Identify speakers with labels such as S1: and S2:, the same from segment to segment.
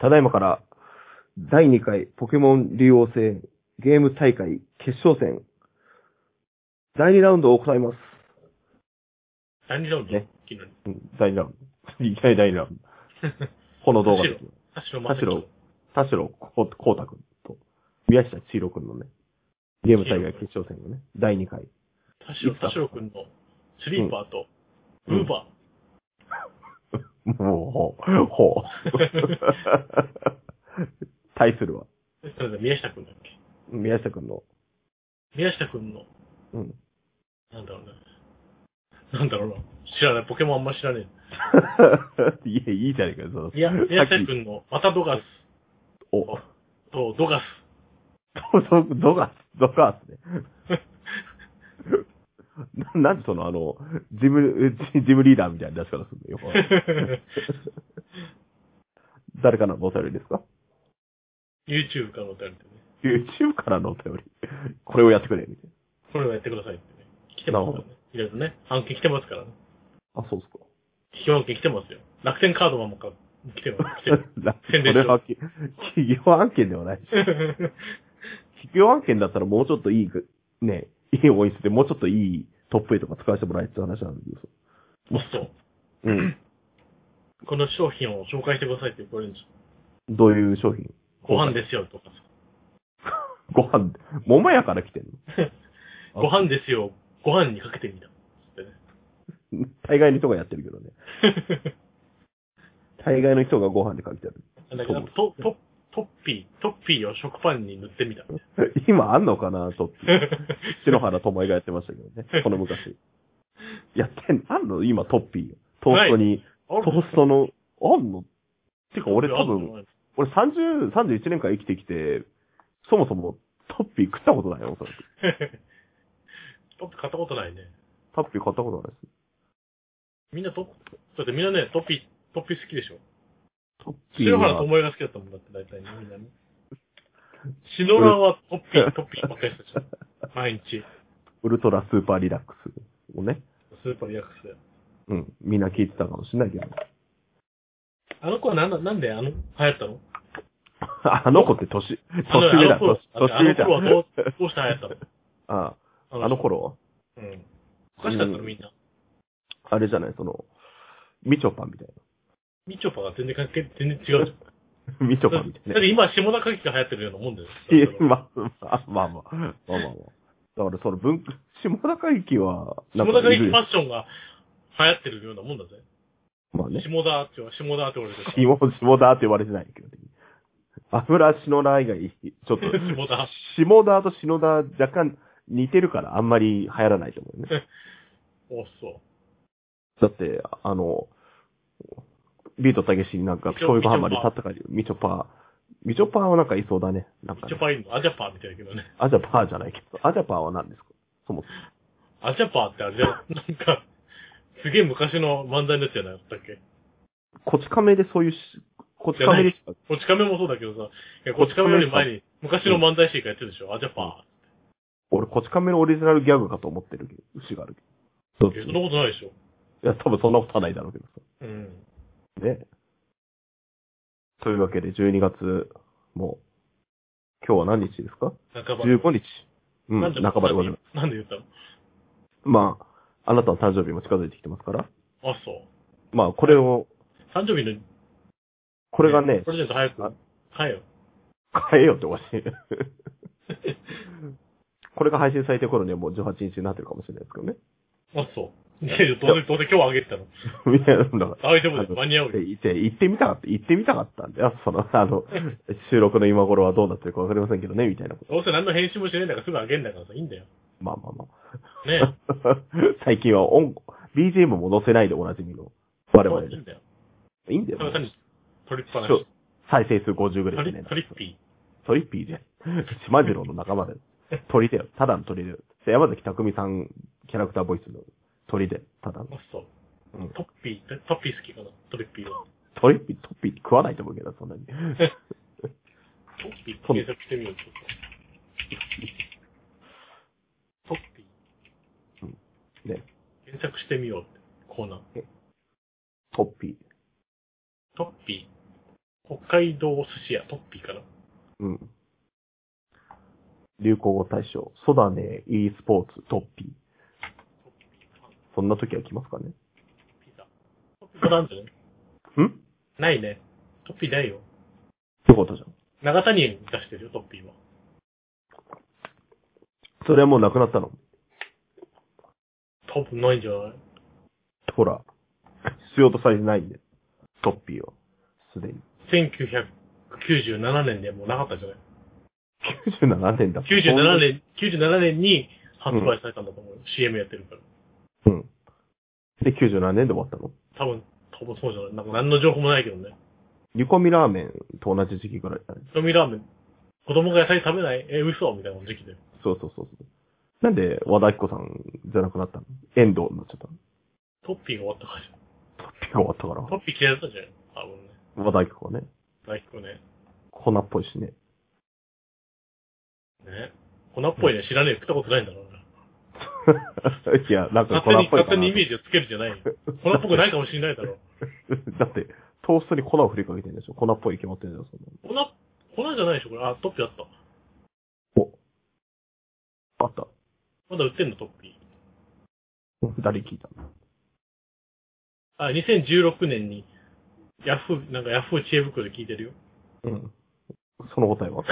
S1: ただいまから、第2回ポケモン竜王戦ゲーム大会決勝戦、第2ラウンドを行います。
S2: 第2ラウンド
S1: ね
S2: 昨日。
S1: うん第2ラウンド。いきなり第2ラウンド。 この動画です。
S2: 田代
S1: 田
S2: 正
S1: 代
S2: 宏。、
S1: 田代ここうたくんと、宮下千尋くんのね、ゲーム大会決勝戦のね、第2回。
S2: 田代、田代くんのスリーパーと、ウーバ
S1: もう、ほう、 ほう。対するは、
S2: ー。それで宮下くんだっけ
S1: 宮下くんの、
S2: 宮下くんの、
S1: うん。
S2: なんだろうな。なんだろうな。知らない。ポケモンあんま知らね
S1: いや、いいじゃねえかよ、その
S2: え。いや、宮
S1: さっき
S2: 下くんの、またドガス
S1: お、
S2: とドガス。
S1: ドドガス、ドガスね。 な、なんでその、あの、ジム、 ジジムリーダーみたいな出し方するのよ。 誰からのお便りですか
S2: YouTube からお便りでね。
S1: ?YouTube からのお便り。これをやってくれ、みたい
S2: これをやってくださいってね。来てますからね。いろいろね。案件来てますからね。
S1: な。あ、そうっすか。
S2: 批判案件来てますよ。楽天カードマンもか来てま す。来てる
S1: だそ
S2: 宣伝しろ
S1: れはき、企業案件ではないし。 企業案件だったらもうちょっといいぐ、ね、いい音質でもうちょっといいトップ8とか使わせてもらえって話なんだけどさ。
S2: そう。
S1: うん。
S2: この商品を紹介してくださいって言われるんですよ。
S1: どういう商品
S2: ご飯ですよとかさ。
S1: ご飯、桃屋から来てんのあ
S2: ご飯ですよ、ご飯にかけて みた。
S1: 大概の人がやってるけどね。大概の人がご飯でかけてる。
S2: だからトトトッピー、トッピーを食パンに塗っ てみた。
S1: 今あんのかなと。篠原智恵がやってましたけど ね。この昔。やってん、あんの今トッピー。トーストに、
S2: あ
S1: トーストの、あんのてか俺多 分、、俺30、31年間生きてきて、そもそもトッピー食ったことないよ、おそらく。
S2: トッピー買ったことないね。
S1: トッピー買ったことないです。
S2: みんなトッピー、だってみんなね、トッピー、トッピー好きでしょ。
S1: トッピー
S2: 篠原
S1: は、
S2: 智恵が好きだったもんだって、大体ねみんなね。篠原はトッ ピー、トッピーばっかりしてたじゃん。毎日、
S1: ウルトラスーパーリラックスをね、
S2: スーパーリアクスで。
S1: うん、みんな聞いてたかもしれないけど。
S2: あの子はなんだ、なんであの、流行ったの
S1: あの子って年、
S2: あの
S1: 年上だ、
S2: あの頃
S1: 年
S2: あの
S1: 年上だ
S2: 頃。はどう、どうして流行ったの
S1: あ
S2: あ
S1: ああの。頃
S2: うん。おかしかったのみんな。
S1: あれじゃない、その、みちょぱみたい
S2: みちょぱが全然関係、全然違うじ
S1: な。 みち
S2: ゃ
S1: ょ
S2: ん。だ
S1: ぱ
S2: っ
S1: み
S2: て
S1: たい
S2: だっ
S1: な。
S2: て今、下中期が流行ってるようなもんだよ。
S1: いやまあ、まあ、まあ、まあ、まあ、まあまあ。だからその文、下中駅は、
S2: 下
S1: んか
S2: 中
S1: いる
S2: 期ファッションが流行ってるようなもんだぜ。
S1: まあね。
S2: 下田って言わ、下田って俺で
S1: 下、下田って言われてないけど。油篠田以外、ちょっ と、
S2: 下田。
S1: 下田と篠田若干似てるからあんまり流行らないと思うね。
S2: おっそ
S1: だって、あの、ビートたけしになんか、教育ハンマーで立ったかり、みちょぱ、みちょぱはなんかいそうだね。なん
S2: う。
S1: か
S2: みち
S1: ね、
S2: ょぱいいのアジャパーみたいだけどね。
S1: アジャパーじゃないけど、アジャパーは何ですかそも
S2: アジャパーってあれじゃん。なんか、すげえ昔の漫才のやつじゃなかったっけ
S1: そも。こち亀でそういうし、こち亀でしか、
S2: こち亀もそうだけどさ、いやこち亀より前に、昔の漫才師がやってるでしょ、アジャパ
S1: 俺、こち亀のオリジナルギャグかと思ってるけど、牛があるけど。ど
S2: ー。
S1: っ
S2: い
S1: ち
S2: やそ
S1: い
S2: んなことないでしょ。
S1: や、多分そんなことはないだろうけど
S2: うん。
S1: さ。ね。というわけで、12月、もう、今日は何日ですか
S2: 半ば。
S1: ?15 日。う
S2: なんで
S1: ん、半ばでございます。
S2: なんで言ったの
S1: まあ、あなたの誕生日も近づいてきてますから。
S2: あ、そう。
S1: まあ、これを、
S2: 誕生日の、
S1: これがね
S2: プ、レゼント早く
S1: あ、
S2: はいよ。
S1: 変えようっておかしい。 これが配信されてる頃にはもう18日になってるかもしれないですけどね。
S2: あ、そう。いやいやどうせ、どうせ今日あげてたの。
S1: み たいなのが。
S2: 大丈夫だよ。間に合うよ。
S1: で行って、行ってみたかった、行ってみたかったんで、あその、あの、収録の今頃はどうなってるかわかりませんけどね、みたいなこと。
S2: どうせ何の編集もしないんだからすぐあげんだからさ、い いんだよ。
S1: まあまあま
S2: ねえ。
S1: あ。 最近は音、BGM も載せないでおなじみの、我々
S2: い
S1: で
S2: いんだよ。
S1: す。いいんだよ
S2: た。だ単に、取りっぱなし
S1: そ。う再生数50ぐらい
S2: 取
S1: ですね
S2: り、。取りっぴ
S1: トリッピーで、島次郎の仲間で、鳥だよ、ただの鳥だよ。で山崎匠さん、キャラクターボイスの鳥で、ただの
S2: ー。。あ、そう
S1: うん。
S2: トッピー、トッピー好きかな。トリッピーは。
S1: トリッピー、トッピー食わないと思うけど、そんなに。
S2: トッピー検索してみよう、ちょっと。トッピー。
S1: ね。
S2: 検索してみようって、コーナー。
S1: トッピー。
S2: トッピー。国北海道寿司屋、トッピーかな。
S1: うん。流行語大賞、ソダネ、e スポーツ、トッピー。
S2: トッピーパン
S1: そんな時は来ますかね
S2: ピザ。トッピーなんじゃない
S1: んっ
S2: ないね。トッピーないよ。
S1: てことじゃん。
S2: 長谷に出してるよ、トッピーは。
S1: それはもうなくなったの。
S2: 多分ないんじゃない
S1: ほら、必要とされてないんで。トッピーは。すでに。
S2: ?1997 年でもうなかったじゃない
S1: 97年だ。
S2: ?97。年、97年に発売されたんだと思うよ。CM やってるから。
S1: うん。で、97年で終わったの
S2: 多分、多分そうじゃない。なんか何の情報もないけどね。
S1: 煮込みラーメンと同じ時期ぐらいだね。
S2: ひとみラーメン。子供が野菜食べないえ、嘘みたいな時期だよ。
S1: そうそうそうそう。なんで、和田彦さんじゃなくなったの遠藤になっちゃったの
S2: トッピーが終わったからじゃ
S1: トッピーが終わった
S2: ん。ト
S1: か
S2: ッピー嫌いだったんじゃない多分ね。
S1: ら。和田彦がね。
S2: 大輝くんね。
S1: 粉っぽいしね。
S2: ね。粉っぽいね。知らねえ。食ったことないんだろう な。
S1: いや、なんか粉
S2: 勝手
S1: っ
S2: に、
S1: ぽい
S2: 勝
S1: かな
S2: 手にイ。メージをつけるじゃないよ。粉っぽくないかもしれないだろう。
S1: だって、トーストに粉を振りかけてるんでしょ粉っぽいに決まってるんだよ、そんな
S2: 粉、粉じゃないでしょこれ。あ、トッピーあった。
S1: の。あった。
S2: まだ売ってんの、トッピー。
S1: 誰聞いたの
S2: あ、2016年に、ヤフー、なんかヤフー知恵袋で聞いてる よ。
S1: うん。その答えは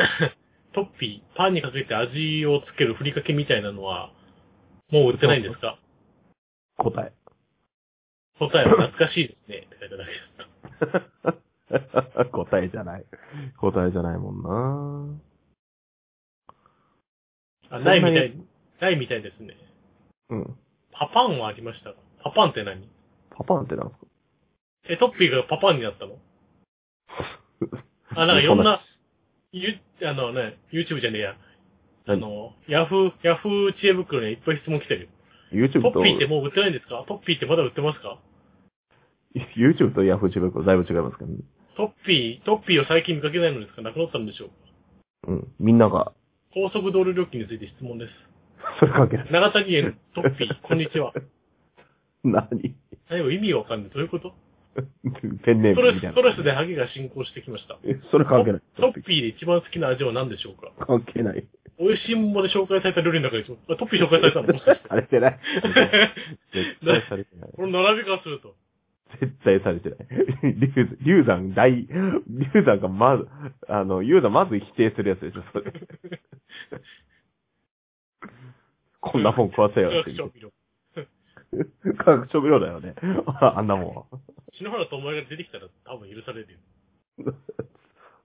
S2: トッピー、パンにかけて味をつけるふりかけみたいなのは、もう売ってないんですか
S1: 答え。
S2: 答えは懐かしいですね。って書いてあるだけだっ
S1: 答えじゃない。答えじゃないもん
S2: た。
S1: な
S2: あ、ないみたい、
S1: い。
S2: ないみたいですね。
S1: うん。
S2: パパンはありましたが。パパンって何
S1: パパンってなんですか
S2: え、トッピーがパパンになったのあ、なんかいろんな、ゆ、あのね、YouTube じゃねえや。あの、ヤフー、ヤフー知恵袋にいっぱい質問来てるよ。
S1: YouTube
S2: ト
S1: と
S2: ッピーってもう売ってないんですかトッピーってまだ売ってますか
S1: YouTube と Yahoo 自分だいぶ違いますけどね。
S2: トッピー、トッピーを最近見かけないのですかなくなったんでしょうか
S1: うん。みんなが、
S2: 高速道路料金について質問です。
S1: それ関係ない。
S2: 長谷園トッ ピー、こんにちは。
S1: 何
S2: 何も意味わかんない。どういうこと
S1: ペンネ
S2: ス
S1: ー
S2: ト
S1: ム
S2: レス、
S1: みたいな。
S2: ストレスでハゲが進行してきました。
S1: えそれ関係ない。
S2: トッピーで一番好きな味は何でしょうか
S1: 関係ない。
S2: 美味しいもので紹介された料理の中でしょあトッピー紹介されたの
S1: されてない。絶対されてない。
S2: この並びからすると。
S1: 絶対されてない。リュウリュウザン大、リュウザンがまず、あの、ユウザンまず否定するやつでしょ、それ。こんなもん食わせよって
S2: 学
S1: 言っ
S2: 調
S1: て。
S2: 味料。
S1: 化学調味料だよね。ああんなもんは。
S2: 篠原とお前が出てきたら多分許されるよ。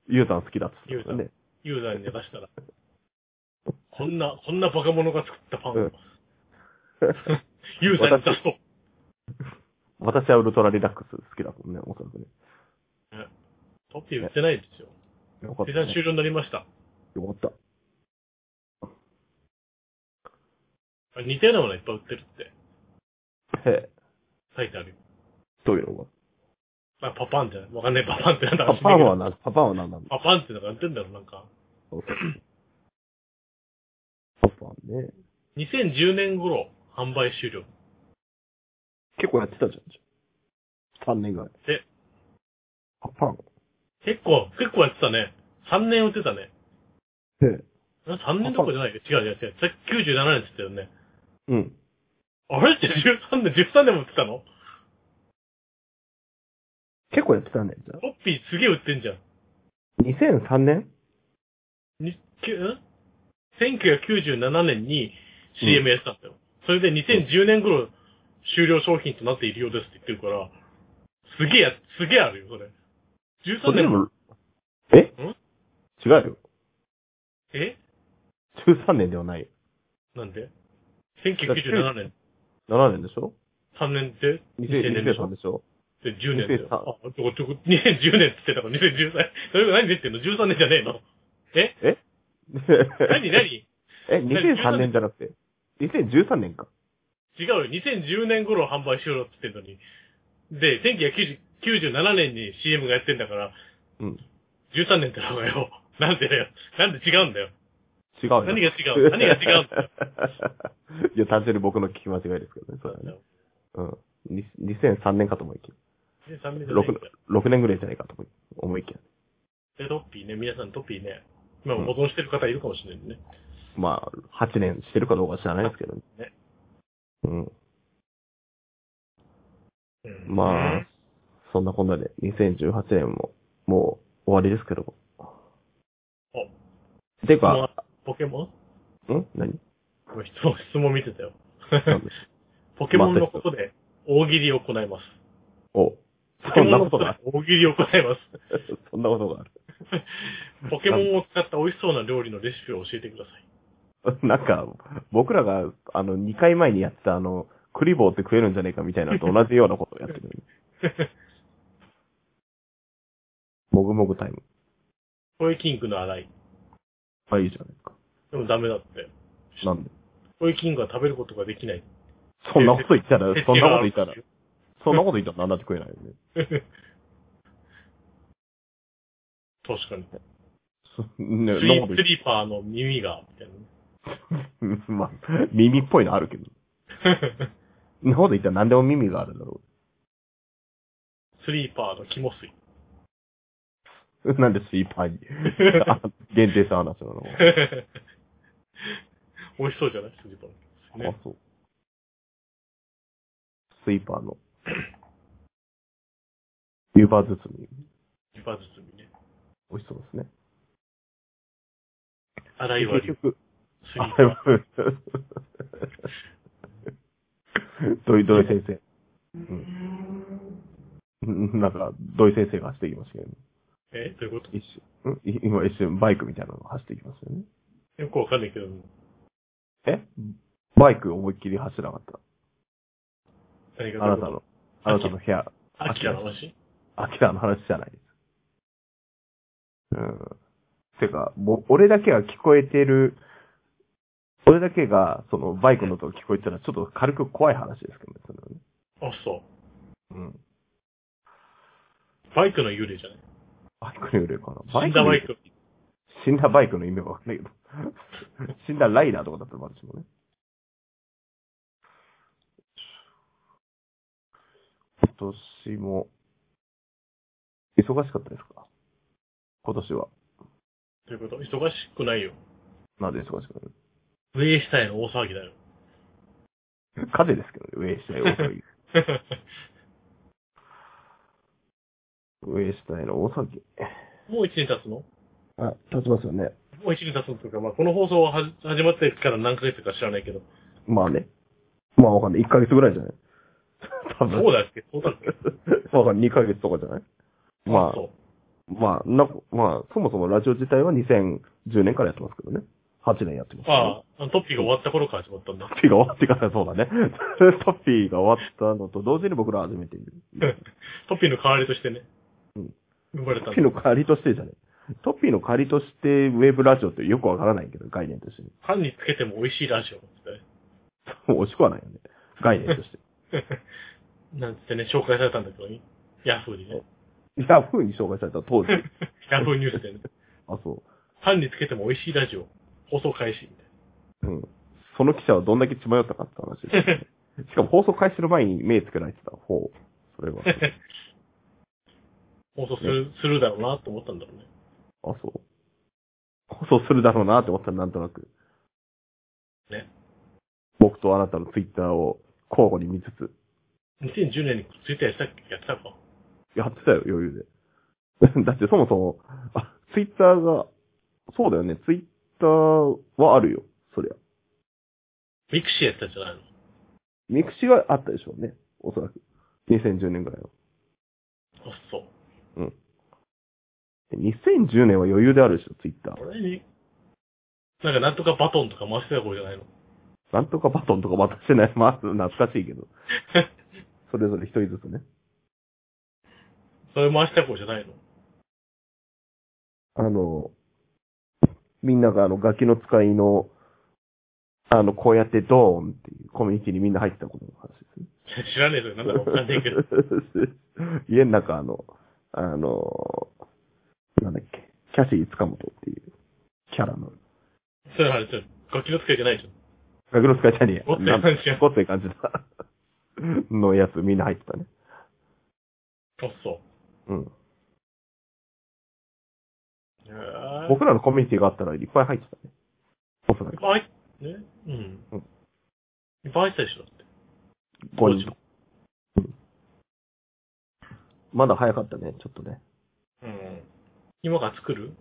S1: ユウザン好きだっつってたからね。
S2: ユーザーに出したら。こんな、こんなバカ者が作ったパンを。
S1: うん
S2: ユーザーに出すと。
S1: 私はウルトラリラックス好きだもんね、おそらくね。
S2: トッピー売ってないですよ。
S1: よかった、
S2: 生産
S1: ね。
S2: 終了になりました。
S1: よかった。
S2: あ似たようなものいっぱい売ってるって
S1: へえ、
S2: 書いてあるよ。
S1: どういうの
S2: まあ、パパンって、わかんないパパンってなん だ
S1: がパパンはな、パパンは何なんだ
S2: パパンってなんかやってんだろ、なんか。
S1: ろうパパンね。
S2: 2010年頃、販売終了。
S1: 結構やってたじゃん、じゃあ。3年ぐらい。
S2: え
S1: パパン。
S2: 結構、結構やってたね。3年売ってたね。
S1: へえ。
S2: 3年とかじゃないよ違う違う違う。さっき97年って言ったよね。
S1: うん。
S2: あれって13年、13年も売ってたの
S1: 結構やってたね、じゃあ。
S2: トッピーすげえ売ってんじゃん。
S1: 2003年
S2: にきゅん ?1997 年に CM やってたんだよ。それで2010年頃終了商品となっているようですって言ってるから、すげえや、すげえあるよ、それ。13年も、、
S1: え
S2: ん
S1: 違うよ。
S2: え
S1: 13年ではないよ。
S2: なんで ?1997 年、
S1: 7年でしょ
S2: 3年で、2000年でしょ
S1: ?2003 でしょ
S2: で10年だよ。
S1: 2003
S2: あ、ちょこちょこ、2010年って言ってたから2013。それが何で言ってんの ?13 年じゃねえのえ何何
S1: え、2003年じゃなくて。2013年か。
S2: 違うよ。2010年頃販売しようって言ってんのに。で、1997年に CM がやってんだから、
S1: うん。
S2: 13年ってのがよ。 なんでだよ。なんで違うんだよ。
S1: 違うよ。
S2: 何が違う何が違うんだよ。
S1: いや、単純に僕の聞き間違いですけどね、それはね。うん。に2003年かと思いきや。
S2: 2003年じゃないんだよ
S1: 6, 6年ぐらいじゃないかと思い思いきや。
S2: で、トッピーね、皆さんトッピーね、今も保存してる方いるかもしれないね。
S1: まあ、8年してるかどうか知らないですけどね。
S2: ね
S1: うん。
S2: うん
S1: まあ、そんなこんなで、2018年も、もう終わりですけど。ていうか、
S2: ポケモン
S1: ん 何
S2: 今質問、質問見てた よ。
S1: なんで
S2: ポケモンのことで大喜利を行います。
S1: お、
S2: ポ
S1: そ
S2: ケ
S1: ん
S2: モ
S1: な
S2: ン
S1: こ
S2: のこととで
S1: がある。
S2: 大喜利を行います。
S1: そんなことがある。
S2: ポケモンを使った美味しそうな料理のレシピを教えてください。
S1: なんか、僕らが、あの、2回前にやってた、あの、クリボーって食えるんじゃねえかみたいなのと同じようなことをやってる。 もぐもぐタイム。
S2: トイキングの洗い。
S1: あ、いいじゃないか。
S2: でもダメだって。
S1: なんで。
S2: トイキングは食べることができない。
S1: そんなこと言ったら、そんなこと言ったら
S2: 徹、
S1: そんなこと言ったら何だって食えないよね。
S2: 底があるんですよ。 確かに。
S1: そね、
S2: ス
S1: そんな
S2: リ
S1: こと
S2: ー
S1: 言
S2: ス
S1: っ
S2: リーパーの耳が、みたいなね。
S1: た まあ、耳っぽいのあるけど。そんなこと言ったら何でも耳があるだろ
S2: スリーパーの肝水。
S1: う。 なんでスイーパーに、あ限定した話なの
S2: 美味しそうじゃないスリーパーの。
S1: あ
S2: ね。、
S1: そう。スイーパーの。湯葉包み。
S2: スリーパー包みね。
S1: 美味しそうですね。
S2: 洗い
S1: 結
S2: 割りを。
S1: 局、
S2: スリ
S1: あ
S2: ーパー。
S1: 土井土井先生。うん。なんか、土井先生が走ってきましたけど、ね、
S2: えどういうこと
S1: 一瞬、んい今一瞬バイクみたいなのが走ってきましたよね。
S2: よくわかんないけど、
S1: えバイク思いっきり走らなかっ
S2: 何
S1: た。
S2: が
S1: あ
S2: どう
S1: なた
S2: いうこと
S1: の、あなたの部屋、
S2: アキラの話
S1: アキラの話じゃないです。うん。てか、ぼ俺だけが聞こえてる、俺だけが、その、バイクの音が聞こえてたら、ちょっと軽く怖い話ですけどね、それはね。
S2: あ、そ
S1: うん。
S2: う。バイクの幽霊じゃない
S1: バイクの幽霊かな
S2: 死んだバイ。ク。
S1: 死んだバイクの意味がわかんない けど。死んだライダーとかだったら私もね。今年も、忙しかったですか今年は。
S2: ということ忙しくないよ。
S1: なんで忙しくなる
S2: 上下への大騒ぎだよ。
S1: 風邪ですけどね、上下へ大騒ぎ。 上下への大騒ぎ。
S2: もう一年経つの
S1: あ、立ちますよね。
S2: もう一年経つのというか、まあ、この放送ははじ始まってから何ヶ月か知らないけど。
S1: まあね。まあわかんない。1ヶ月ぐらいじゃない 多
S2: そ
S1: 分。
S2: うだっけそうだっけ
S1: わかんない。2ヶ月とかじゃないまあ、
S2: そう。
S1: まあ、な、まあ、そもそもラジオ自体は2010年からやってますけどね。8年やってます、ね。
S2: ああ、あのトッピーが終わった頃から始まったんだ
S1: ト。ッピーが終わってからそうだね。 トッピーが終わったのと同時に僕ら始めている。
S2: トッピーの代わりとしてね。
S1: うん
S2: 生まれ
S1: ト
S2: た
S1: ッ
S2: ん
S1: ピー
S2: だ。
S1: の代わりとしてじゃねトッピーの代わりとして、ウェブラジオってよくわからないけど、概念として、ね。
S2: パンにつけても美味しいラジオ。って
S1: もう惜しくはないよね。概念と して。
S2: なんつってね、紹介されたんだけどね。ヤフーにね。
S1: ヤフーに紹介された当時。
S2: ヤフーニュースでね。
S1: あ、そ
S2: パンにつけても美味しいラジオ。放送開始。
S1: う。うん。その記者はどんだけ血迷ったかって話ですね、しかも放送開始の前に目つけられてた方。それは。
S2: 放送する、するだろうなと思ったんだろうね。
S1: あ、そう。放送するだろうなって思ったらなんとなく。
S2: ね。
S1: 僕とあなたのツイッターを交互に見つつ、
S2: 2010年にツイッターやってたっけやってたか。
S1: やってたよ、余裕で。 だってそもそも、あ、ツイッターが、そうだよね、ツイッターはあるよ、そりゃ。
S2: ミクシーやってたんじゃないの
S1: ミクシーはあったでしょうね、おそらく。2010年ぐらいは。
S2: あ、そう。
S1: で2010年は余裕であるでしょ、ツイッター。
S2: 俺に、なんかなんとかバトンとか回してた方じゃないの
S1: なんとかバトンとか渡してない、まあ、懐かしいけど。それぞれ一人ずつね。
S2: それ回してた方じゃないの
S1: あの、みんながあの、ガキの使いの、あの、こうやってドーンっていうコミュニティにみんな入ってたことの話ですね。
S2: 知らねえぞ、なんだかわかんな いけど。
S1: 家の中あの、あの、なんだっけ、キャシー塚本っていうキャラの、
S2: それあれじゃん。楽器の使いじゃないじゃ
S1: ガキの使いじゃねえ
S2: ご
S1: や
S2: っつい感じや
S1: なんごっつい感じだ。のやつみんな入ってたね。
S2: ん。あ、そ
S1: うん。
S2: へー
S1: 僕らのコミュニティがあったらいっぱい入ってたね。おそら
S2: い
S1: く
S2: っ。ぱい入っね。うん
S1: うん。
S2: いっぱい入ってたでしょ、だって。
S1: 5人とか。うんまだ早かったね、ちょっとね。
S2: うん。今が作る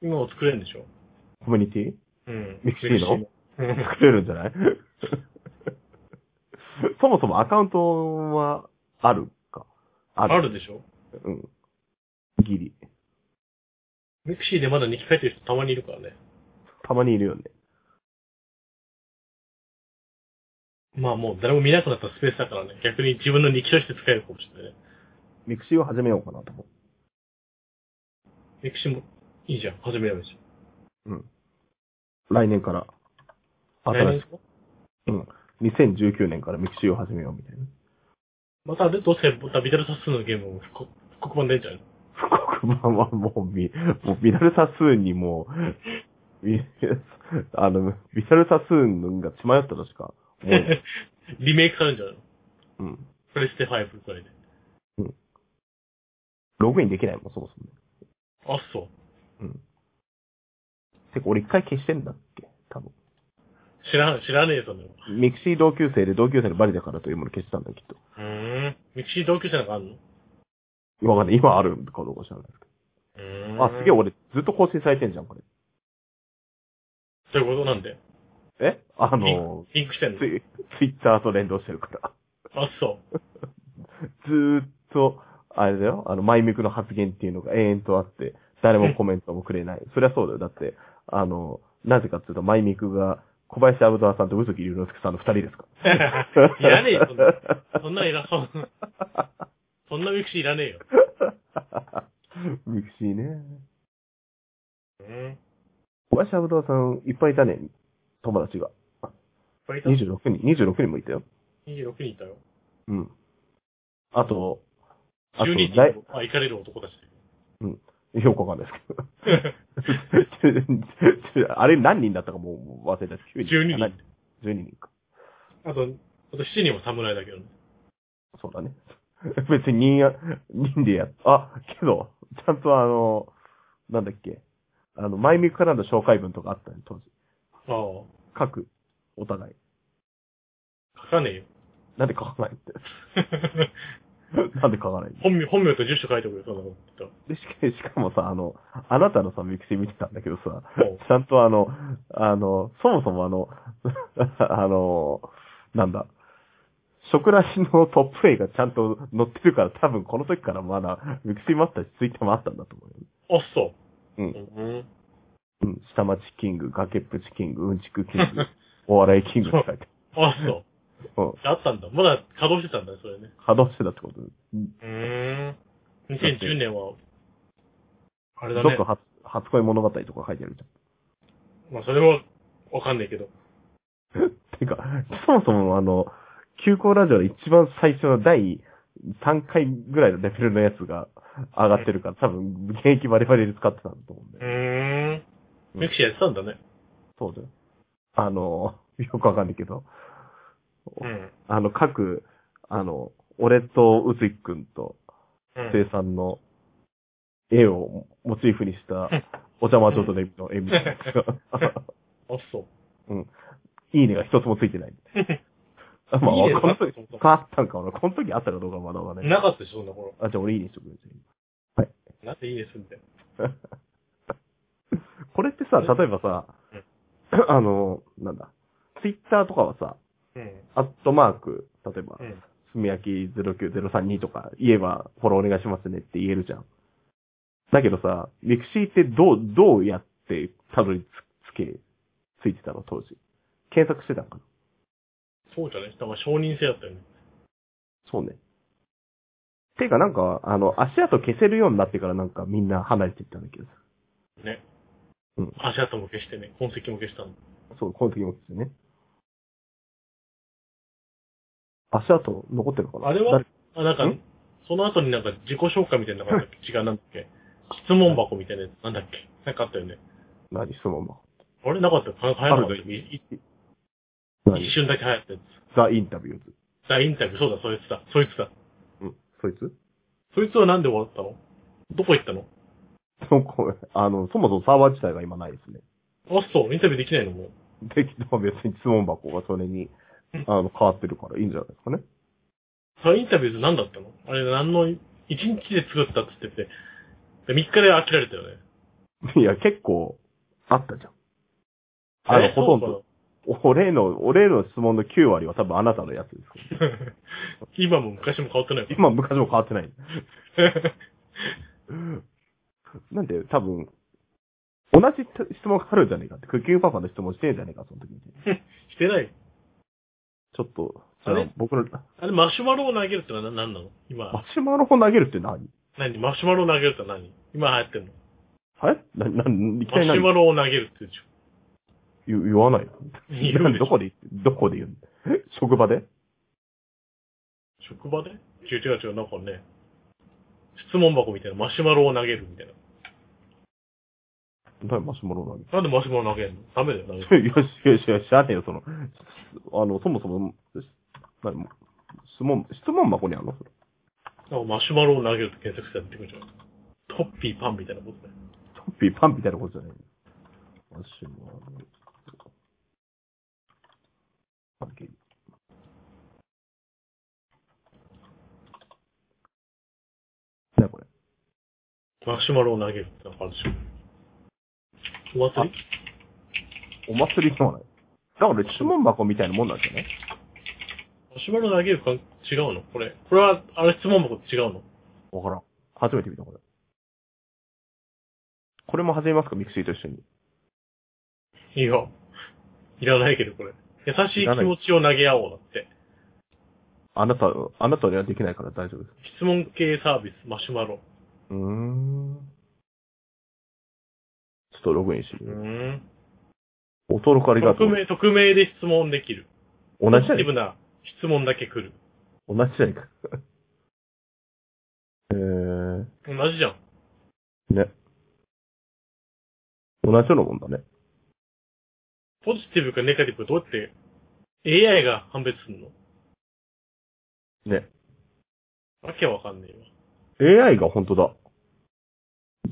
S2: 今を作れるんでしょ
S1: コミュニティ
S2: うん。
S1: ミクシーの
S2: うん
S1: 作れるんじゃない そもそもアカウントはあるか。あ
S2: あ
S1: る。
S2: るでしょ
S1: うん。ギリ。
S2: ミクシーでまだ日記書いてる人たまにいるからね。
S1: たまにいるよね。
S2: まあもう誰も見なくなったスペースだからね。逆に自分の日記として使えるかもしれないね。
S1: ミクシーを始めようかなと思
S2: ミクシーもいいじゃん。始めようじ
S1: う。うん。来年から。
S2: ゃん。来
S1: 新し
S2: 年ですか
S1: い。2019年からミクシーを始めようみたいな。
S2: またあれどうせまたビダルサスのゲームを復刻復刻版出んじゃん。
S1: 福岡版はもうビ、もうビダルサスーンにもう、 ビあの、ビダルサスーンが血迷ったとしか思え ない。
S2: リメイクされるんじゃないの
S1: うん。
S2: プレステ5くらいで。
S1: ログインできないもん、そもそもね。
S2: あ、そう。
S1: うん。てか、俺一回消してんだっけ多分。
S2: 知らん、知らねえぞ、でも。
S1: ミクシー同級生で同級生のバリだからというもの消したんだよ、きっと。
S2: うーん。ミクシー同級生なんかあんの
S1: わかんない。今あるかどうか知らないですけ
S2: うーん。
S1: ど。あ、すげえ、俺ずっと更新されてんじゃん、これ。
S2: そういうことなんで。
S1: えあの、
S2: リンクしてんの
S1: ツイツイッターと連動してるから。
S2: あ、 そう。
S1: ずーっと、あれだよ、あの、マイミクの発言っていうのが永遠とあって、誰もコメントもくれない。そりゃそうだよ。だって、あの、なぜかっていうと、マイミクが、小林アブザーさんと宇崎龍之介さんの二人ですか
S2: いらねえよ、そんな。そんなんいらそう。そんなミクシーいらねえよ。
S1: ら。ミクシーね。
S2: うん。いっ
S1: 小林アブザーさんいっぱいいたね、友達が。
S2: ぱいいた。
S1: 26人、26人もいたよ。
S2: 26人いたよ。
S1: うん。あと、あと、
S2: 12人
S1: だい、
S2: あ、行かれる男たち。
S1: よくわかんないですけど。 あれ何人だったかもう忘れた。9
S2: 12人
S1: あ何 ?12 人か。
S2: あと、あと7人も侍だけどね。
S1: そうだね。 別に任や、任でやっ、あ、けど、ちゃんとあの、なんだっけ、あの、マイミクからの紹介文とかあったね、当時。
S2: あ
S1: 書く。お互い。
S2: あ。書かねえよ。
S1: なんで書かないって。 なんで書かないの
S2: 本名、本名と住所書いてくれ、そんなこと。
S1: でし かしかもさ、あの、あなたのさ、ミクシー見てたんだけどさ、
S2: おう
S1: ちゃんとあの、あの、そもそもあの、 あの、なんだ、食ラシのトップ絵がちゃんと載ってるから多分この時からまだミクシーもあったし、ツイッターもあったんだと思うよ。
S2: あ、そう。
S1: うん
S2: ん。
S1: うん、下町キング、崖っぷちキング、うんちくキ ング、お笑いキングって書いて
S2: あ、
S1: あ
S2: そう。
S1: る。うん、
S2: あったんだ。まだ稼働してたんだね、それね。
S1: 稼働してたってこと
S2: うーん。2010年は、あれだね
S1: ど。こ初初恋物語とか書いてあるじ
S2: まあ、それは、わかんないけど。
S1: ゃん。てか、そもそもあの、休校ラジオで一番最初の第3回ぐらいのレベルのやつが上がってるから、多分現役バリバリで使ってたんだと思うんだ
S2: う
S1: よ。
S2: ーん。ミクシーやってたんだね。
S1: そうだよ。あの、よくわかんないけど、
S2: うん。
S1: あの、各、あの、俺と宇津井くんと、
S2: うん
S1: 生さんの絵をモチーフに した、お邪魔女とネビの絵みたいなやつが。
S2: あ、そう。
S1: いいねが一つもついてない。 まあ、こ
S2: いいね
S1: の時
S2: そもそ、も
S1: あったんか、俺、この時あったかどうかまだわかんない。
S2: なかったでしょ、そんな頃。
S1: あ、じゃあ俺いいねしとくよ
S2: なんでいいですみたい
S1: これってさ、例えばさ、 あの、なんだ、ツイッターとかはさ、
S2: な。
S1: アットマーク、例えば
S2: う、ん。
S1: すみやき09032とか言えば、フォローお願いしますねって言えるじゃん。だけどさ、ミクシーってどう、どうやってたどりつつけ、ついてたの当時。検索してたんかな
S2: そうじゃないだから承認制だったよね。
S1: そうね。ていうかなんか、あの、足跡消せるようになってからなんかみんな離れていったんだけどさ。
S2: ね。
S1: うん
S2: 足跡も消してね、痕跡も消したの。
S1: そう、この時もですよね。足跡残ってるのかな
S2: あれは
S1: 誰
S2: あ、なんか
S1: ん、
S2: その後になんか自己紹介みたいなのがあったっ け違う、なんだっけ質問箱みたいなやつ、なんだっけなんかあったよね。
S1: 何質問の
S2: あれなかったよ。は流行らなかったよ。い
S1: 何
S2: 一瞬だけ流行ったやつ。
S1: ザ・インタビューズ。
S2: 大インタビュー、そうだ、そいつだ、そいつだ。
S1: うん。そいつ
S2: そいつはなんで終わったのどこ行ったの
S1: でもこれ、あの、そもそもサーバー自体が今ないですね。
S2: あ、そう、インタビューできないのも。
S1: できても別に質問箱がそれに、あの、変わってるからいいんじゃないですかね。
S2: それインタビューで何だったのあれ何の、一日で作ったって言ってて、3日で飽きられたよね。
S1: いや、結構、あったじゃん。あの、
S2: え
S1: ほとんど。。俺の、俺の質問の9割は多分あなたのやつです。
S2: そうかな今も昔も変わってないよ。
S1: 今、昔も変わってない。なんで、多分、同じ質問があるんじゃねえかって、クッキングパパの質問してんじゃねえか、その時に。
S2: してないよ。
S1: ちょっと、じゃ
S2: あ
S1: あ
S2: れ
S1: 僕の、
S2: あれ、マシュマロを投げるってのは何なの今、
S1: マシュマロを投げるって何
S2: 何マシュマロを投げるって何今流行ってるの
S1: はいな、な、いきな
S2: マ
S1: り
S2: シュ
S1: 何
S2: マロを投げるって言うでし
S1: 言言わないの
S2: ょ。いるでし
S1: ど
S2: ょ
S1: こで言って、どこで言うのえ職場で
S2: 職場で違う違う違う、なんかね、質問箱みたいな、マシュマロを投げるみたいな。
S1: 何マシュマロを投げる
S2: なんでマシュマロ投げるのダメだよ、投げ る。
S1: よし、よし、よし、知らねえよ、その、あの、そもそも、し何も質問、質問箱にあるのそれ
S2: なんかマシュマロを投げるって検索したら出てくるじゃん。トッピーパンみたいなことだよ。
S1: トッピーパンみたいなことじゃないマシュマロ。パンケーキ何これ
S2: マシュマロを投げるってなんかあるでしょ。お祭り
S1: お祭りではない。だから質問箱みたいなもんなんですよね。
S2: マシュマロ投げるか違うのこれ。これは、あれ質問箱と違うの
S1: わからん。初めて見た、これ。これも始めますかミクシーと一緒に。
S2: いいよ。いらないけど、これ。優しい
S1: いらな
S2: 気
S1: い
S2: 持ちを投げ合おうだって。
S1: あなた、あなたにはできないから大丈夫です。
S2: 質問系サービス、マシュマロ。
S1: うーん。ちょっとログインして
S2: う
S1: みる。
S2: ん。
S1: お登録ありがと
S2: 匿
S1: う。
S2: 名、匿名で質問できる。
S1: 同じじゃね
S2: ポジティブな質問だけ来る。
S1: 同じじゃねえか。 えー、
S2: 同じじゃん。
S1: ね。同じようなもんだね。
S2: ポジティブかネガティブかどうやって AI が判別するの
S1: ね。
S2: わけわかんねえわ。
S1: AI が本当だ。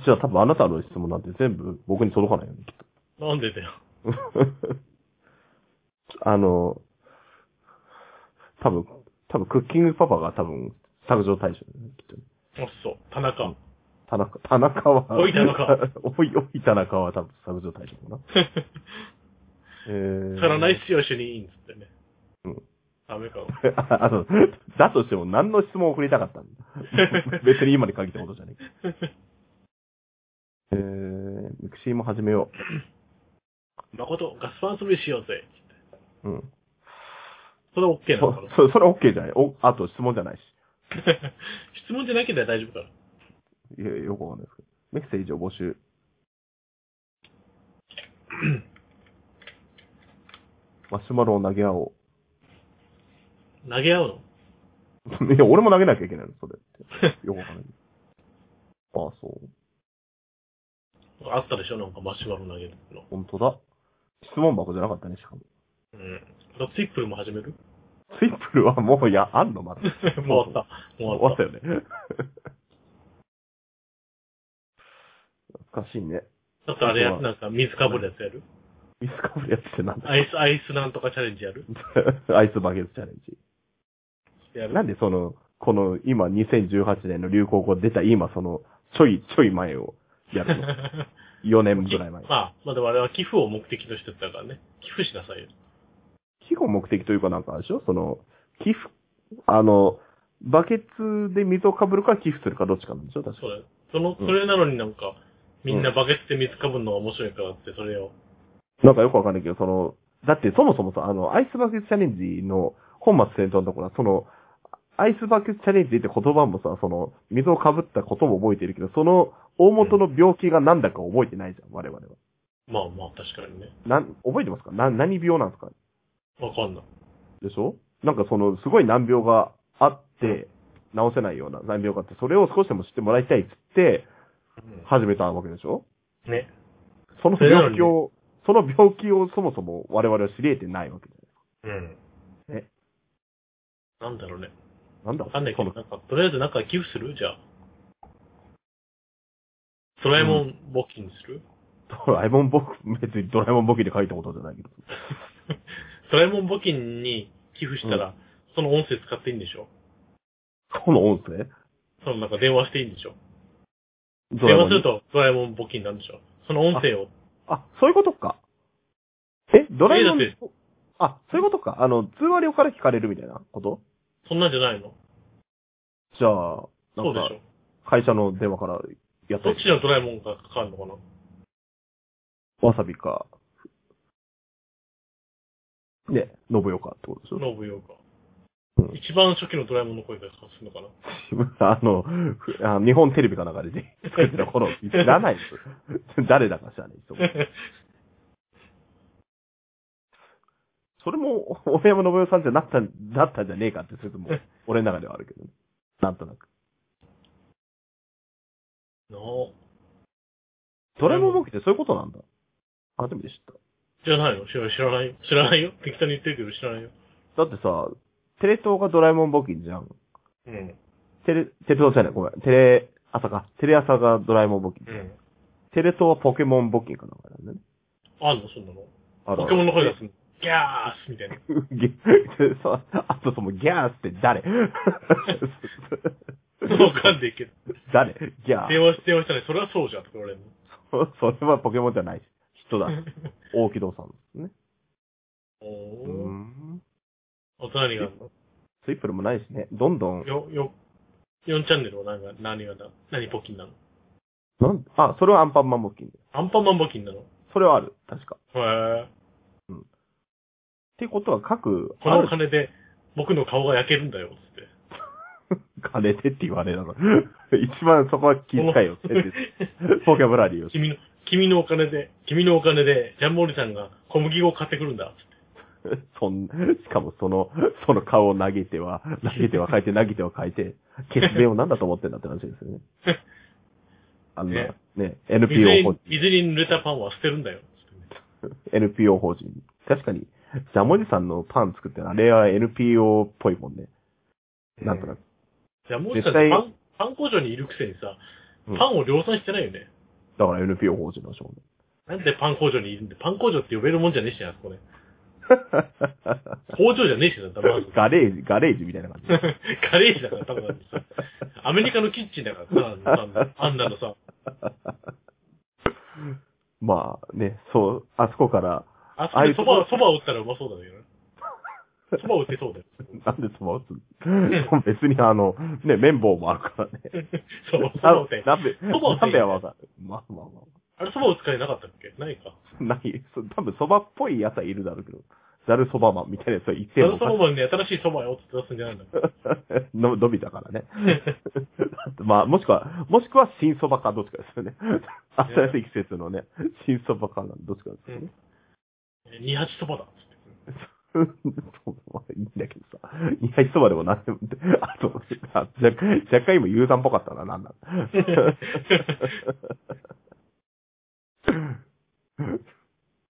S1: じゃあ多分あなたの質問なんて全部僕に届かないよね、きっと。
S2: なんでだよ。
S1: あの、多分、多分クッキングパパが多分削除対象だよね、きっとね。
S2: あ、そう。田 中。
S1: 田中、田中は、
S2: おい田中。
S1: おい、おい田中は多分削除対象かな。えー。
S2: さらないっすよ、一緒にいいんつってね。
S1: うん。
S2: ダメか。
S1: ああの、だとしても何の質問を送りたかったんだ。別に今に限ったことじゃねえ。えー、ミクシーも始めよ
S2: 誠、ガスパン遊びしようぜ。
S1: う。うん。
S2: それは OK なのかな
S1: そ、そそれは OK じゃない。お、あと質問じゃないし。
S2: 質問じゃなければ大丈夫か
S1: いや、よくわかんないですけど。メッセージを募集。マシュマロを投げ合お
S2: ら。投げ合うの
S1: う。い や、俺も投げなきゃいけないの、それって。よくわかんない。ああ、そう。
S2: あったでしょなんかマシュマロ投げるの。
S1: 本当だ。質問箱じゃなかったね、しかも。
S2: うん。あとツイップルも始める
S1: ツイップルはもう、いや、あんのまだ。
S2: もう終わった。も
S1: 終
S2: う終
S1: わ
S2: わ
S1: っ
S2: ったた。
S1: よ ね。懐かしいね。
S2: あとあれやつなんか水かぶるやつやる
S1: ミスカブリやってなんだ
S2: アイス、アイスなんとかチャレンジやる
S1: アイスバケツチャレンジ。
S2: やる
S1: なんでその、この今2018年の流行語出た今その、ちょいちょい前をや るの。4年 ぐらい前。
S2: まあ、まだ我々は寄付を目的としてたからね。寄付しなさいよ。
S1: 寄付を目的というかなんかあるでしょその、寄付、あの、バケツで水をかぶるか寄付するかどっちかなんでしょ確か
S2: そうだよ。その、
S1: うん
S2: それなのになんか、みんなバケツで水かぶるのが面白いからって、それを。
S1: なんかよくわかんないけど、その、だってそもそもさ、あの、アイスバケツチャレンジの本末転倒のところは、その、アイスバケツチャレンジって言葉もさ、その、水をかぶったことも覚えてるけど、その、大元の病気が何だか覚えてないじゃん、我々は。
S2: まあまあ、確かにね。
S1: なん、覚えてますかな、何病なんですか
S2: わかんない。
S1: でしょなんかその、すごい難病があって、治せないような難病があって、それを少しでも知ってもらいたいっつって、始めたわけでしょ
S2: ね。
S1: その病気を、その病気をそもそも我々は知り得てないわけじ
S2: うん。
S1: え
S2: なんだろうね。
S1: ゃん。なんだ
S2: わかんないけ
S1: そ
S2: ど、
S1: の
S2: なんか、とりあえずなんか寄付するじゃあ。ドラえもん募金する、
S1: ドラえもん僕、別にドラえもんボケで書いたことじゃないけど。
S2: ドラえもん募金に寄付したら、その音声使っていいんでしょ
S1: この音声
S2: そのなんか電話していいんでしょ
S1: ドラえも
S2: 電
S1: ん
S2: 話
S1: に
S2: するとドラえもん募金なんでしょその音声を。
S1: あ、そういうことか。え、ドラえもん
S2: えだっ、
S1: あ、そういうことか。あの、通話料から聞かれるみたいなこと
S2: そんなんじゃないの
S1: じゃあ、な
S2: そ
S1: ん
S2: うで
S1: か
S2: し、ょ
S1: 会社の電話からやった
S2: どっ
S1: り
S2: ちのドラえもんがかかるのかな
S1: わさびか、ね、信代かってことでしょ
S2: ノブヨか
S1: う。ん
S2: 一番初期のドラえもんの声がかかるのかな
S1: あの、ふあ日本テレビかなんかでね作ってた頃、知らないですよ。誰だか知らない人も。 それも、 大山信代さんじゃなったん、だったんじゃねえかって説も、俺の中ではあるけどね。なんとなく。
S2: の
S1: ドラえもん目ってそういうことなんだ。初めて知っ
S2: じゃないの知ら知らないよ。知らないよ。適当に言ってるけど知らないよ。
S1: た。だってさ、テレ東がドラえもん募金じゃん。
S2: うん。
S1: テレ、テレ東じゃない、ごめん。テレ朝か。テレ朝がドラえもん募金。
S2: うん。
S1: テレ東はポケモン募金かなんかなんだね。
S2: あんのそんなの
S1: あるあ
S2: ポ
S1: る
S2: ケモンの声出すの。ギャースみたいな。
S1: ギ そう、あとそのギャーって誰
S2: わかんないけど。
S1: 誰ギャー
S2: 電話して、電話したね。それはそうじゃんとか言われるの。
S1: それはポケモンじゃないし、人だ。大木戸さんですね。うー
S2: おー。
S1: ん。
S2: あと何があるの
S1: ツイップルもないしね。どんどん、
S2: よ、よ、4チャンネルは何が、何がだ、何募金なの
S1: なんあ、それはアンパンマン募金。
S2: アンパンマン募金なの
S1: それはある、確か。っ
S2: へえ。
S1: ていうことは各、
S2: こ
S1: あ
S2: の
S1: る
S2: 金で僕の顔が焼けるんだよ、つって。
S1: 金でって言われながら。 一番そこは気遣いをつけ て、ポケブラリーを。
S2: 君の、君のお金で、君のお金で、ジャンボリさんが小麦粉を買ってくるんだ、
S1: そん、しかもその、その顔を投げては、投げては書いて、投げては書いて、決弁を何だと思ってんだって話です よね。あんな、
S2: ね
S1: ね、
S2: つって。水
S1: NPO 法
S2: に、水に濡れたパンは捨てるんだよ、つって
S1: NPO 法人。確かに、ジャムおじさんのパン作ってるのあれは NPO っぽいもんね。
S2: ね。
S1: なんとな
S2: く。
S1: く。
S2: ジャンボリさんって
S1: 実際
S2: パン、パン工場にいるくせにさ、
S1: うん
S2: パンを量産してないよね。
S1: だから NPO 法人の少年。
S2: なんでパン工場にいるんで、パン工場って呼べるもんじゃねえしな、あそこね。工場じゃねえしな、だまず。
S1: ガレージ、ガレージみたいな感じ。
S2: ガレージだから、多分さ。アメリカのキッチンだからさ、あんなのさ。
S1: まあね、そう、あそこから、
S2: あそこでそば、そば打ったらうまそう だよね。そば打てそうだよ。
S1: なんでそば打つの 別にあの、ね、綿棒もあるからね。
S2: そう、そば打て。
S1: 鍋、
S2: そばを
S1: 鍋はわかる。まあまあま
S2: あれ、そば打つかいなかったっけないか。
S1: あ。ない、そ多分そばっぽいやつはいるだろうけど、ざるそばマンみたいなやつは一
S2: ザ
S1: 定
S2: ルそばマンに新しいそばよって出すんじゃないんだ。
S1: の、伸びたからね。まあ、もしくは、もしくは新そばかどっちかですよね。新しい季節のね、新そばかどっちかですよね。
S2: 二八そばだ。
S1: まあいいんだけどさ。いや、いそばでもなんでも、あと、あ若干若干今、ユーザンっぽかったな、なんだ。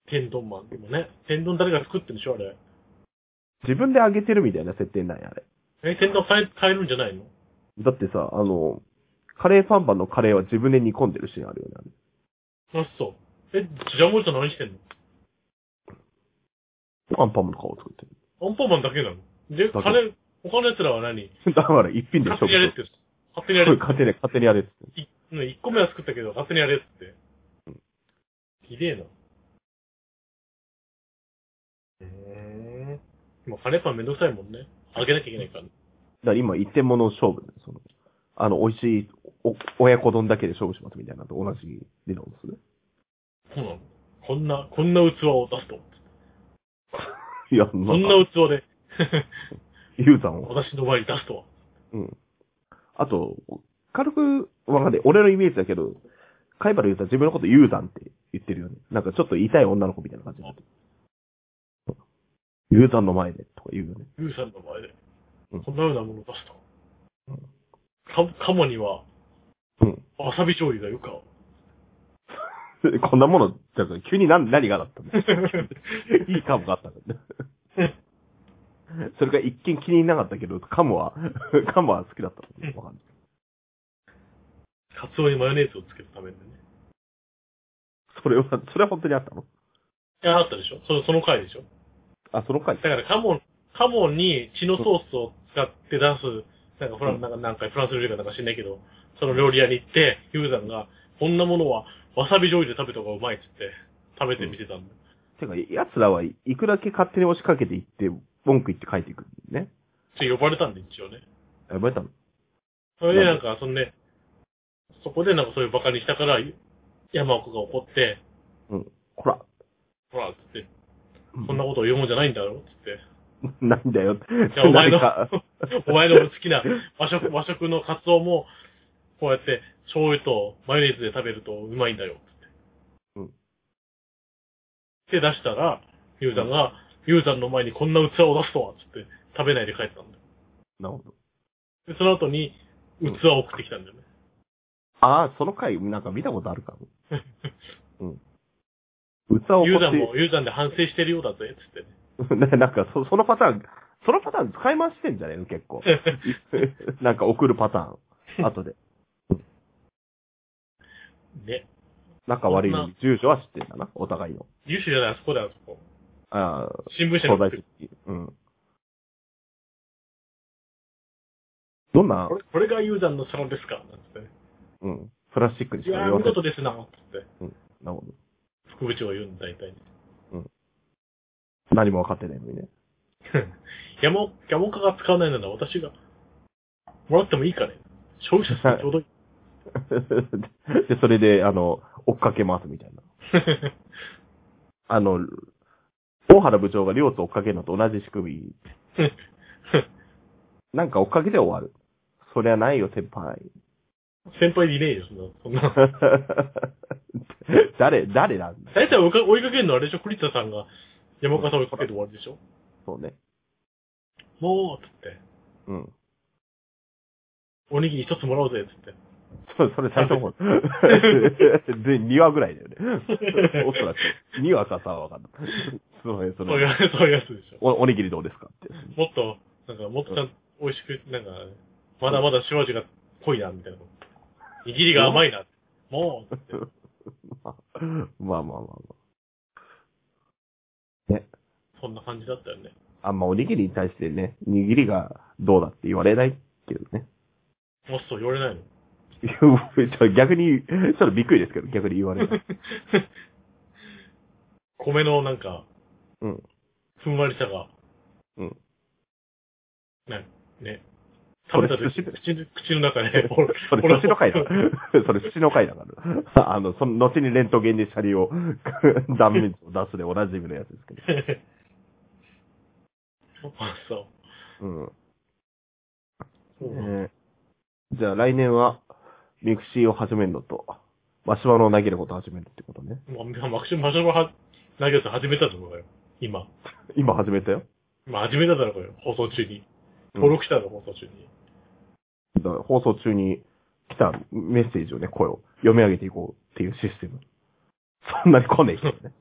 S2: 天丼マンでもね。天丼誰が作ってるんでしょあれ。
S1: 自分で揚げてるみたいな設定なんや、あれ。
S2: え、天丼買え、買えるんじゃないの
S1: だってさ、あの、カレーパンパンのカレーは自分で煮込んでるシーンあるよね。
S2: あ、そう。え、ジャンボリさん何してんの
S1: アンパンマンの顔を作って
S2: アンパンマンだけなので、
S1: だけ
S2: 金、他の奴らは何
S1: る。だから一品で勝
S2: 勝
S1: 負
S2: 手にやれっ
S1: す
S2: て
S1: る。
S2: 言うんです勝手にやれ
S1: そ
S2: っ
S1: う
S2: て
S1: 勝手に、勝手にやれって。
S2: いね一個目は作ったけど、勝手にやれっつって。ひでえな。うーん。まあ、カレーパンめんどくさいもんね。揚げなきゃいけないからね。
S1: だから今、一点物勝負だよその、あの、美味しい、お、親子丼だけで勝負しますみたいなのと同じ理論ですね。
S2: そうなのこんな、こんな器を出すと。
S1: いや、
S2: こ
S1: なんん
S2: な
S1: か、
S2: 器で、
S1: ユーザーを。
S2: 私の前に出すとは。
S1: うん。あと、軽く、わかんない。俺のイメージだけど、貝原言うたら自分のことユーザーって言ってるよね。なんかちょっと痛い女の子みたいな感じになってる。ユーザーの前でとか言うよね。
S2: ユーさんの前で
S1: う。ん
S2: こんなようなものを出すと。か、カモには、
S1: うん。
S2: わさび醤油がよか。
S1: こんなもの、だから急に何、何がだったんだいいカムがあったんだ。 それが一見 気になかったけど、カムは、カムは好きだったのわかんない。
S2: カツオにマヨネーズをつけて食べるんだよね。
S1: それは、それは本当にあったの
S2: いや、あったでしょそその回でしょ
S1: あ、その回
S2: だからカモ、カモに血のソースを使って出す、なんかフラン、なんかなんかフランス料理かなんか知んないけど、その料理屋に行って、ユーザンが、こんなものはわさび醤油で食べた方がうまいっつって、食べてみてたんだよ。
S1: てか、奴らはいくらだけ勝手に押しかけていって、文句言って帰っていくんだよね。
S2: って呼ばれたんで、一応ね。
S1: あ呼ばれたの
S2: それでなんか、そのね、そこでなんかそういうバカにしたから、山奥が怒って、
S1: うん。こら。
S2: ほら、つって、
S1: うん
S2: そんなことを言うもんじゃないんだろ、つって。
S1: ないんだよ。
S2: じゃあお前の
S1: 何か
S2: お前の好きな和食、和食のカツオも、こうやって醤油とマヨネーズで食べるとうまいんだよ、つ
S1: うん
S2: って。で、出したら、ユーザンが、ユーザンの前にこんな器を出すとは、つって、食べないで帰ったんだよ。
S1: なるほど。
S2: で、その後に、器を送ってきたんだよね。
S1: ああ、その回、なんか見たことある かも。うん。器を
S2: ユーザン
S1: 持
S2: も、ユーザンで反省してるようだぜ、つってね。
S1: って、 ななんかそ、そのパターン、そのパターン使い回してんじゃねえの 結構。 なんか送るパターン。後で。
S2: ね。
S1: 仲悪いのに住所は知ってんだな。お互いの。
S2: 優秀じゃない、あそこだよ、あそこ。
S1: ああ、
S2: 新聞社
S1: 東
S2: に送っ
S1: 大
S2: てくる
S1: 式。うん。どんな
S2: こ、れ、これがユーザンのサロンですかなんつってね。
S1: うん。プラスチックにし
S2: い
S1: か
S2: や
S1: 言
S2: ー、
S1: わせ
S2: 見
S1: ない
S2: 事。ですな、つって。
S1: なるほど
S2: 副部長が言うんだ、大体ね。
S1: 何も分かってないのにね。
S2: 山岡、山岡が使わないなら私が、もらってもいいかね消費者さんちょうどいい。
S1: で、それで、あの、追っかけ回すみたいな。あの、大原部長が両津追っかけるのと同じ仕組 み。なんか追っかけて終わる。そりゃないよ、先輩。
S2: 先輩でいねえよ、そんな。そんな。
S1: 誰、誰なんだ
S2: 大体追いか追いかけるのはあれでしょ栗田さんが山岡さん追いかけて終わりでしょ
S1: そうね。
S2: もう、つって。
S1: うん。
S2: おにぎり一つもらおうぜ、つって。
S1: そそれ最初の方。 で、2話ぐらいだよね。 おそらく。2話か3話かな。そうね、そ
S2: そうい
S1: れ。
S2: う、そういうやつでしょ。
S1: お、おにぎりどうですかって。
S2: もっと、なんか、もっとちゃんと美味しく、なんか、まだまだ塩味が濃いな、みたいなこと。握りが甘いな。もう、
S1: まあまあまあまあ。
S2: そんな感じだったよね。
S1: あんまおにぎりに対してね、握りがどうだって言われないけどね。
S2: もっと言われないの。
S1: いやちょ逆に、ちょっとびっくりですけど、逆に言われる。
S2: 米のなんか、
S1: うん。
S2: ふんわりさが、
S1: うん。
S2: ね、ね。
S1: そ
S2: 食べ
S1: れ
S2: た時、
S1: 寿
S2: 口
S1: 司
S2: の、口の中で、
S1: それ、寿司の回だから。それ、寿司の回だから。あの、その、後にレントゲンでシャリを、断面を出すでおなじみのやつですけど。
S2: あ、そう。
S1: うん。
S2: そうなんだ
S1: ねじゃあ来年は、ミクシーを始めるのと、マシュマロを投げることを始めるってことね。
S2: まあ、マクシマシュマロは投げると始めたところよ。今。
S1: 今始めたよ。
S2: 今始めただろうよ。放送中に。
S1: うん
S2: 登録したの、放送中に。
S1: だから放送中に来たメッセージをね、声を読み上げていこうっていうシステム。そんなに来ねえけどね。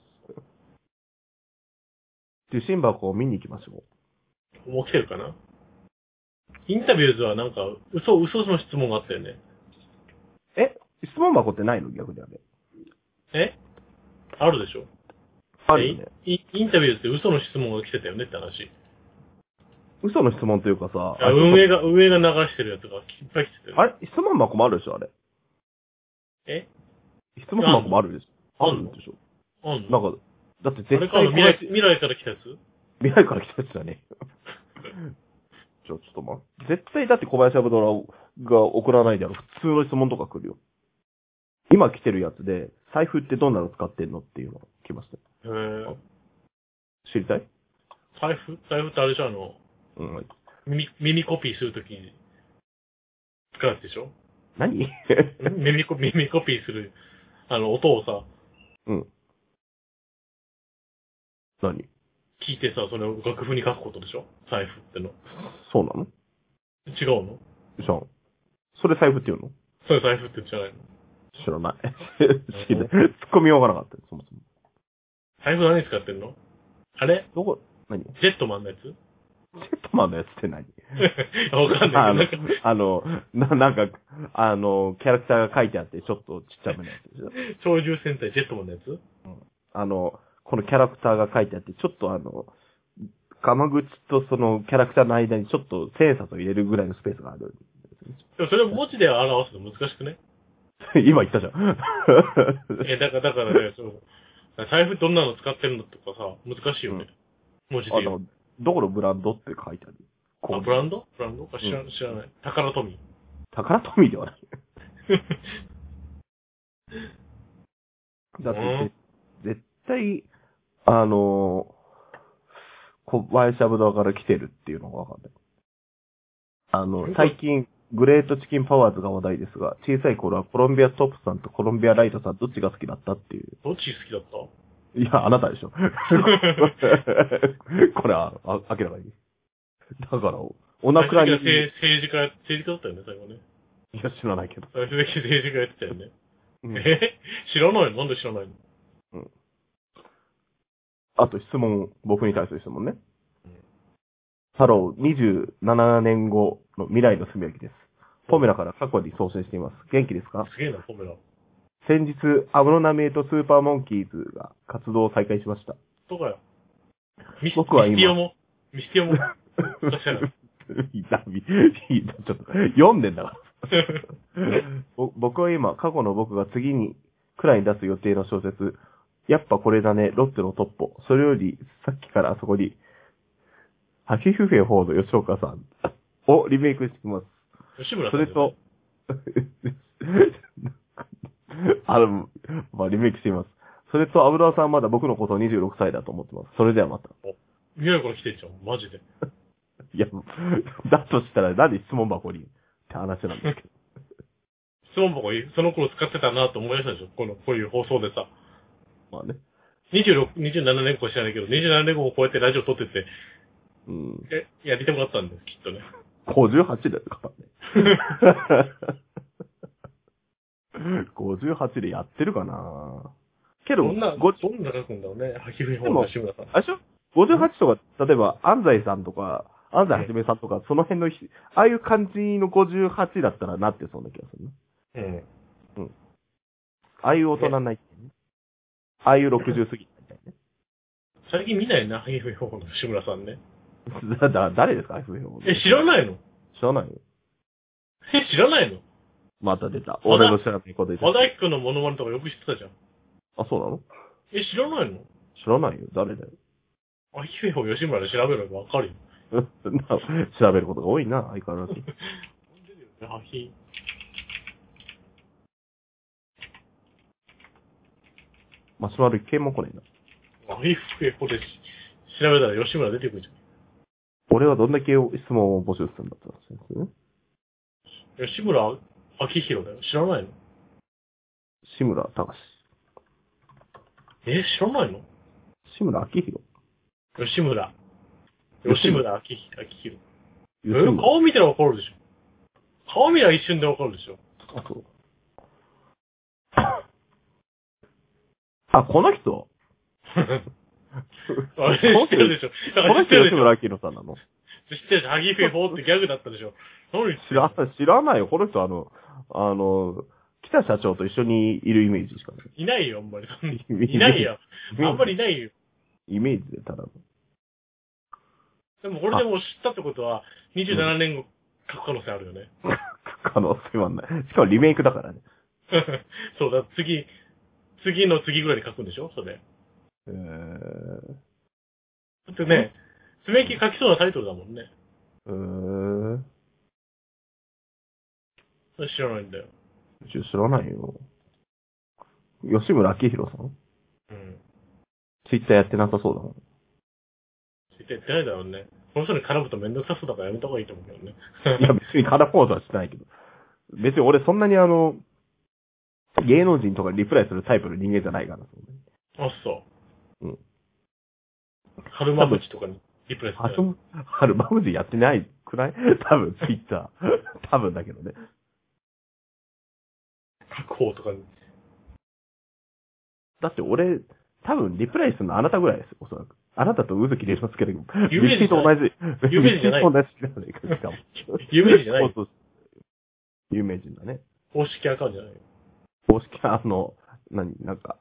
S1: 受信箱を見に行きましょ
S2: もう来てるかなインタビューズはなんか、嘘、嘘の質問があったよね。
S1: う。え質問箱ってないの逆にあれ。
S2: えあるでしょ
S1: あるよね。
S2: インインタビューって嘘の質問が来てたよねって話。
S1: 嘘の質問というかさ。
S2: あ運営が、運営が流してるやつがいっぱい来てたよね。
S1: あれ質問箱もあるでしょあれ。
S2: え
S1: 質問箱もあるでしょ
S2: あ
S1: あ
S2: ん
S1: る
S2: の
S1: でしょ
S2: あんの
S1: なんか、だって
S2: あれ
S1: 絶
S2: か
S1: 対
S2: な
S1: こ
S2: 未
S1: れ
S2: 来、未来から来たやつ
S1: 未来から来たやつだね。ちょ、ちょっと待って。絶対だって小林アブドラが送らないであろう。普通の質問とか来るよ。今来てるやつで、財布ってどんなの使ってんのっていうのが来ました。
S2: へー
S1: 知りたい
S2: 財布財布ってあれでしょあの、
S1: うん。
S2: 耳、耳コピーするときに使うやつでしょ
S1: 何
S2: 耳コ、耳コピーする、あの、音をさ、
S1: 何
S2: 聞いてさ、それを楽譜に書くことでしょ財布っての。
S1: そうなの
S2: 違うの
S1: じゃん。それ財布って言うの
S2: それ財布って言うんじゃないの
S1: 知らない。知らない。突っ込みようがなかった、そもそも。
S2: 財布何使ってんのあれ
S1: どこ、何
S2: ジェットマンのやつ
S1: チェットマンのやつって何
S2: わかんないけど、なんか、
S1: あの、あの、な、なんか、あの、キャラクターが書いてあって、ちょっとちっちゃめのやつでしょ
S2: 鳥獣戦隊ジェットマンのやつ
S1: あの、このキャラクターが書いてあって、ちょっとあの、鎌口とそのキャラクターの間にちょっと千円札を入れるぐらいのスペースがある。
S2: でもそれを文字で表すの難しくね
S1: 今言ったじゃん。
S2: え、だから、だか らね、そう。財布どんなの使ってるのとかさ、難しいよね。文字で
S1: あ
S2: 言う。
S1: の、どこのブランドって書いてある。こ
S2: あ、
S1: う
S2: ブランドブランドあ知らない、知らない。宝 富。
S1: 宝富ではない。だって、
S2: うん
S1: 絶対、あの小林アブダから来てるっていうのがわかんない。あの、最近、グレートチキンパワーズが話題ですが、小さい頃はコロンビアトップさんとコロンビアライトさんどっちが好きだったっていう。
S2: どっち 好きだった
S1: いや、あなたでしょ。 これは、あ明らかに。だから、お亡くなり
S2: 最終的
S1: に、
S2: は政政治家、政治家だったよね、最後ね。
S1: いや、知らないけど。
S2: 最終的に政治家やってたよね。
S1: うん
S2: え知らないのなんで知らないの
S1: あと質問、僕に対する質問ね
S2: うん。
S1: ハロー、27年後の未来のすみやきです。ポメラから過去に送信しています。元気ですか
S2: すげえな、ポメラ。
S1: 先日、アムロナミエとスーパーモンキーズが活動を再開しました。
S2: とかよ。ミス
S1: 僕は今
S2: ミスティアも、ミスティア も。しゃる
S1: いいな、いいな、ちょっと、読んでんだから。 ぼ僕は今、過去の僕が次に、くらいに出す予定の小説、やっぱこれだね、ロッテのトッポ。それより、さっきからあそこに、ハキフフェフォーの吉岡さんをリメイクしてきます。
S2: 吉村
S1: そ
S2: さん
S1: れ
S2: だよね。
S1: と、 あの、まあ、リメイクしています。それと、油さんまだ僕のことを26歳だと思ってます。それではまた。
S2: 未来から来てんじゃん、マジで。
S1: いや、だとしたら、なんで質問箱にって話なんですけど。
S2: 質問箱い、その頃使ってたなと思い出したでしょこの、こういう放送でさ。
S1: まあね。
S2: 26、27年後は知らないけど、27年後をこうやってラジオ撮ってて、
S1: うん。
S2: え、やりたくなったんだよ、きっとね。
S1: 58でか ね。58でやってるかなけど、
S2: どんな、
S1: ご
S2: どんな書くんだろうね、秋冬
S1: で
S2: 本
S1: も
S2: の吉村さん。
S1: あれでしょ ?58 とか、例えば、安西さんとか、安西はじめさんとか、その辺のひ、ああいう感じの58だったらなってそうな気がするね。
S2: うん。
S1: ああいう大人にない、ね。ああいう60過ぎ みたい
S2: 最近見ないな、秋冬本の吉村さんね。
S1: なね。だ、だ、誰ですか ?FF
S2: え、知ら
S1: い
S2: ないの
S1: 知らないよ。
S2: え、知らないの
S1: また出た。
S2: 和田
S1: 俺の知らないこと言って
S2: 和田くんのモノマネとかよく知ってたじゃん。
S1: あ、そうなの
S2: え、知らないの
S1: 知らないよ。誰だよ。
S2: 秋冬本吉村で調べればわかるよ。
S1: な調べることが多いな、相変わらず。
S2: 秋。
S1: マシュマロ一件も来ねえな。
S2: 秋冬本でし調べたら吉村出てくるじ
S1: 俺はどんだけ質問を募集するんだって話ですね。
S2: ゃん。吉村秋広だよ。知らないの
S1: 志村隆
S2: え、知らないの
S1: 史。志村明宏。
S2: 吉村。
S1: 吉
S2: 吉村秋、秋広。え顔見たらわかるでしょ。顔見たら一瞬でわかる でしょ。
S1: あ、そう。あ、この人
S2: あれ知ってるでしょ。
S1: この
S2: 知っ
S1: 人
S2: てる
S1: 吉
S2: でしょ。
S1: 村明宏さんなの
S2: 知ってるでしょ。ハギフェフォーってギャグだったでしょ。何言って
S1: 知
S2: んの
S1: ら、知らないよ。この人あの、あの、北社長と一緒にいるイメージしかない
S2: ないよ、あんま り。
S1: い。
S2: いないよ。
S1: イメージ。
S2: あんまりいないよ。
S1: イメージでただの。
S2: でもこれでもう知ったってことは、27年後書く可能性あるよね。
S1: 可能性はない。しかもリメイクだからね。
S2: そうだ、次、次の次ぐらいに書くんでしょそれ。
S1: えー。
S2: だってね、爪切り書きそうなタイトルだもんね。
S1: えー。
S2: それ知らないんだよ。
S1: ちょ知らないよ。吉村明宏さん
S2: うん。
S1: ツイッターやってなさそうだもん。
S2: 絶対誰だろうね。この人に絡むとめんどくさそうだからやめた方がいいと思うけ どね。
S1: いや、別にカラフォーズはしてないけど。別に俺そんなにあの、芸能人とかにリプライするタイプの人間じゃないから。
S2: あ、そう。
S1: うん。
S2: 春馬淵とかにリプレイす
S1: あ、
S2: る
S1: そ。う、ある、マムジやってないくらい多分ツイッター。多分だけどね。
S2: 確保とかに。
S1: だって俺、多分、リプライスのあなたぐらいです、おそらく。あなたと宇月出ますけれども。
S2: 有
S1: ミ
S2: 名人
S1: ッキーと同じ。
S2: 有名人じゃない
S1: ミッキーと同じじゃないか、しかも。
S2: 有名人じゃない
S1: そうそう有名人だね。
S2: 公式アカウントじゃないよ
S1: 公式、あの、何、なんか、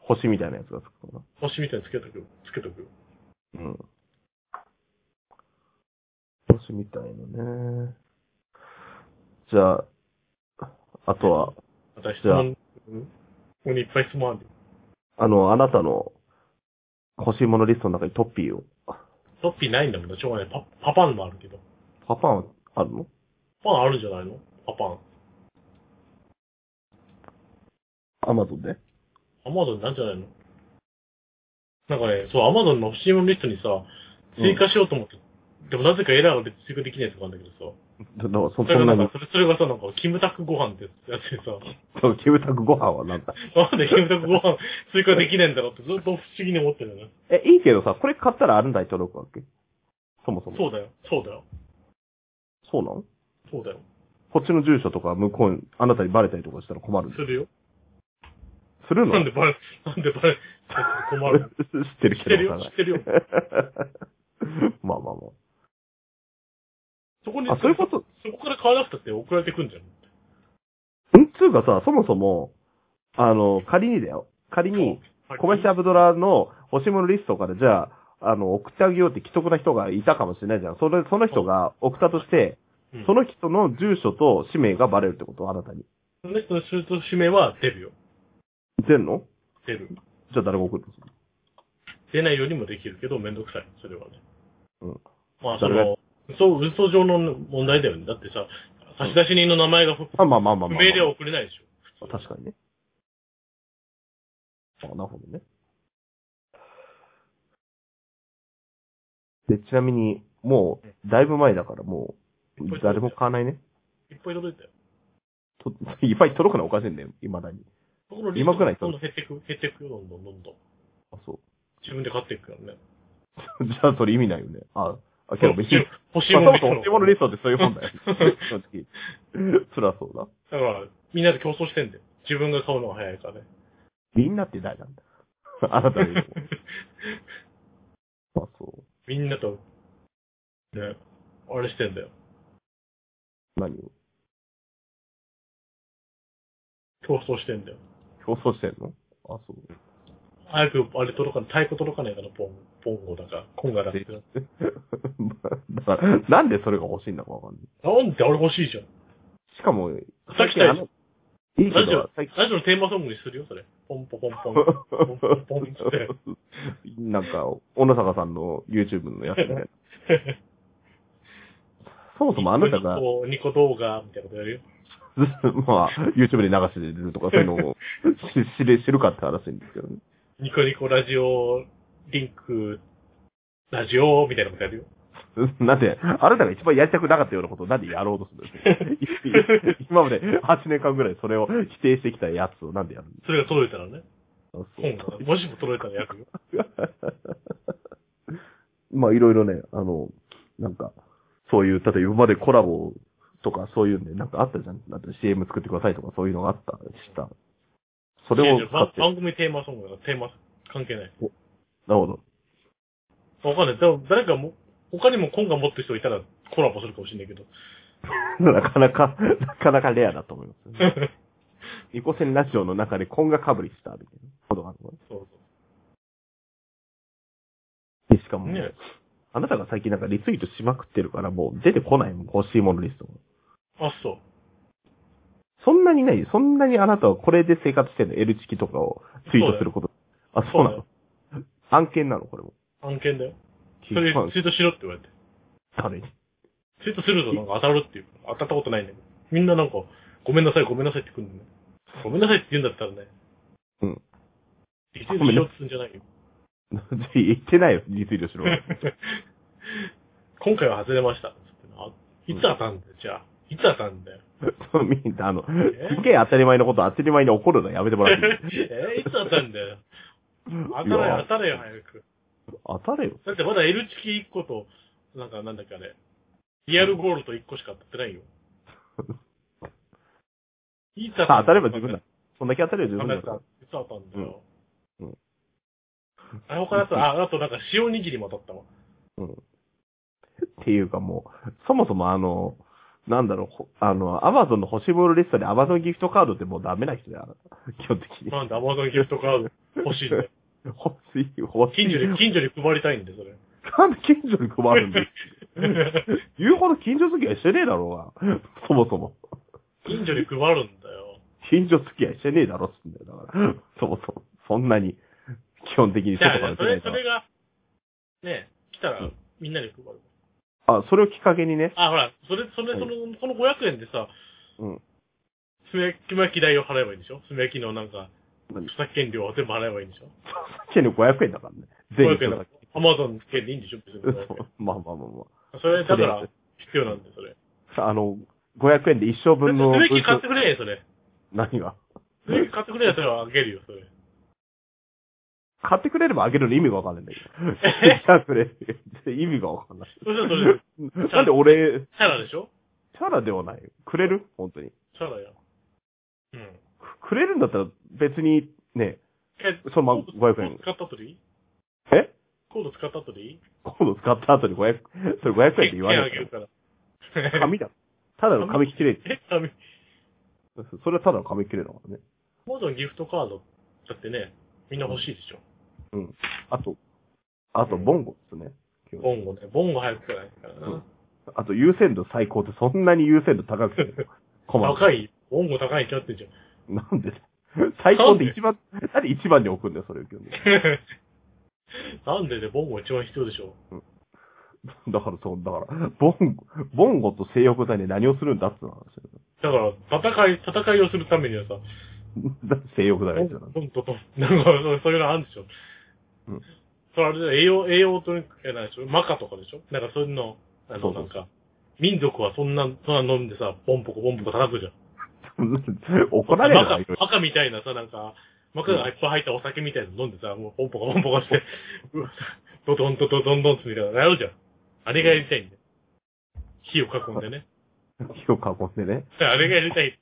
S1: 星みたいなやつがつくか
S2: 星みたいにつけとくよ。つけとくよ。
S1: な。うん。星みたいなね。じゃあ、あとは、
S2: 私質問、うんここにいっぱい質問あるんだよ
S1: あの、あなたの欲しいものリストの中にトッピーを。
S2: トッピーないんだもんな。しょうがない。パパパンもあるけど。
S1: パパンあるの
S2: パンあるんじゃないのパパン。
S1: アマゾンで
S2: アマゾンなんじゃないのなんかね、そう、アマゾンの欲しいものリストにさ、追加しようと思って、でもなぜかエラーが出て追加できないやつがあるんだけどさ。
S1: だからそ、そ
S2: それが
S1: んな
S2: なん
S1: に
S2: か、、それそれがさ、なんか、キムタクご飯ってやつでさ、
S1: そうキムタクご飯はなんだ
S2: なんでキムタクご飯 追加できないんだろうってずっと不思議に思ってるよね。
S1: え、いいけどさ、これ買ったらあるんだい届くわけそもそも。
S2: そうだよ。そうだよ。
S1: そうなの
S2: そうだよ。
S1: こっちの住所とか向こうに、あなたにバレたりとかしたら困るんです
S2: るよ。
S1: するの
S2: なんでバレ、 なんでバレ、困る。
S1: 知ってる
S2: 知っ
S1: けど。
S2: てるよ
S1: お、
S2: 知
S1: 互い
S2: ってるよ。
S1: まあ まあま
S2: そこに、
S1: あ。あ、そういうこと、
S2: そこから買わなくたって送られてくんじゃん。
S1: んつうかさ、そもそも、あの、仮にだよ。仮に、小林
S2: は
S1: アブドラの欲しいものリストから、じゃあ、あの、送ってあげようって既得な人がいたかもしれないじゃん。それ、その人が送ったとして、
S2: い、
S1: そ
S2: その、
S1: の人の住所と氏名がバレるってことあなたに。
S2: その人の手術指名は出るよ。
S1: 出んの
S2: 出る。
S1: じゃあ誰が送るの
S2: 出ないようにもできるけど、めんどくさい。それはね。
S1: うん。
S2: まあ、その、嘘、嘘上の問題だよね。だってさ、差出人の名前が不
S1: あ、まあまあまあまあ、まあ。
S2: 明では送れないでしょ。
S1: 確かにね。あ、なるほどね。で、ちなみに、もう、だいぶ前だから、もう、誰も買わないね。
S2: いっぱい届いたよ。
S1: と いっぱい届くのはおかしいんだよ、未だに。
S2: そこの
S1: 今くらい
S2: どん
S1: 届
S2: どん減ってく、減ってくよ、どんどんどんどん。
S1: あ、そう。
S2: 自分で買っていくからね。
S1: じゃあ、それ意味ないよね。あ、あけど別に。
S2: 欲しい
S1: ま
S2: も
S1: あ
S2: ん見
S1: そ
S2: て
S1: もそも 欲しいも
S2: る
S1: のリストってそういうも んだよ。正直。そりゃそうだ。
S2: だから、みんなで競争してんだよ。自分が買うのが早いからね。
S1: みんなって誰なんだあなたよりも。 あ、そう。
S2: みんなと、ね、あれしてんだよ。
S1: 何を
S2: 競争してんだよ。
S1: 競争してんのあ、そう。
S2: 早く、あれ届かない、太鼓届かないから、ポン、ポンゴだか、コンガだか。なん
S1: だから、なんでそれが欲しいんだかわかんない。
S2: であれ欲しいじゃん。
S1: しかも、
S2: 叩きたい
S1: あのいいけ
S2: ラジ
S1: ど
S2: オ、
S1: 最 近、
S2: ラジオのテーマソングにするよ、それ。ポンポコン ポン。ポンポンポンって。
S1: なんか、小野坂さんの YouTube のやつみた いな。そもそもあなたが、
S2: ニコ動画、みたいなことやるよ。
S1: まあ、YouTube で流して出るとか、そういうのをし知れ知るかって話んですけどね。
S2: ニコニコラジオ、リンク、ラジオ、みたいなことやるよ。
S1: なんで、あなたが一番やりたくなかったようなことをなんでやろうとするんですか 今まで8年間ぐらいそれを否定してきたやつをなんでやるんで
S2: それが届いたらね。
S1: す
S2: 本
S1: か
S2: が。もしも届いたらやるよ。
S1: まあいろいろね、あの、なんか、そういう、例えば今までコラボとかそういうんで、なんかあったじゃん。なんか CM 作ってくださいとかそういうのがあった、した。それを
S2: いやいや
S1: 使
S2: 番
S1: って、なる
S2: 番組テーマソングだからテーマ、関係ない。
S1: ほど。
S2: わかんない。でも誰かも、他にも今が持ってる人いたらコラボするかもしれない けど。
S1: なかなか、なかなかレアだと思います、ね。ニコセンラジオの中で今がかぶりした、みたいなことがあるのね
S2: そうそ
S1: でしかも、
S2: う。ね
S1: あなたが最近なんかリツイートしまくってるから、もう出てこないもん、欲しいものリストが。
S2: あ、そう。
S1: そんなにないそんなにあなたはこれで生活してんの ?L チキとかをツイートすること。あ、そうな
S2: そうだ
S1: の案件なのこれも。
S2: 案件だよ。そ
S1: 聞
S2: れ
S1: い
S2: ツイートしろって言われて。
S1: 誰に
S2: ツイートするとなんか当たるっていう。当たったことないんだけど。みんななんか、ごめんなさい、ごめんなさいって来るんだね。ごめんなさいって言うんだったらね。
S1: うん。
S2: リツイートしろって言うんじゃないよ。
S1: 言ってないよ、リツイートしろ。
S2: 今回は外れました。つってなあいつ当たんだよ、じゃあ。いつ当たんだよ。
S1: そうみんな、あの、すげえ当たり前のこと当たり前に怒るのやめてもらっていい
S2: えー、いつ当たんだよ。当たれ
S1: い
S2: よ
S1: や、
S2: 当たれよ、早く。
S1: 当たれよ。
S2: だってまだ L チキ1個と、なんかなんだっけあれ、リアルゴールと1個しか当たっ てないよ。いつ当
S1: さあ、当たれば
S2: 自
S1: 十
S2: 分
S1: 分だ。そんだけ当たれば十
S2: 考
S1: 分
S2: え
S1: だ
S2: た。いつ当たんだよ。あ、他だと、あ、あとなんか塩握りも当たっ たわ。
S1: うん。っていうかもう、そもそもあの、なんだろうほ、あの、アマゾンの星ボールリストにアマゾンギフトカードってもうダメな人だよ、あなた基本的に。
S2: なんでアマゾンギフトカード欲しいんだよ。
S1: 欲しい、欲しい。
S2: 近所で、近所で配りたいんで、それ。
S1: なんで近所に配るん です言うほど近所付き合いしてねえだろうが。そもそも。
S2: 近所で配るんだよ。
S1: 近所付き合いしてねえだろっつうんだよ。だから、 そもそも。そんなに、基本的に
S2: じ
S1: 外
S2: ゃ
S1: から
S2: あ、
S1: 来
S2: そ
S1: ない
S2: れ、
S1: か
S2: そ
S1: ら
S2: れが、ね、来た
S1: う
S2: ら
S1: ん、
S2: みんなで配る。
S1: あ、それをきっかけにね。
S2: あ、ほら、それ、それ、
S1: はい
S2: その、その500円でさ、
S1: うん。
S2: すめ焼き巻き代を払えばいいんでしょすめ焼きのなんか、
S1: 何
S2: 著作権料を全部払えばいいんでしょ
S1: さっきの500円だからね。全
S2: 500
S1: 部
S2: 円だから、アマゾン券でいいんでしょ別に500
S1: そう まあまあまあま
S2: 円。それ、だから、必要なんで、それ。
S1: あ。あの、500円で一生
S2: す
S1: 分の
S2: め
S1: 文
S2: 焼き買っ
S1: 章
S2: て、くれよ、それ。
S1: 何が
S2: すめ焼き買ってくれよ、それはあげるよ、それ。
S1: 買ってくれればあげるの意味がわかん ないんだけど。
S2: え
S1: じゃあくれ。意味がわかんない。
S2: それじゃそれ、チ
S1: なんで俺、チ
S2: ャラでしょ
S1: ャラではないよ。くれる本当に。
S2: チャラや。うん。
S1: くれるんだったら別に、ね、
S2: え、
S1: そのまま500円。
S2: 使った後でいい
S1: え
S2: コード使った後でいい
S1: 今度使った後に500、それ500円って言わ
S2: 手
S1: な
S2: あ
S1: い
S2: げ
S1: よ
S2: る。から。
S1: 紙だ。ただの紙切れ。
S2: え、紙。
S1: それはただの紙切れだからね。
S2: もちろんギフトカードだってね、みんな欲しいでしょ。
S1: うん。あと、あと、ボンゴですね。
S2: ボンゴね。ボンゴ早く来ないからな。
S1: あと、優先度最高ってそんなに優先度高 くて。困る。
S2: 高い、ボンゴ高いに決まってんじゃん。
S1: なんでだ最高で一番、なんで一番に置くんだよ、それを。
S2: なんでね、ボンゴ一番必要でしょ。
S1: だからそう、だから、ボンゴ、ボンゴと性欲剤で何をするんだって話だ
S2: だから、戦い、戦いをするためにはさ、
S1: よ。 だって性欲剤が必要なの
S2: ボンゴと、なんか、そういうのあるでしょ。
S1: うん。
S2: それあれだよ、栄養、栄養というかないでしょ。マカとかでしょ。なんかそういうの、あ
S1: そ
S2: の、
S1: うそ
S2: な
S1: うん
S2: か、民族はそんな、そんな飲んでさ、ボンポコボンポコ叩くじゃん。
S1: 怒られる
S2: マ
S1: わ、いろい
S2: カ、マカみたいなさ、なんか、マカがいっぱい入ったお酒みたいなの飲んでさ、もうポンポコポンポコして、うわドドンドドドンドンつみたいなのやるじゃん。あれがやりたいんだよ。火を囲んでね。
S1: ろ。火を囲んでね。
S2: あれがやりたい。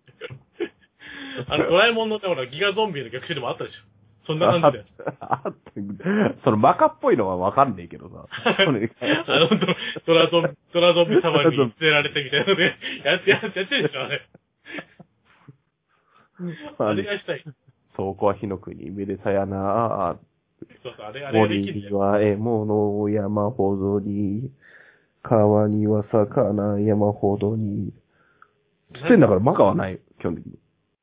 S2: あの、ドラえもんのさ、ほら、ギガゾンビの逆襲でもあったでしょ。そんな
S1: あ
S2: 感じだよ。
S1: あその、マカっぽいのはわかんねえけどさ。とにかく
S2: あの、ドドラゾン、ドラゾンビ様に連れられてみたいなので、やって、やって、やってるでしょ、あれ。あれがしたい。
S1: そこは火の国、めでたやな。
S2: そうそう、あれ、あれができるんだ
S1: 森に。は獲
S2: よ
S1: 物を山ほどに、川には魚山ほどに。つってんだからマカはないよ、基本的に。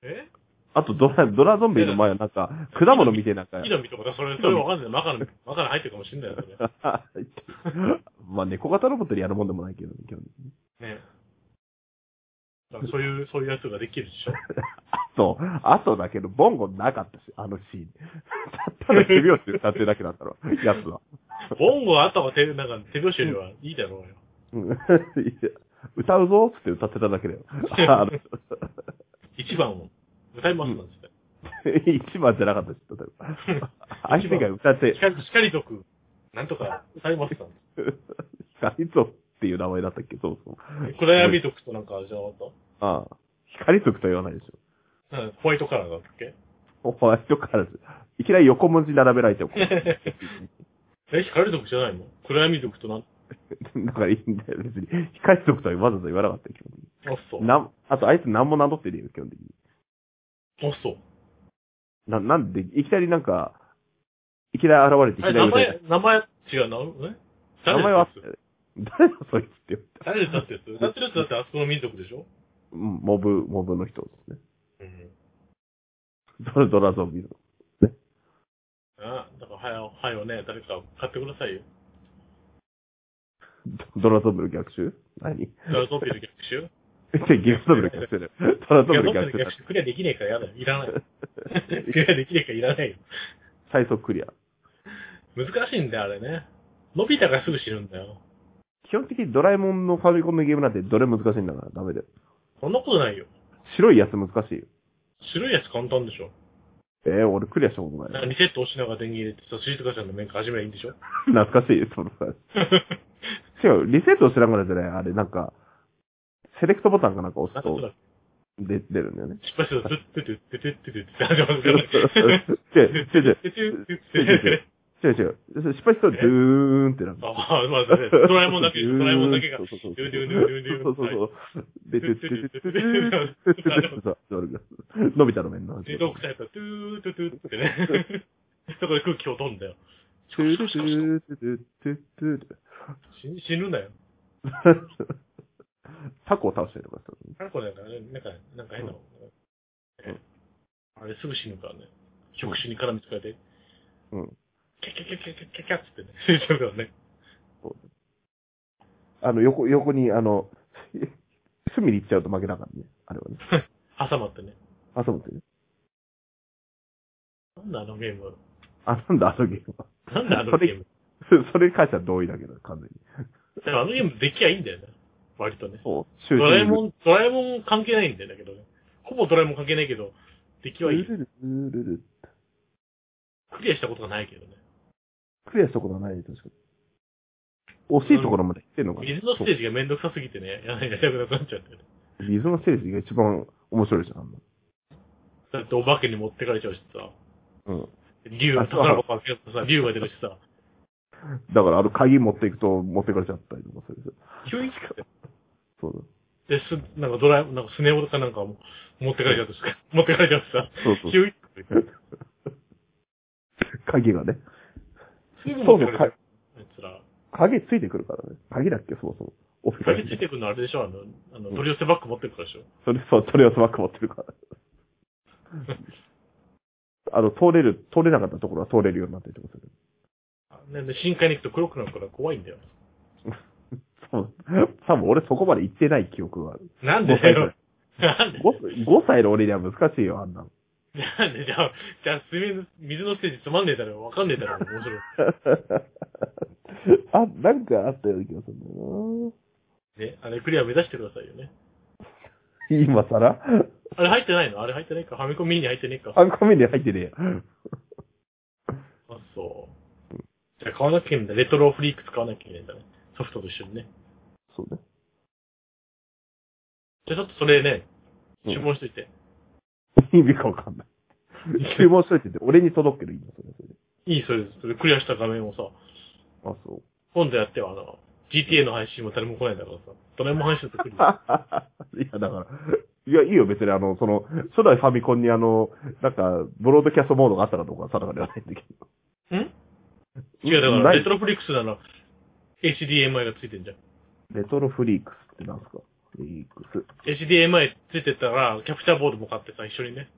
S2: え
S1: あとドラ、ドラゾンビの前はなんか、果物見てなん か
S2: 木、の実とかさ、それ、それわか んない。マカの実、マカの入ってるかもしんないよ、それ。
S1: まあ猫型ロボットでやるもんでもないけど、基本的に。
S2: ねだからそういう、そういうやつができるでしょ。
S1: そう、あとだけど、ボンゴなかったし、あのシーン。たったの手拍子で歌ってるだけだったろ、やつは。
S2: ボンゴあった方が手、なんか手拍子よりはいいだろうよ。
S1: うん歌うぞっつって歌ってただけだ よ。あの
S2: 一番を歌いますなんですね。
S1: 一番じゃなかったです、例えば。相手が歌って、
S2: 光光族、なんとか歌いますなんです。
S1: 光族っていう名前だったっけ、そうそう。
S2: 暗闇族となんかあれじゃなかっ
S1: ああ。光族とは言わないでし
S2: たなんかホワイトカラーだっ け
S1: ょ。ホワイトカラーです。いきなり横文字並べられても、
S2: え、光族じゃないの暗闇族となん、
S1: だからいいんだよ、別に。光族とはわざわざ言わなかったよ、基本的
S2: あっそう
S1: に。。なん、あとあいつ何も名乗ってねえよ、基本的に。
S2: あっそう。
S1: な、なんで、いきなりなんか、いきなり現れていき
S2: あ
S1: な
S2: れ、
S1: り
S2: 名
S1: 歌いたい
S2: 前、名前違うな、え
S1: 名
S2: 誰
S1: 前は
S2: です、
S1: 誰だそいつってよ。
S2: 誰ですだってやつ歌ってるやつだってあそこの民族でしょ
S1: うんモブ、モブの人ですね。
S2: うん。
S1: ドラドラゾンビの。
S2: あ、だから、はよ、はよね、誰か買ってくださいよ。
S1: ドラゾンビの逆襲何
S2: ドラゾンビの逆襲
S1: で、ギガドブル逆転だよ。トラド
S2: い
S1: ブル
S2: や、僕ら
S1: 逆
S2: の
S1: 転だ
S2: 逆。襲クリアできねえからやだよ。いらない。クリアできねえからいらないよ。
S1: 最速クリア。
S2: 難しいんだよ、あれね。のび太がすぐ死ぬんだよ。
S1: 基本的にドラえもんのファミコンのゲームなんてどれ難しいんだからダメだよ。
S2: そんなことないよ。
S1: 白いやつ難しいよ。
S2: 白いやつ簡単でしょ。
S1: えー、俺クリアしたこと
S2: な
S1: なん
S2: か
S1: い。
S2: リセット押しながら電源入れてさ、シートカちゃんの面から始めばいいんでしょ
S1: 懐かしい、その違う、リセットを知らんからじゃない。あれ、なんか、セレクトボタンかなんか押
S2: な
S1: す
S2: んかそう
S1: と
S2: だ。
S1: 出出るんだよね。
S2: 失敗したら、トゥットゥットゥットゥットゥットゥットゥッって始まる
S1: で、で、
S2: から。
S1: で、
S2: トゥットゥットゥットゥットゥットゥッ
S1: 違う違う。失敗したらドゥーンってなる。
S2: ああ、まあ、ドラえもんだけ、ドラえもんだけが
S1: そう。そうそう。そ
S2: ドゥ
S1: う
S2: ンドゥンドゥンドゥンドゥン
S1: そうそう。で、てってってってってってって伸びたの面の。
S2: 自動臭いやつは、トゥートゥトゥっ てね。そこで空気を飛んだよ。
S1: トゥルトゥルトゥルトゥルトゥル
S2: 死死ぬんだよ。
S1: タコを倒したりとかした
S2: あれこれなんか、なんか、なんか変なの。
S1: うん
S2: あれすぐ死ぬからね。触手に絡みつかれて。
S1: うん。
S2: キャキャキャキャキャキャキャっつってね。死んじゃうからね。
S1: あの、横、横に、あの、 隅に行っちゃうと負けだからね。あれはね。
S2: 挟まってね。
S1: 遊ぶってね。
S2: なんだあのゲームは。
S1: あ、なんだ、あのゲームは。
S2: なんだあのゲーム。
S1: それに関しては同意だけど、完全に。
S2: だからあのゲームできゃいいんだよね。割とね。
S1: そう。
S2: ドラえも
S1: ん
S2: ん、ドラえもん関係ないんだよだけどね。ほぼドラえもん関係ないけど、出来はいい。クリアしたことがないけどね。
S1: クリアしたことはないね、確かに。惜しいところまで行ってんのかな。
S2: 水のステージがめんどくさすぎてね、やらなくなっちゃったよね。
S1: そう水のステージが一番面白いじゃんあんな。
S2: だってお化けに持ってかれちゃうしさ。
S1: うん。
S2: 竜が宝箱開けたらさ、竜が出るしさ。
S1: だから、あの、鍵持っていくと持ってかれちゃったりとかするじゃん
S2: 急に来て。
S1: そう
S2: で、す、なんかドラえもん、なんかスネ夫とかなんかも持ってかれちゃうとしか、 持ってかれちゃうしさ。
S1: だ。そうそう。
S2: 急に来て。
S1: 鍵がね。
S2: すぐ持ってかれち
S1: そ
S2: ゃ。
S1: う
S2: あいつら。
S1: 鍵ついてくるからね。鍵だっけ、そもそも。オフィス
S2: 鍵ついてくるのあれでしょあの、あの、取り寄せバッグ持ってるからでしょ。
S1: それ、そう、それをスマック持ってるから。あの、通れる、通れなかったところは通れるようになってるってことです
S2: あね、で深海に行くと黒くなるから怖いんだよ。
S1: そう。多分俺そこまで行ってない記憶がある。
S2: なんで
S1: 5
S2: だ
S1: 歳ぐら
S2: よ
S1: い。
S2: なんで
S1: 5, 歳の俺には難しいよ、あんなの。
S2: なんでじゃあ、じゃあ水の、水のステージつまんねえだろ、わかんねえだろ、面白い。
S1: あ、なんかあったような気がするんだよ
S2: ね、あれクリア目指してくださいよね。
S1: な今更
S2: あれ入ってないのあれ入ってないかファミコンミニ入ってねえか
S1: あんこメに入ってねえよ。
S2: あ、そう。じゃあ買わなきゃいけないんだ。レトロフリーク使わなきゃいけないんだね。ソフトと一緒にね。
S1: そうね。
S2: じゃあちょっとそれね、
S1: うん
S2: 注文しといて。
S1: 意味がわかんない。注文しといてて、俺に届ける、今、それ、それで。
S2: いい、それ、それクリアした画面をさ、
S1: あ、そう。
S2: 今度やってはあの、GTA の配信も誰も来ないんだからさ、誰も配信とクリ ア。
S1: いや、だから、いや、いいよ、別に、あの、その、初代ファミコンにあの、なんか、ブロードキャストモードがあったかどうかは定かではないんだけど。
S2: ん違う、だから、
S1: ない
S2: レトロフリックスなら、HDMI がついてんじゃん。
S1: レトロフリークスってなんすかフリークス。
S2: HDMI ついてたら、キャプチャーボードも買ってさ、一緒にね。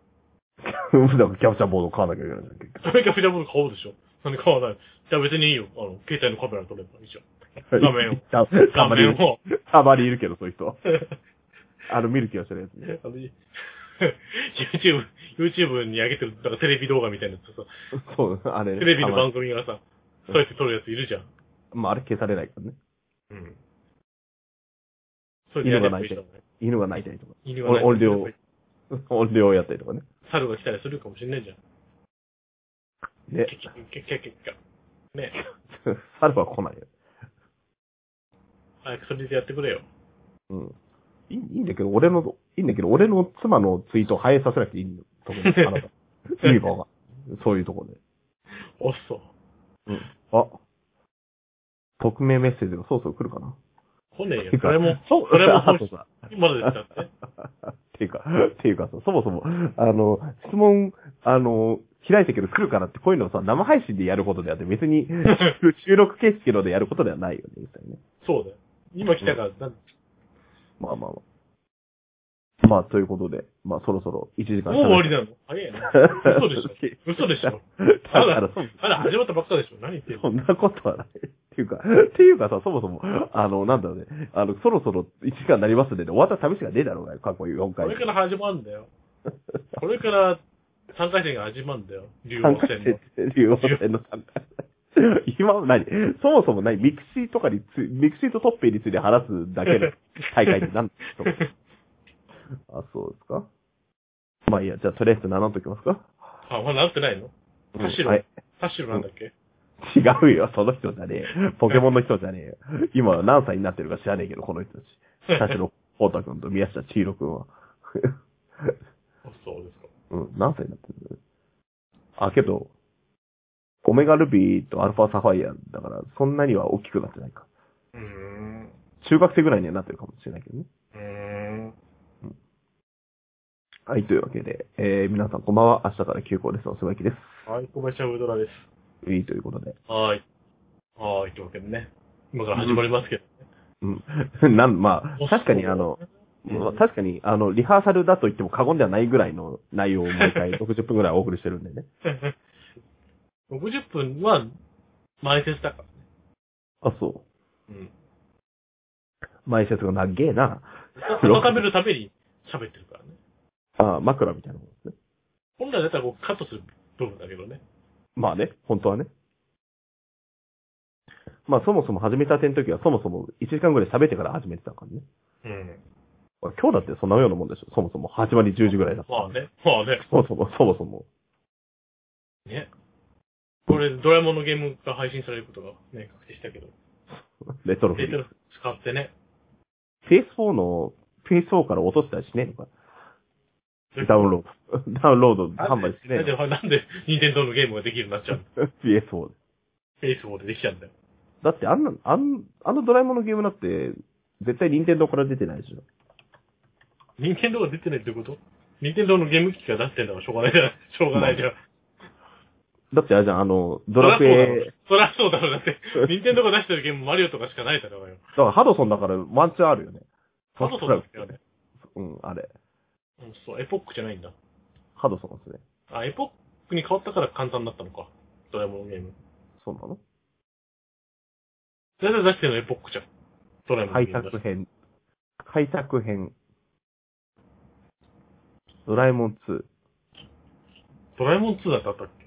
S1: だからキャプチャーボードを買わなきゃいけないじゃん、結
S2: それキャプチャーボード買おうでしょ。なんで買わないじゃあ別にいいよ。あの、携帯のカメラ撮ればいいじゃん。
S1: 局。
S2: 画面を
S1: た。 た
S2: 画
S1: まにい
S2: 面
S1: る、
S2: を。
S1: たまにいるけど、そういう人は。あの、見る気がしてるやつね。
S2: あの YouTube、YouTube に上げてる、なんかテレビ動画みたいなやつさ、
S1: そう、あれ
S2: テ
S1: ね。
S2: レビの
S1: たま
S2: 番組がさ、そうやって撮るやついるじゃん。
S1: まあ、あれ消されないからね。
S2: うん。それでやればいいじゃん。
S1: 犬が泣いたりとか。
S2: 犬
S1: 俺俺
S2: が
S1: を
S2: ね、
S1: 音量やったりとかね。
S2: 猿が来たりするかもしれないじゃん。
S1: ね
S2: キャ、ッキャッキャッキャッキャッキャッキャね
S1: 猿は来ないよ。
S2: 早くそれでやってくれよ。
S1: うん。いいいいんだけど、俺の、いいんだけど、俺の妻のツイートを反映させなくていいんだよ。そこに、あ なた。意味がわかんないそういうところで。
S2: おっそ。
S1: うん。あ。匿名メッセージがそろそろ来るかな。
S2: 来ねえよ
S1: て。か
S2: これも、
S1: そう、
S2: これも
S1: あとさ、
S2: まだですだって。
S1: っていうか、っていうかさ、そもそも、あの、質問、あの、開いたけど来るからって、こういうのをさ、生配信でやることであって、別 に収録形式のでやることではないよね、実際ね。
S2: そうだよ。今来たから、なん
S1: まあまあまあ。まあ、ということで、まあそろそろ1時間
S2: もう終わりなの早いな。嘘でしょ。嘘でしょ。
S1: だから、そ
S2: まだ始まったばっかでしょ。何言ってん の
S1: そんなことはない。っていうか、っていうかさ、そもそも、あの、なんだろうね、あの、そろそろ1時間になりますんでね、終わったら寂しがねえだろうがよ、過去4
S2: こ
S1: 回。
S2: れから始まるん だよ。これから3回戦が始まるんだよ。竜王
S1: 3回
S2: 戦の。
S1: 戦、竜王戦の3回戦。今は何そもそも何ミクシーとかについ、ミクシーとトッペイについて話すだけの大会って何 でしょうあ、そうですかまあいいや、じゃあとりあえず名乗っときますか。
S2: あ、まだなってないの田代
S1: はい。
S2: タシロなんだっけ
S1: 違うよ、その人じゃねえよ。ポケモンの人じゃねえよ。今何歳になってるか知らねえけど、この人たち。田代光太くんと宮下千尋くんは。
S2: あそうですか。
S1: うん、何歳になってるあ、けど、オメガルビーとアルファサファイアだから、そんなには大きくなってないか。
S2: うーん。
S1: 中学生ぐらいにはなってるかもしれないけどね。
S2: うーん。
S1: はい、というわけで、えー、皆さんこんばんは。明日から休校です。お世話きです。
S2: はい、小林はウドラです。
S1: いいということで。
S2: はーい。はーい、というわけでね。今から始まります けど。
S1: うん。 なん、まあ、確かにあの、
S2: うん
S1: まあ確かに、あの、リハーサルだと言っても過言ではないぐらいの内容を毎回60分ぐらいお送りしてるんでね。
S2: 60分は、前説だから。
S1: あ、そ
S2: うん。
S1: う。前説がなっげえな。
S2: 温めるために喋ってるからね。
S1: あ枕みたいなもんですね。
S2: 本来だったらこうカットする部分だけどね。
S1: まあね、本当はね。まあそもそも始めたての時はそもそも1時間ぐらい喋ってから始めてたからね。
S2: うん。
S1: 今日だってそんなようなもんでしょ。そもそも始まり10時ぐらいだった。
S2: まあね。まあね。
S1: そもそも、そもそも。
S2: ね。これ、ドラえもんのゲームが配信されることがね、確定したけど。
S1: レトロフ
S2: デ
S1: リ
S2: ータ
S1: ー。
S2: を使ってね。
S1: PS4 の、PS4 から落としたりしねえのか。ダウンロード。ダ ウンロード販売しね
S2: なんで、なんで、任天堂のゲームができるようになっちゃうの
S1: えの。PS4 で。
S2: フェイスボーでできちゃうんだよ。
S1: だってあんな、あん、あのドラえもんのゲームだって、絶対任天堂から出てないでしょ。
S2: 任天堂が出てないってこと任天堂のゲーム機が出してんだからしょうがないじ ゃん。しょうがないじゃん。
S1: だってあれじゃん、あの、ドラクエ、
S2: そらそうだろう。そらそうだろう。だって、任天堂が出してるゲームマリオとかしかないだろうよ。
S1: だからハドソンだからワンチャンあるよね。
S2: ハドソンだっけあれ。
S1: うん、あれ。
S2: うん、そう、エポックじゃないんだ。
S1: ハドソンですね。
S2: あ、エポックに変わったから簡単だったのか。ドラえもんのゲーム。
S1: そうなの
S2: だいたい出してるのエポックじゃん。ドラえもんの
S1: 開
S2: ゲームだ
S1: 拓
S2: し。
S1: 編。開拓編。ドラえもん2。
S2: ドラえもん2だってあったっけ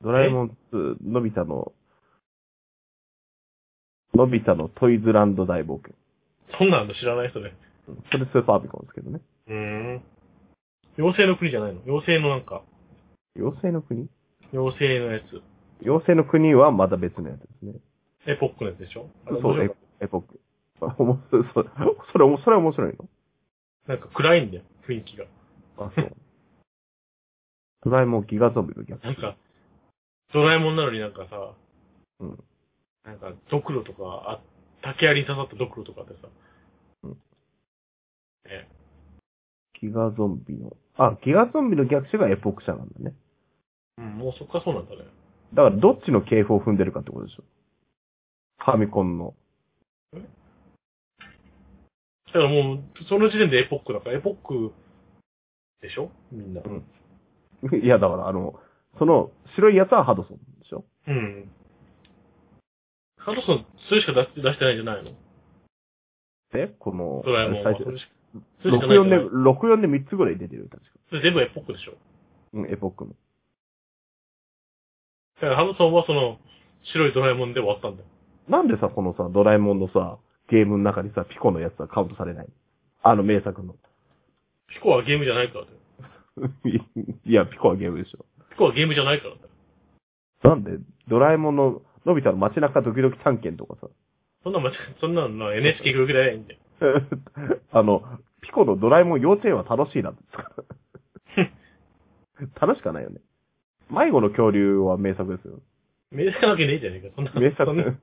S1: ドラえもん2、のび太の、のび太のトイズランド大冒険。
S2: そんなの知らない人ね。
S1: うんそれスーパービコンですけどね。
S2: うーん。妖精の国じゃないの妖精のなんか、
S1: 妖精の国
S2: 妖精のやつ。
S1: 妖精の国はまた別のやつですね。
S2: エポックのやつでしょあれ
S1: そう、
S2: 面白
S1: エ
S2: かっ
S1: エポック。 あおもそそそれ、おもそれは面白いの
S2: たなんか暗いんだよ、雰囲気が。
S1: あ、そう。ドラえもんギガゾンビのギャ
S2: なんか、ドラえもんなのになんかさ、
S1: うん。
S2: なんか、ドクロとか、あ、竹槍に刺さったドクロとかってさ、
S1: うん。
S2: ね、
S1: ギガゾンビの。あ、ギガゾンビの逆襲がエポック社なんだね。
S2: うん、もうそっからそうなんだね。
S1: だからどっちの系譜を踏んでるかってことでしょ。ファミコンの。
S2: だからもう、その時点でエポックだから、エポックでしょみんな。
S1: うんいや、だからあの、その白いやつはハドソンでしょ。
S2: うん。ハドソン、それしか出して出してないんじゃないの
S1: で、この、
S2: ドラえもんは。
S1: 最
S2: そ
S1: 初
S2: れしかそれしかないん
S1: 64
S2: じ
S1: で、
S2: ゃない
S1: 64で3つぐらい出てるよ、確か。
S2: それ全部エポックでしょ
S1: うん、エポックの。
S2: だからハドソンはその、白いドラえもんで終わったんだよ。
S1: なんでさ、このさ、ドラえもんのさ、ゲームの中にさ、ピコのやつはカウントされないあの名作の。
S2: ピコはゲームじゃないからだよ。
S1: いや、ピコはゲームでしょ。
S2: ピコはゲームじゃないからだよ。
S1: なんで、ドラえもんの、のび太の街中ドキドキ探検とかさ、
S2: そんな間違い、そんなの NHK 行くぐらいいいんだよ。
S1: あの、ピコのドラえもん幼稚園は楽しいなって使う。楽しかないよね。迷子の恐竜は名作ですよ。
S2: 名作なわけねえじゃねえか。そんな、
S1: 名
S2: そんな
S1: 作。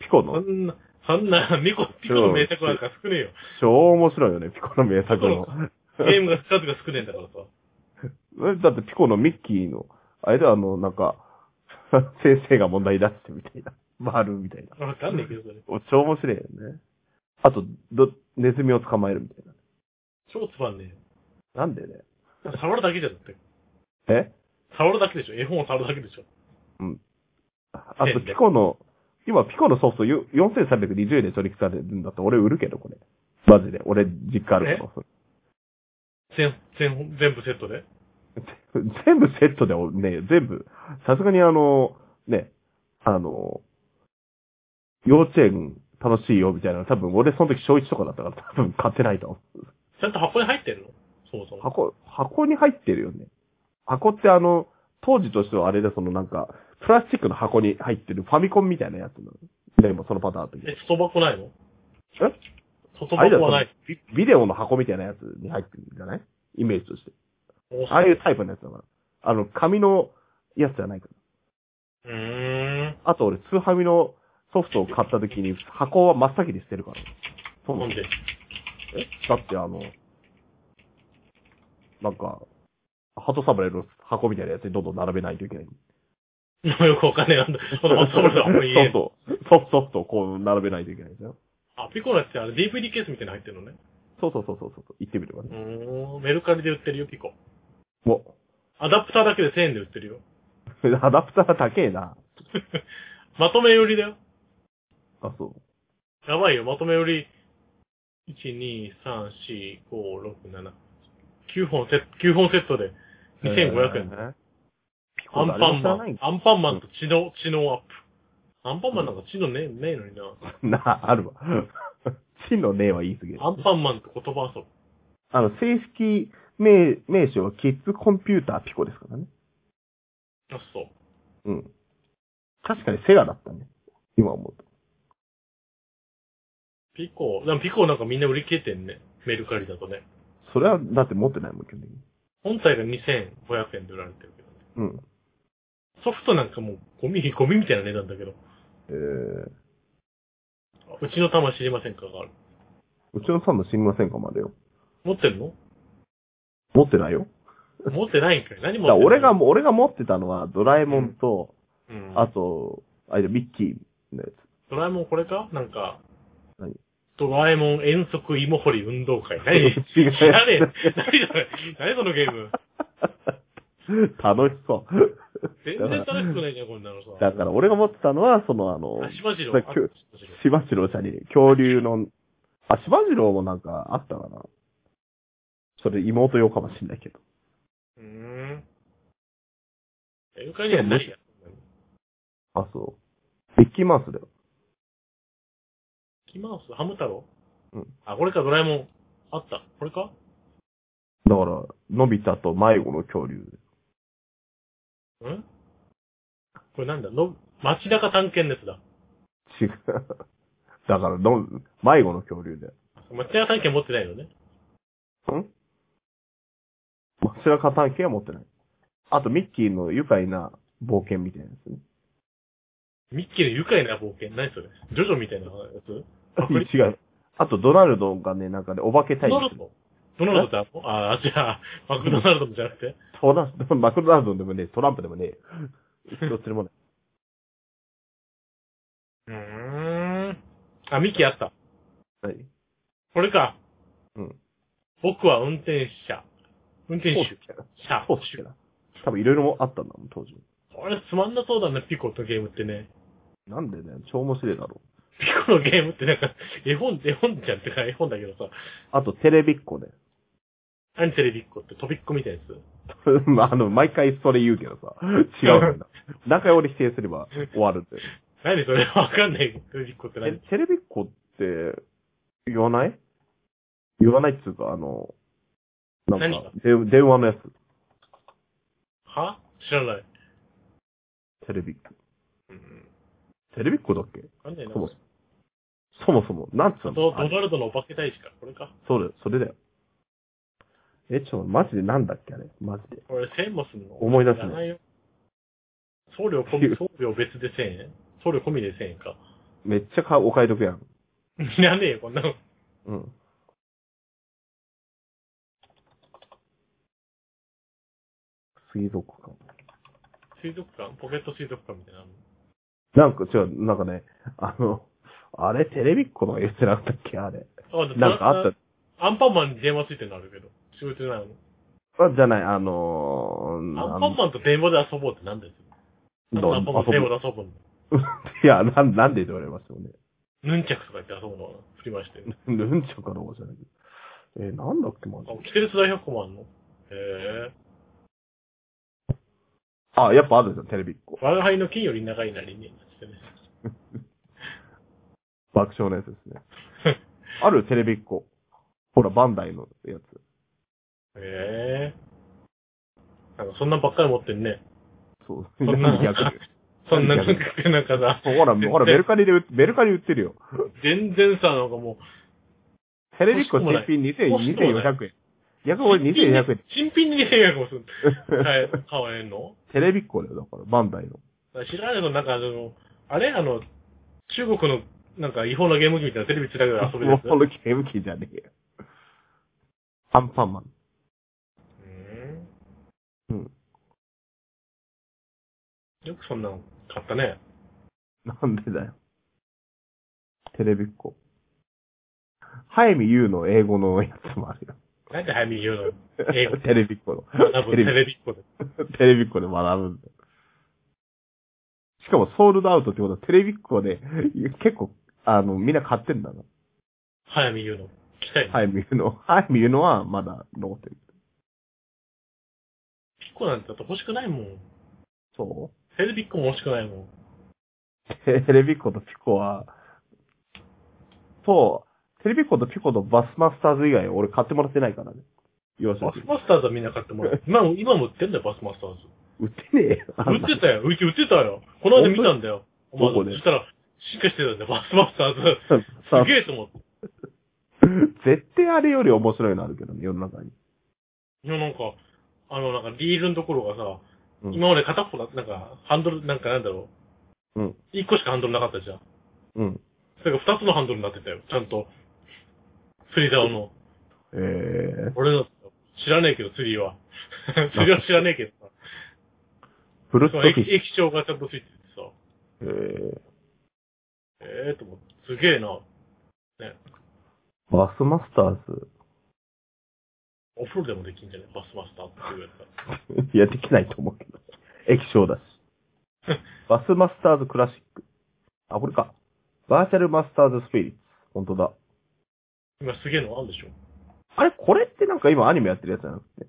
S1: ピコ
S2: そ
S1: の。
S2: んな、そんな、ミコ、ピコの名作なんか少ねえよ。
S1: 超面白いよね、ピコの名作の。
S2: ゲームが数が少ねえんだからさ。
S1: だってピコのミッキーの、あれではあの、なんか、 先生が問題出してみたいな。回るみたいな。
S2: わかんねえけど、それ。
S1: 超面白いよね。あと、ど、ネズミを捕まえるみたい
S2: 超つまんね
S1: な。なんでね。
S2: えよ。触るだけじゃんだって。
S1: え
S2: 触るだけでしょ。絵本を触るだけでしょ。
S1: あと、ピコの、今、ピコのソフトよ4320円で取引されるんだって、俺売るけど、これ。マジで。俺、実家あるから。
S2: 全、全、全部セットで。
S1: 全部セットで、ね、全部。さすがにあの、ね、あの、幼稚園楽しいよ、みたいな。多分、俺、その時小1とかだったから、多分買ってないと思う。
S2: ちゃんと箱に入ってるのそもそも。
S1: 箱、箱に入ってるよね。箱ってあの、当時としてはあれで、そのなんか、プラスチックの箱に入ってるファミコンみたいなやつなの。でも、そのパターンの時。
S2: え、外箱ないの
S1: え
S2: 外箱はない。
S1: ビビデオの箱みたいなやつに入ってるんじゃないイメージとして。
S2: お
S1: ああいうタイプのやつだから。あの、紙のやつじゃないから。
S2: うーん。
S1: あと俺、ツーハミのソフトを買った時に、箱は真っ先に捨てるから。そう
S2: な
S1: なん
S2: ん
S1: だ
S2: で。
S1: えだってあの、なんか、ハトサムライの箱みたいなやつにどんどん並べないといけない。
S2: よくわかんないなんだ。その、そもそもあんまり言えん
S1: そうそう。ソフト、ソフトをこう並べないといけないですよ。
S2: あ、ピコラってあれ DVD ケースみたいなの入ってるのね。
S1: そうそうそうそうそう。言ってみれば
S2: う
S1: ね。
S2: ーん。メルカリで売ってるよ、ピコ。
S1: お、
S2: アダプターだけで1000円で売ってるよ。
S1: アダプター高えな。
S2: まとめ売りだよ。
S1: あ、そう。
S2: やばいよ、まとめ売り。1、2、3、4、5、6、7。9本セット、9本セットで2500円。
S1: ね。ピ
S2: ア
S1: コ
S2: ン
S1: 誰
S2: パ
S1: も
S2: ン
S1: 知ら
S2: マ
S1: ないん
S2: ン
S1: か。
S2: アンパンマンと知能、知能アップ。アンパンマンなんか知能ね、ねえのにな。
S1: な、あるわ。真のねえは言い過ぎる。
S2: アンパンマンと言葉遊び。
S1: あの、正式名、名称はキッズコンピューターピコですからね。
S2: あ、そう。
S1: うん。確かにセガだったね。今思うと。
S2: ピコ、でもピコなんかみんな売り切れてんね。メルカリだとね。
S1: それは、だって持ってないもん、基本的に。
S2: 本体が2500円で売られてるけどね。
S1: うん。
S2: ソフトなんかもうゴミ、ゴミみたいな値段だけど。
S1: えー、
S2: うちの玉知りませんかがある。
S1: うちのさんの知りませんかまでよ。
S2: 持ってるの
S1: 持ってないよ。
S2: 持ってないんかい何持
S1: だ
S2: っ
S1: か
S2: て
S1: ら俺
S2: んの
S1: が、、俺が持ってたのは、ドラえもんと、
S2: うん、
S1: あと、あれだ、ミッキーのや
S2: ドラえもんこれかなんか。
S1: 何
S2: ドラえもん遠足芋掘り運動 会。何
S1: 違う
S2: 知らねえ。何それ何そのゲーム。
S1: つ。 楽しそう。
S2: 全然楽しくないじゃん、こんなのさ。
S1: だから俺が持ってたのは、そのあの、
S2: あ、しばじろ
S1: だ
S2: う。
S1: か
S2: あ
S1: らしばしろじゃねえ、恐竜の、あ、しばじろうもなんかあったかな。それ妹用かもしんないけど。
S2: うーん。メルカリにはないや。
S1: あ、そう。ミッキーマウスだよ。
S2: キマウス、ハム太郎
S1: うん。
S2: あ、これか、ドラえもん。あった。これか
S1: だから、のび太と迷子の恐竜。
S2: んこれなんだの、街中探検ですだ。
S1: 違う。 だからの、迷子の恐竜だよ。
S2: 街中探検持ってないのね。
S1: ん白川探検は持ってない。あと、ミッキーの愉快な冒険みたいなやつね。
S2: ミッキーの愉快な冒険。何それジョジョみたいなやつあこれ
S1: 違う。あと、ドナルドがね、なんかね、お化け
S2: ド
S1: 対
S2: ナル
S1: 決。
S2: ドドナルドってあのあ、じゃあ、マクドナルドもじゃなくて。
S1: トラ ンマクドナルドでもねえ、トランプでもね え。どっちでもない。
S2: うーん。あ、ミッキーあった。
S1: はい。
S2: これか。
S1: うん。
S2: 僕は運転者。運転
S1: そう
S2: 手
S1: っ。けな。
S2: 車。
S1: そうっけな。多分いろいろもあったんだもん、当時。
S2: これつまんなそうだね、ピコのゲームってね。
S1: なんでね、超面白いだろう。
S2: ピコのゲームってなんか、絵本、絵本じゃんってか絵本だけどさ。
S1: あと、テレビっ子ね。
S2: 何テレビっ子って飛びっこみたいなやつ
S1: まああの、毎回それ言うけどさ、違うん だ。何回俺否定すれば終わるって。
S2: 何それわかんない。テレビっ子って何
S1: えテレビっ子って、言わない言わないっつうか、あの、なん
S2: 何
S1: か
S2: が、
S1: で電話のやつ、
S2: は知らない。
S1: テレビっ子。
S2: うん。
S1: テレビっ子だっけ
S2: わかんないな。
S1: そ
S2: ド
S1: もそもそも、なんつう
S2: ド
S1: のあ
S2: ナ
S1: れ
S2: ルドのお化け大使か。これか。
S1: それ、それだよ。え、ちょ、マジでなんだっけあれマジで。
S2: これ1000もすんの
S1: 思い出すね
S2: いらないよ。送料込 み、送料別で1000円送料込みで1000円か。
S1: めっちゃかお買い得やん。
S2: いらねえよ、こんなの。
S1: うん。水族館。
S2: 水族館ポケット水族館みたいなの。
S1: なんか、違う、なんかね、あの、あれ、テレビっ子とか言ってなかったっけあれ。
S2: あ、
S1: なんかあった
S2: アンパンマンに電話ついてるのあるけど。仕事じゃないの。
S1: あじゃない、あのー、
S2: アンパンマンと電話で遊ぼうって何です
S1: な
S2: アン
S1: んどう
S2: パンマンと電
S1: 遊
S2: 話で遊ぶの。
S1: ぶいや、なん、なんで言われますよね。
S2: ヌンチャクとか言って遊ぶの振りまして。
S1: ルンチョかどうかじゃないけど。えーなんだっけ、マジ
S2: あ、キテレツ大百科もあんのへえ。
S1: あ、やっぱあるじゃん、テレビっ子。
S2: 我が輩の金より長いなりに。つってね
S1: 爆笑のやつですね。 ある、テレビっ子。ほら、バンダイのやつ。
S2: へえ。なんかそんなんばっかり持ってんね。
S1: そう。
S2: そんなの
S1: 逆に
S2: そんななん
S1: 逆
S2: か
S1: に、
S2: なんかさ、
S1: ほら、ほら、メルカリで売っ、メルカリ売ってるよ。
S2: 全然さ、なんかも
S1: テレビっ子新品
S2: 欲しくもない
S1: 2400円。
S2: う。
S1: 逆に俺2400円。
S2: 新品に新品に2000円もする。はい、買えんの
S1: テレビっ子だよ、だから、バンダイの。
S2: 知らないの、なんかあの、あれあの、中国の、なんか違法なゲーム機みたいなテレビつながら遊べるやつ。
S1: このゲーム機じゃねえよ。アンパンマン。
S2: うん
S1: うん。
S2: よくそんなの買ったね。
S1: なんでだよ。テレビっ子。早見優の英語のやつもあるよ。
S2: なんで早めに言うのよ。英語
S1: テレビっ子の。
S2: 多分
S1: テレ
S2: テ
S1: ビ
S2: レビっ子で。
S1: テレビっ子で学ぶんだよ。しかもソールドアウトってことはテレビっ子で、いや結構、あの、みんな買ってんだな。
S2: 早めに言うの。来たい。
S1: 早見優の。早見優の はまだ残ってる。
S2: ピッコなんてだって欲しくないもん。
S1: そ
S2: テレビっ子も欲しくないもん。
S1: う テレビっ子とピコは、そう、テレビっ子とピコとバスマスターズ以外俺買ってもらってないからね。よし。
S2: バスマスターズはみんな買っても らう。今も、今も売ってんだよ、バスマスターズ。
S1: 売ってねえよ。
S2: 売ってたよ。うち売ってたよ。この間見たんだよ。お前
S1: どこで
S2: そしたら、進化してたんだよ、バスマスターズ。
S1: さ
S2: すげえと思って。
S1: 絶対あれより面白いのあるけどね、世の中に。
S2: いや、なんか、あの、なんか、リールのところがさ、
S1: うん
S2: 今まで片っぽだなんか、ハンドル、なんかなんだろう。
S1: うん。
S2: 一個しかハンドルなかったじゃん。
S1: うん。
S2: それが二つのハンドルになってたよ、ちゃんと。釣り竿の。
S1: えー、
S2: 俺の、知らねえけど、釣りは。釣りは知らねえけどさ。
S1: フルス
S2: そ
S1: ト
S2: の
S1: フィッ
S2: 液
S1: シュ。
S2: 液晶がちゃんとついててさ、
S1: えー、
S2: ええと思って、すげえな。
S1: バスマスターズ。
S2: お風呂でもできんじゃねバスマスターっていうやつだ。
S1: いや、できないと思うけど。液晶 だし。バスマスターズクラシック。あ、これか。バーチャルマスターズスピリッツ。本当だ。
S2: 今すげえのあるでしょ。
S1: あれ、これってなんか今アニメやってるやつじゃなくて。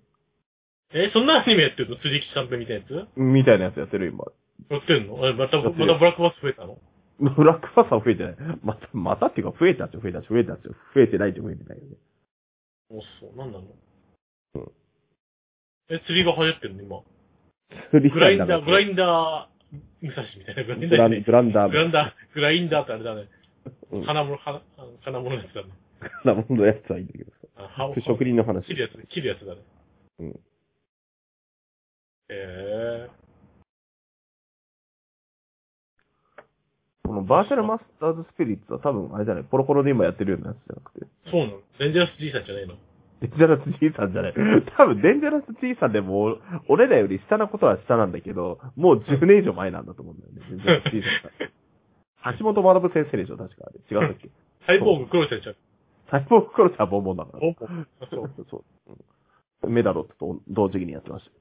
S2: えーそんなアニメやってるの釣り吉三平みたいなやつ
S1: みたいなやつやってる今。
S2: やってんのえまた、
S1: やっ
S2: ま
S1: てる
S2: たブラックバス増えたの
S1: ブラックバスは増えてない。また、またっていうか増えたっちゃ増えたっちゃ増えたっちゃ増えてないっちゃ増えてないよね。
S2: おっそう、なんなの
S1: うん
S2: え、釣りが流行ってんの今。
S1: グ
S2: グラインダー、グラ
S1: ン
S2: インダー、武蔵みたいな、グライン
S1: グラ
S2: ダーじゃね
S1: ングランダ
S2: え。
S1: ー
S2: グランダー、グラインダーってあれだね
S1: うん。
S2: 金物、は金物のやつだね。
S1: なものやつはいいんだけどさ。
S2: あは
S1: 職人の話。
S2: 切るやつね、切るやつだね。
S1: うん。
S2: え
S1: このバーチャルマスターズスピリッツは多分あれじゃない、ポロポロで今やってるようなやつじゃなくて。
S2: ー、そうなのデンジャラスじいさんじゃないの
S1: デンジャラスじいさんじゃない。多分デンジャラスじいさんでも、俺らより下なことは下なんだけど、もう10年以上前なんだと思うんだよね。デンジャラスじいさん。橋本学先生でしょ、確かあれ。違うったっけ
S2: サイボーグ黒いちゃん。
S1: 最高心ちゃんボンボンだから。
S2: ボンボン。あそう。
S1: そう。うんメダロットと同時期にやってました。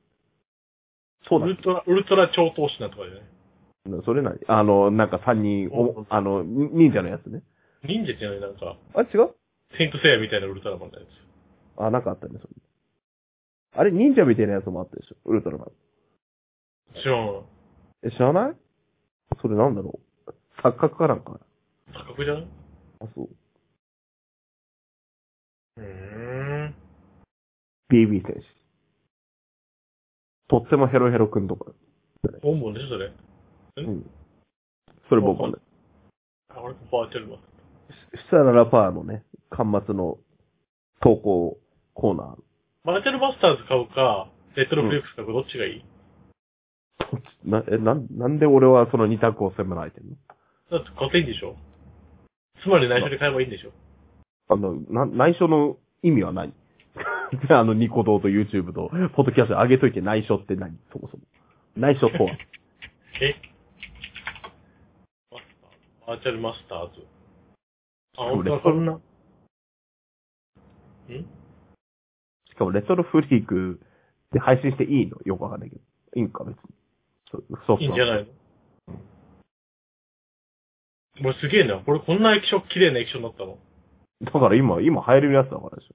S1: そう
S2: ウ
S1: だ
S2: ルトラ、ウルトラ超投資なとかじゃない
S1: それなにあの、なんか3人、おあの、忍者のやつね。
S2: 忍者じゃないなんか、
S1: あれ違う
S2: セイントセイヤみたいなウルトラマンのやつ。
S1: あ、なんかあったね、それ。あれ、忍者みたいなやつもあったでしょ、ウルトラマン。
S2: 知らん。
S1: え、知らないそれなんだろう錯覚かなんか。
S2: 錯覚じゃない
S1: あ、そう。
S2: うーん。
S1: BB 選手。とってもヘロヘロくんとか。
S2: ボンボンでしょ、それ。
S1: うん。それ僕もね。
S2: あ、俺、バーチャルマン。
S1: したらラパーのね、端末の投稿コーナー。
S2: バーチャルマスターズ買うか、レッドフレックス買うか、どっちがいい、
S1: な、え、なん、なんで俺はその二択を迫られてんの
S2: だって勝てんでしょつまり内緒で買えばいいんでしょ
S1: あの、な、内緒の意味は何 あの、ニコ動と YouTube と、ポッドキャストに上げといて内緒って何そもそも。内緒とは。
S2: えマスターバーチャルマスターズ。あ、
S1: しかも
S2: 俺
S1: レ
S2: は
S1: ト
S2: そ
S1: ロ
S2: んな。ん
S1: しかもレトロフリークで配信していいのよくわかんないけど。いいんか、別に。そソフト
S2: いいんじゃないいの俺すげえな。これこんな液晶、綺麗な液晶になったの。
S1: だから今、今流行るやつだからでし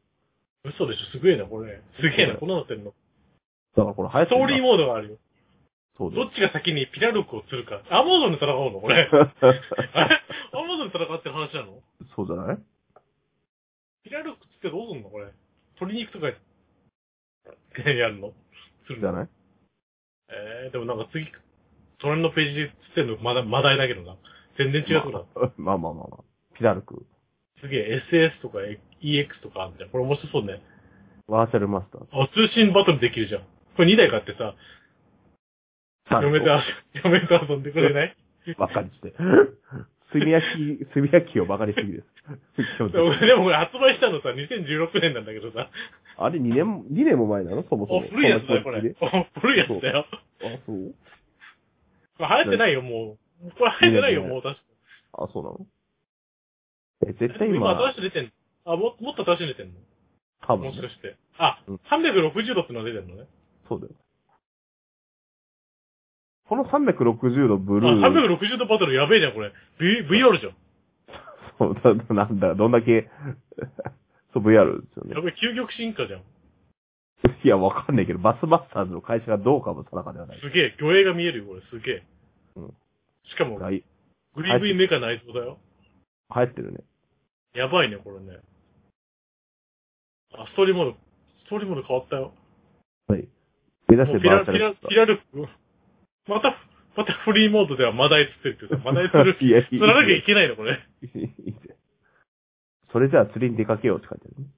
S2: 嘘でしょすげえな、これ。すげえな、こんなのなってんの。
S1: ょ。だからこれ流行っ
S2: スト
S1: て
S2: ーリー
S1: も
S2: モードがあるよ。
S1: そう
S2: ど
S1: だ
S2: っちが先にピラルクを釣るか。アマゾンで戦うのこれ。
S1: よ。
S2: あれアマゾンで戦ってる話なの
S1: そうじゃない
S2: ピラルク釣ってどうすんのこれ。鶏肉とか、やるの釣る
S1: じ
S2: の
S1: ゃない
S2: えー、でもなんか次、隣のページで釣ってんのまだ、まだいだけどな。全然違うから。
S1: まあまあまあまあ。ピラルク。
S2: すげえ、SS とか EX とかあるじゃん。これ面白そうね。
S1: バーチャルマスターズ。
S2: あ、通信バトルできるじゃん。これ2台買ってさ、
S1: さんと
S2: 嫁と 遊ん、嫁と遊んでくれない
S1: バカにして。炭焼き、炭焼きをバカにしすぎです。基本
S2: で
S1: 的に
S2: もでもこれ発売したのさ、2016年なんだけどさ、
S1: あれ2年、2年も前なのそもそ
S2: お
S1: も。
S2: 古いやつだよ、これ。お古いやつだよ。
S1: あ、そう
S2: これ流行ってないよ、もう。これ流行ってないよ、
S1: いやいや
S2: もう確か
S1: あ、そうなのえ、絶対
S2: に。今
S1: 今
S2: 新、しい出てんのあ、ももっと新しい出てんの
S1: 多分
S2: もしか
S1: ね、
S2: して。あ、
S1: うん
S2: 360度ってのが出てんのね。
S1: そうだよ。この360度ブ
S2: あ、
S1: ルー、
S2: 360度バトルやべえじゃん、これ。V、VR じゃん。
S1: そうだなんだ、どんだけ、 そう、VR ですよね
S2: や。べえ、究極進化じゃん。
S1: いや、わかんないけど、バスマスターズの会社がどうかも定かではない。
S2: すげえ、魚影が見えるよ、これ、すげえ。
S1: うん
S2: しかも、
S1: はい。
S2: グリブイメカ内蔵だよ。
S1: 流行ってるね。
S2: やばいね、これね。あ、ストーリーモード、ストーリーモード変わったよ。
S1: はい。目指し
S2: もう
S1: て
S2: ピ
S1: バ
S2: ラ、
S1: ーチャ
S2: ピ
S1: ル、
S2: ラ、ピラルフ、また、またフリーモードではマダイ釣ってるってさ、マダイ釣 る
S1: いやいい
S2: 釣らなきゃいけないの、これ。
S1: いいぜそれじゃあ釣りに出かけようって書いてあるね。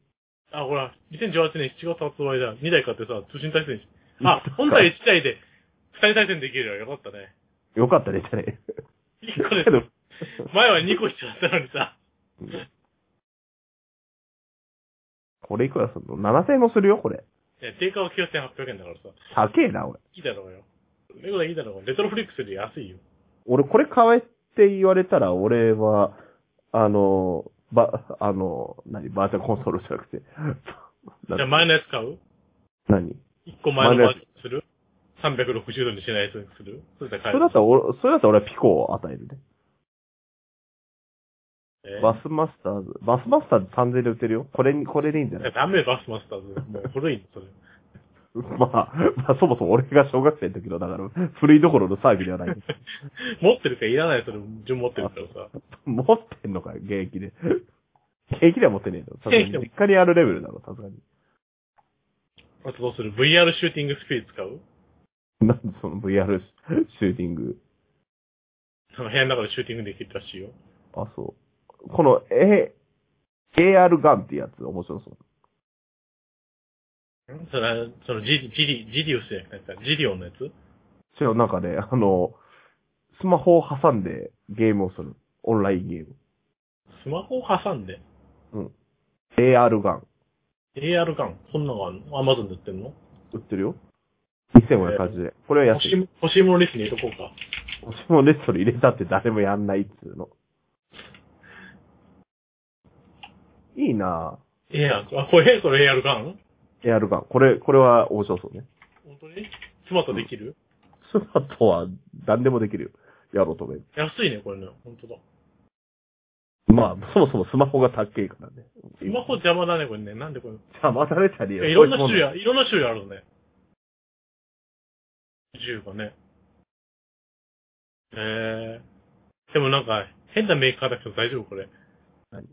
S2: あ、ほら、2018年7月発売だ。2台買ってさ、通信対戦し。あ、本体1台で、2人対戦できるよ。よかったね。
S1: よかったね、じゃね。
S2: 1個で
S1: け、ど、
S2: 前は2個必要だったのにさ。
S1: これいくらするの ?7000 円もするよ、これ。
S2: いや定価は9800円だからさ。
S1: 高えな、俺。
S2: いいだろうよ。レゴだいいだろう。レトロフリックスより安いよ。
S1: 俺、これ買えって言われたら、俺は、あの、ば、あの、何、バーチャルコンソールじゃなくて。
S2: じ
S1: だ
S2: ゃあ前のやつ買う
S1: 何
S2: ?1 個前のバ
S1: 前
S2: ー
S1: のや
S2: ジョンにする ?360 度にしないやつにするそれだ
S1: そ
S2: 買
S1: れ
S2: える
S1: だったら、俺、それだったら俺はピコを与えるね。
S2: えー
S1: バスマスターズ。バスマスターズ3000円で売ってるよ。これに、これでいいんじゃない
S2: いやダメバスマスターズ。もう古いの、それ。
S1: まあ、まあ、そもそも俺が小学生の時の、だから、古いどころの騒ぎではない。
S2: 持ってるからいらない、それ。自分持ってるからさ。
S1: 持ってんのかよ、現役で。現役では持ってねえの。さすが
S2: 現役
S1: に
S2: でも
S1: 実家にあるレベルだろ、さすがに。
S2: あとどうする ?VR シューティングスピード使う
S1: なんでその VR シューティング。
S2: あの部屋の中でシューティングできるらしいよ。
S1: あ、そう。この、A、AR ガンってやつ、面白そう。
S2: それ、そのジリ、ジリ、ジリウスじゃなくて、ジリオンのやつ
S1: それをなんかね、あの、スマホを挟んでゲームをする。オンラインゲーム。
S2: スマホを挟んで、
S1: AR ガン。
S2: AR ガン、こんなのがあるのアマゾンで売ってんの
S1: 売ってるよ。2580円。これは安
S2: 欲し
S1: い。
S2: いも欲しいものリストに入れとこうか。
S1: 押しもレストに入れたって誰もやんないっつうの。いいな
S2: エア、あ、これ、これ AR ガン
S1: ぁ。AR ガン。これ、これは面白そうね。
S2: 本当に妻とできる、
S1: スマートは何でもできるよ。やろうと思えば
S2: 安いね、これね。本当だ。
S1: まあ、そもそもスマホが高いからね。
S2: スマホ邪魔だね、これね。なんでこれ。
S1: 邪魔されたり
S2: いやいろんな種類あ、いろんな種類あるのね。銃がね。えー。でもなんか、変なメーカーだけど大丈夫これ。
S1: 何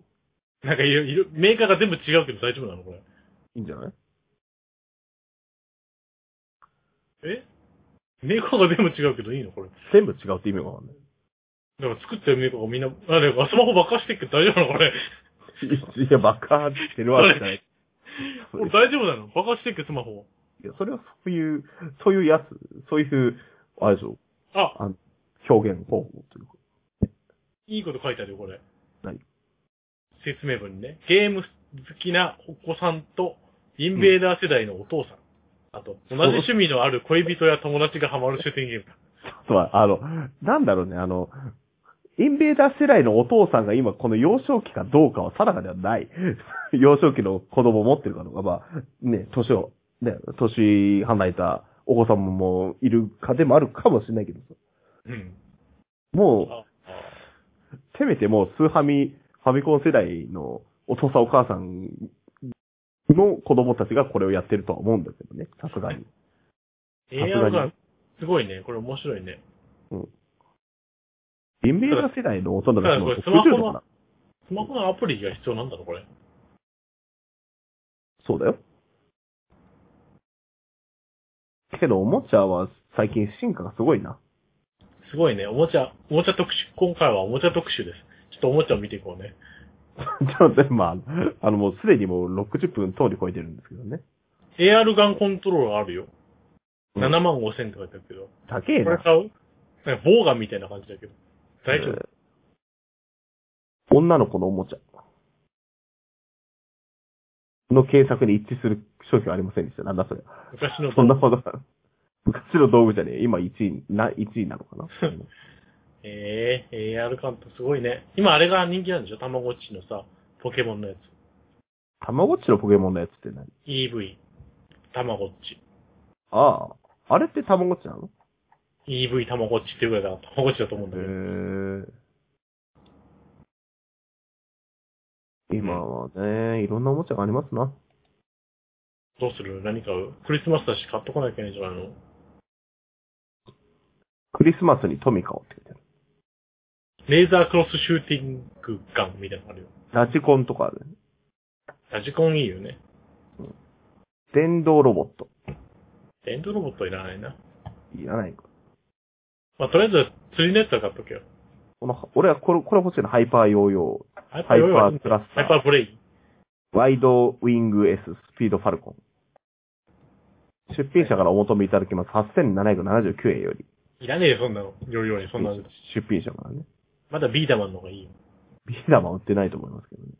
S2: なんかいろ、いろ、メーカーが全部違うけど大丈夫なのこれ。
S1: いいんじゃない
S2: えメーカーが全部違うけどいいのこれ。
S1: 全部違うって意味がわかん ない。
S2: だから作ってるメーカーがみんな、あれ、スマホばっかしてっけど大丈夫なのこれ。
S1: いや、バカしてるわけじゃない。
S2: これ大丈夫なのバカしてっけスマホ。
S1: いや、それはそういう、そういうやつ、そういう、あれでしょ、
S2: あ、
S1: 表現方法というか。
S2: いいこと書いてあるよ、これ。
S1: 何
S2: 説明文にね。ゲーム好きなお子さんと、インベーダー世代のお父さん。あと、同じ趣味のある恋人や友達がハマるシューティングゲーム。
S1: あとは、あの、なんだろうね、あの、インベーダー世代のお父さんが今この幼少期かどうかは定かではない。 幼少期の子供を持ってるかどうか、まあ、ね、年を、ね、年離れたお子さんもいる家でもあるかもしれないけどさ。
S2: うん。
S1: も
S2: ああ
S1: う、せめてもうスーハミ、ファミコン世代のお父さんお母さんの子供たちがこれをやってるとは思うんだけどね、さすがに。がに
S2: AR が、すごいね。これ面白いね。
S1: インベーダー世代の大人たちも
S2: ただこれスマホ
S1: 60
S2: の
S1: 度かな。
S2: スマホのアプリが必要なんだろ、これ。
S1: そうだよ。けど、おもちゃは最近進化がすごいな。
S2: すごいね。おもちゃ、おもちゃ特集。今回はおもちゃ特集です。ちょっとおもちゃを見ていこうね。
S1: ちょっと、まあ、あの、もうすでにもう60分通り超えてるんですけどね。
S2: AR ガンコントローラーあるよ。
S1: うん
S2: 7万5千って書いてあるけど。
S1: 高え
S2: これ
S1: な。
S2: 買うなんか、ボーガンみたいな感じだけど。大丈
S1: え
S2: 夫、
S1: ー女の子のおもちゃ。の検索に一致する商品はありませんでした。なんだそれ。
S2: 昔の
S1: そんな
S2: ボー
S1: ことは。昔の道具じゃねえ。今1位、な、一位なのかな
S2: ええ AR カントすごいね。今あれが人気なんでしょたまごっちのさ、ポケモンのやつ。
S1: たまごっちのポケモンのやつって何
S2: EV。たまごっち。
S1: ああ。あれってたまごっちなの
S2: EV たまごっちっていうぐらいだから、たまごっちだと思うんだけど。
S1: へえ今はね、いろんなおもちゃがありますな。
S2: どうする何買うクリスマスだし買っとかなきゃいけないんじゃないの
S1: クリスマスにトミカをって書いてある。
S2: レーザークロスシューティングガンみたいなのあるよ。
S1: ラジコンとかある。
S2: ラジコンいいよね。
S1: 電動ロボット。
S2: 電動ロボットいらないな。
S1: いらないか。
S2: まあ、とりあえず釣りネットは買っとけよ。
S1: この、俺はこれ、これ欲しいの。ハイパーヨーヨ
S2: ハイ
S1: パークラスタ
S2: ハ
S1: ー
S2: イパーブレイ。
S1: ー、ワイドウィング S、スピードファルコン。出品者からお求めいただきます。8779円より。
S2: いらねえよ、そんなの。ヨーヨーに、そんなの。
S1: 出品者からね。
S2: まだビーダマンの方がいいよ。
S1: ビーダマン売ってないと思いますけどね。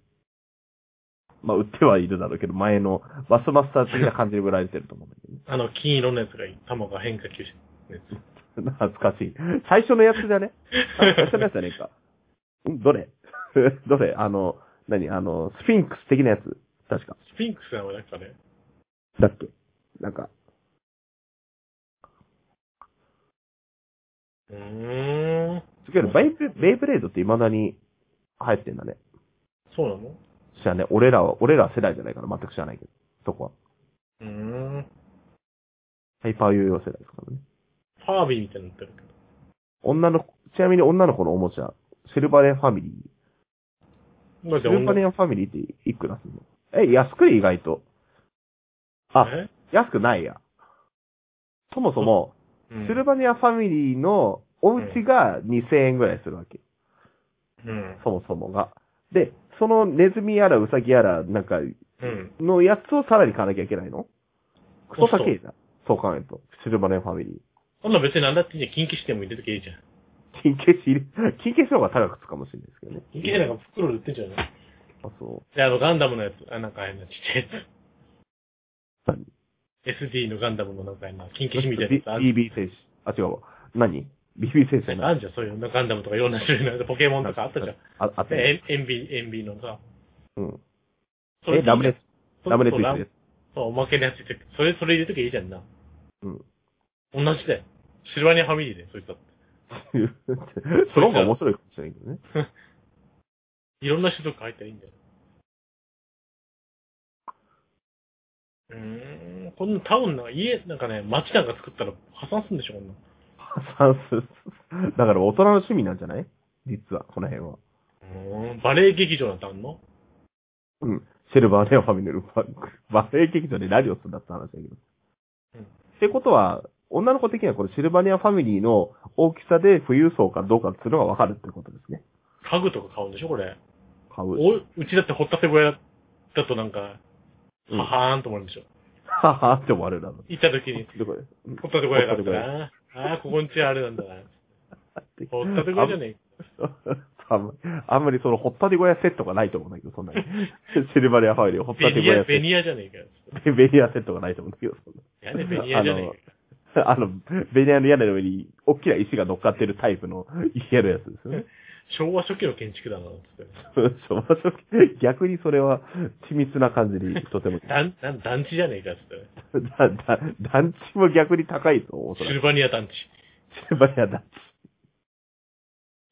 S1: まあ、売ってはいるだろうけど、前のバスマスター的な感じで売られてると思うんだけどね。
S2: あの、金色のやつがいい。玉が変化球して。
S1: 懐かしい。最初のやつだね。最初のやつだねえか。んどれ どれあの、何あの、スフィンクス的なやつ。確か。
S2: スフィンクスなのなんかね。
S1: だっけなんか、
S2: うーん。
S1: すげえなベイブ、ベイブレードって未だに流行ってんだね。
S2: そうなの
S1: 知らね、俺らは、俺ら世代じゃないから全く知らないけど。そこは。
S2: うーん。
S1: ハイパー有用世代ですからね。
S2: ファービーみたいになってるけど。
S1: 女の子、ちなみに女の子のおもちゃ、シルバレンファミリー。
S2: だって
S1: シルバ
S2: 女
S1: レンファミリーっていくらすんのえ、安くね意外と。あ、
S2: え
S1: 安くないや。そもそも、
S2: うん
S1: シルバニアファミリーのお家が2000円ぐらいするわけ。
S2: うん。
S1: そもそもが。で、そのネズミやらウサギやらなんか
S2: うん。
S1: のやつをさらに買わなきゃいけないのクソ高
S2: そう
S1: いじゃん。そう考えると。シルバニアファミリー。
S2: そんな別に何だっていいじゃん。金消しても入れときゃいいじゃん。
S1: 金消し入れ、金消しの方が高くつくかもしれないですけどね。
S2: 金消してなんか袋で売ってんじゃない
S1: あ、そう。
S2: で、あの、ガンダムのやつ。あ、なんか変なちっちゃいや
S1: 何
S2: つ。SD のガンダムのなんか変な金消しみたいなやつある
S1: ?BB 選手。あ、違うわ。何 ?BB 選手じゃな
S2: あ
S1: い。
S2: んじゃん、そういうのガンダムとかいろんな種類のやつポケモンとかあったじゃん。
S1: あ、あったね。
S2: で、エンビ、エンビのさ。
S1: うん。
S2: それ
S1: え、ラムネ、ラムネスイ
S2: そう
S1: ッ
S2: ラ
S1: チ
S2: ム
S1: です。
S2: そう、おまけのやつって、それ、それ入れときゃいいじゃんな。
S1: うん。
S2: 同じだよ。シルバニアファミリーで、そいつだって。
S1: その方が面白いかもしれないけどね。
S2: いろんな種族入ったらいいんだよ。うーん、こんなタウンなんか、家、なんかね、街なんか作ったら破産すんでしょ、こんなの。
S1: 算数だから大人の趣味なんじゃない実は、この辺は。
S2: うーん、バレエ劇場なんてあんの
S1: うん。シルバーレオファミリーのババレエ劇場で何をするんだって話だけど。
S2: うん
S1: ってことは、女の子的にはこのシルバニアファミリーの大きさで富裕層かどうかっていうのがわかるってことですね。
S2: 家具とか買うんでしょ、これ。
S1: 買う。
S2: おうちだって掘ったて小屋だとなんか、
S1: うん
S2: ははーんと思うんでしょ。
S1: ははって終わるだろ。
S2: 行った時に、
S1: どこでうん
S2: 掘ったて小屋だったな。ああー、ここんちはあれなんだな。掘ったて小屋じゃねえ。
S1: あんまり、あんまりその、ほったて小屋セットがないと思うんだけど、そんなに。シルバニアファミリーのほった
S2: ベ
S1: て
S2: ニ
S1: 小
S2: ヤ、
S1: 屋セ
S2: ベ
S1: ッ
S2: ニヤじゃねえかよ。
S1: ト。ベニヤセットがないと思うんだけど、そんな
S2: 屋根ベニヤじゃねえかよ。
S1: あの、ベニヤの屋根の上に、大きな石が乗っかってるタイプの家のやつですよね。
S2: 昭和初期の建築だな、つって。
S1: そう逆にそれは、緻密な感じ で、とても。
S2: 団、なん団地じゃねえか、つって。
S1: だだ団地も逆に高いぞ、おそ
S2: シ
S1: らく。
S2: ルバニア団地。
S1: シル バニア団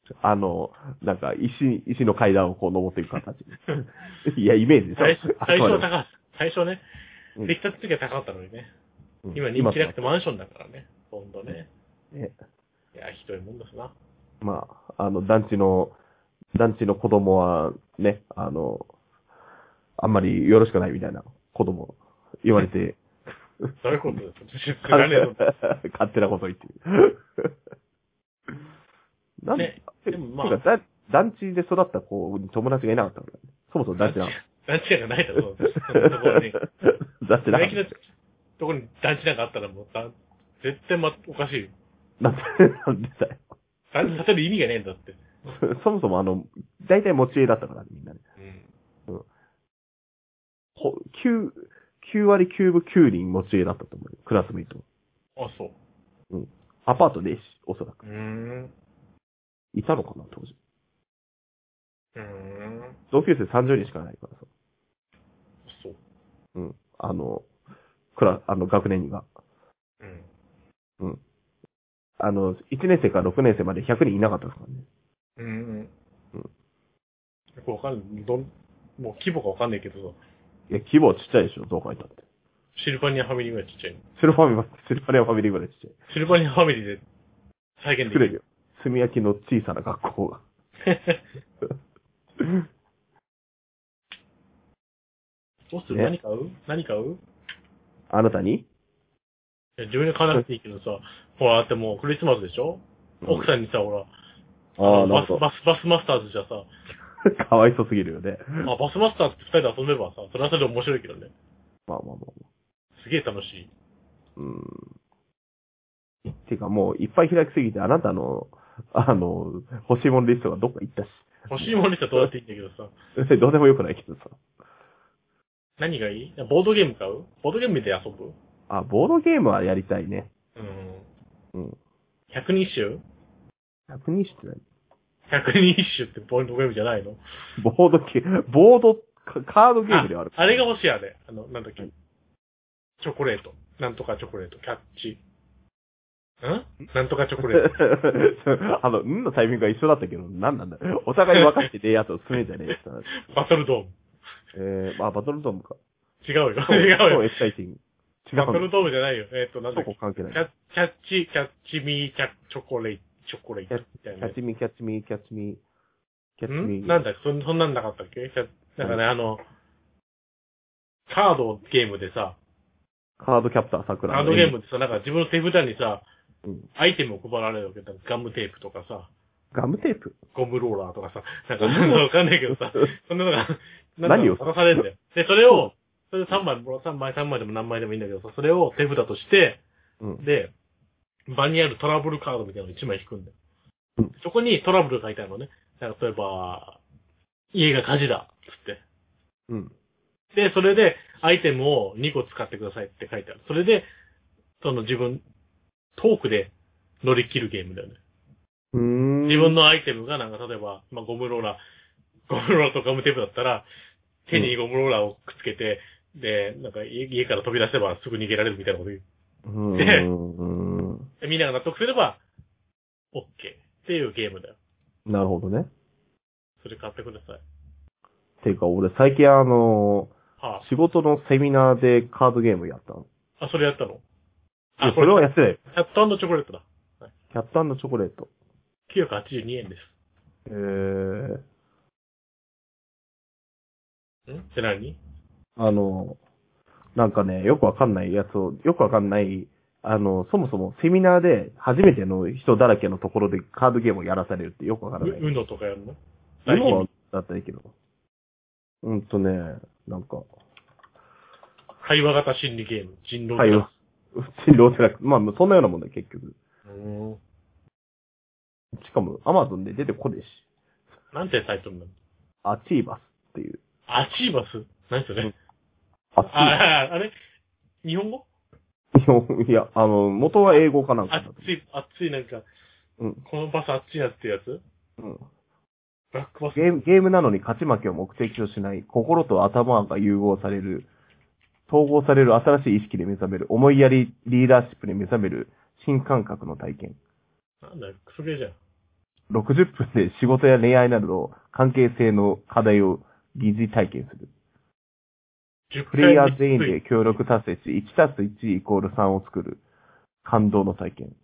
S1: 地。あの、なんか、石、石の階段をこう登っていく形。 いや、イメージでしょ
S2: 最初、
S1: あ
S2: 最初は
S1: そうだ
S2: 高かった。最初ね
S1: う、ん
S2: できた時は高かったのにね。
S1: うん
S2: 今人気なくてマンションだからね。ほんとね。
S1: ね
S2: いや、ひどいもんですな。
S1: まあ、あの、団地の、団地の子供は、ね、あの、あんまりよろしくないみたいな子供、言われて、
S2: どういうことですか知らねえぞ
S1: 勝手なこと言ってる。なん
S2: ねでもまあ
S1: てかだ団地で育った子に友達がいなかったから、ね、そもそも団地なかっ
S2: 団地なんかないだ ろ、そんなところに。
S1: た。団地なか
S2: 大
S1: っ
S2: 気のところに団地なんかあったらもう、だ絶対ま、おかしいよ。
S1: なんで、なんでだよ。
S2: さ立てる意味がねえんだって。
S1: そもそもあの、大体持ち家だったからね、みんなね。
S2: うん。
S1: ほ9、9割9分9人持ち家だったと思うよ。クラスメイトは。
S2: あ、そう。
S1: アパートでし、おそらく。
S2: うーん。
S1: いたのかな、当時。
S2: うーん。
S1: 同級生30人しかないからさ。
S2: そう。
S1: うん。あの、クラ、あの、学年には。
S2: うん。
S1: あの、1年生から6年生まで100人いなかったですからね。
S2: うん。
S1: う
S2: うんん。よくわかんない。どん、もう規模がわかんないけどさ、
S1: いや、規模はちっちゃいでしょ、どう書いたって。
S2: シルバニアファミリーぐらいちっちゃいの。
S1: シルファミマ、シルファニアファミリーぐらいちっちゃい。
S2: シルバニアファミリーで再現でき
S1: 作れるよ。炭焼きの小さな学校が。
S2: どうする、
S1: ね
S2: 何買う何買うい
S1: あなたに
S2: や自分で買わなくていいけどさ、ほら、だってもうクリスマスでしょ、奥さんにさ、ほら、
S1: ああ、な
S2: バ
S1: る
S2: ス、
S1: ほ
S2: バス、バスマスターズじゃさ、
S1: ど。かわいそうすぎるよね。
S2: まあ、バスマスターズって二人で遊べばさ、それはそれで面白いけどね。
S1: まあまあまあまあ。
S2: すげえ楽しい。
S1: うん。てかもう、いっぱい開きすぎて、あなたの、あの、欲しいものリストがどっか行ったし。
S2: 欲しいものにしたらどうやっていいんだけどさ、
S1: どうでもよくないけどさ。
S2: 何がいいボードゲーム買うボードゲームで遊ぶ
S1: あ、ボードゲームはやりたいね。
S2: うん。
S1: うん。
S2: 百人一首
S1: 百人一首って
S2: 百人一首ってボードゲームじゃないの
S1: 何ボードゲーム、ボードカ、カードゲームではある。
S2: あれが欲しいあれ。あの、なんだっけ
S1: はい。
S2: チョコレート。なんとかチョコレート。キャッチ。んなんとかチョコレー ト。
S1: あの、んのタイミングが一緒だったけど、なんなんだお互い分かってねえやつを進めんじゃねえって話。
S2: バトルドーム。
S1: えー、まあ、バトルドームか。
S2: 違うよ。 違う
S1: そう
S2: よ。
S1: エキサイティング。違う
S2: バト
S1: の
S2: ルドームじゃないよ。えっ、と、なんだ
S1: そ
S2: っけ。
S1: こ関
S2: キ
S1: 係ない。
S2: ャッキャッチ、キャッチミー、キャッチョコレイト、チョコレイトみたい
S1: キャ
S2: なや
S1: ッチミー、キャッチミー、キャッチミー、キャ
S2: つ。
S1: ッチミ
S2: ん
S1: ー。
S2: なんだっけそんそんなんなかったっけキャなんかね、あの、カードゲームでさ、
S1: カードキャプター桜。
S2: カードゲームでさ、なんか自分の手札にさ、
S1: うん
S2: アイテムを配られるわけだ。ガムテープとかさ、
S1: ガムテープ
S2: ゴムローラーとかさ、 なんか、なんかわかんないけどさ、そんなのが、なん
S1: 何を
S2: か渡されるんだよ。で、それを、それ3枚もらう、3枚、3枚でも何枚でもいいんだけどさ、それを手札として、
S1: うん。
S2: で、場にあるトラブルカードみたいなのを1枚引くんだよ
S1: うん。
S2: そこにトラブル書いてあるのね。なんか例えば、家が火事だ、つっ
S1: うん。
S2: て。で、それで、アイテムを2個使ってくださいって書いてある。それで、その自分、トークで乗り切るゲームだよね。
S1: うーん。
S2: 自分のアイテムがなんか例えば、まあ、ゴムローラー、ゴムローラーとガムテープだったら、手にゴムローラーをくっつけて、で、なんか家家から飛び出せばすぐ逃げられるみたいなこと言う。
S1: うーん。
S2: でみんなが納得すれば、OK っていうゲームだよ。
S1: なるほどね。
S2: それ買ってください。
S1: ていうか、俺最近あの、
S2: は
S1: 仕事のセミナーでカードゲームやったの。
S2: あ、あ、それやったの
S1: いや
S2: あ、
S1: それは
S2: や
S1: やってないよ。
S2: キャットチョコレートだ。
S1: キャットチョコレート。
S2: 982円で
S1: えー、
S2: す。んって何
S1: あの、なんかね、よくわかんないやつを、よくわかんない、あの、そもそもセミナーで初めての人だらけのところでカードゲームをやらされるってよくわから
S2: う。
S1: ないう
S2: のとかやるの
S1: 今
S2: 最
S1: は
S2: 近、
S1: だったらいいけど。うんとね、なんか、
S2: 会話型心理ゲーム。人狼
S1: は
S2: ゲ
S1: い
S2: ー
S1: 普
S2: ム。
S1: 通にローテラック、まあ、そんなようなもんだよ、結局。
S2: う
S1: しかも、アマゾンで出てこねえし、
S2: ーん。なんてタイトルなの
S1: アチーバスっていう。
S2: アチーバス何それ
S1: アチー
S2: あ
S1: バ
S2: あ、あれ日本語
S1: スいやいや、あの、元は英語かなんかだと。
S2: 熱い、熱いなんか、
S1: うん。
S2: このバス熱いなってやつ
S1: うん
S2: ブラックバス
S1: ゲーム、ゲームなのに勝ち負けを目的としない、心と頭が融合される、統合される新しい意識で目覚める、思いやりリーダーシップで目覚める、新感覚の体験。
S2: なんだよ、クソゲーじゃん。
S1: 60分で仕事や恋愛などの関係性の課題を疑似体験する。
S2: 10
S1: プレイヤー
S2: 回
S1: 全
S2: に
S1: 員で協力達成し、1たす1イコール3を作る感動の体験。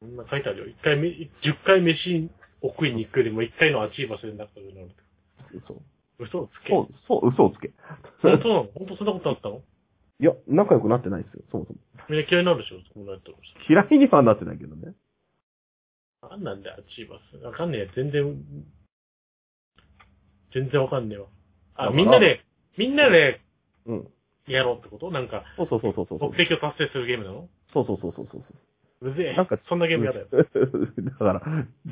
S2: そんな書いてあるよ。一回目、10回飯を食いに行くよりも1回の熱いバスでなったよなる。
S1: 嘘。
S2: 嘘をつけ。
S1: そう、そう、嘘をつけ。
S2: 本当なの本当そんなことあったの
S1: いや、仲良くなってないですよ、そもそも。
S2: みんな嫌いになるでしょそんなやつ。
S1: 嫌いにはなってないけどね。
S2: なんなんだよ、熱いバス。わかんねえよ、全然。全然わかんねえわ。
S1: だ
S2: あ、
S1: から
S2: みんなで、みんなで
S1: うん。
S2: やろうってことなんか、
S1: そうそうそうそうそう。
S2: 目的を達成するゲームなの
S1: そうそうそうそうそう。
S2: うぜえ。
S1: なんか
S2: そんなゲームやだよ。
S1: だから、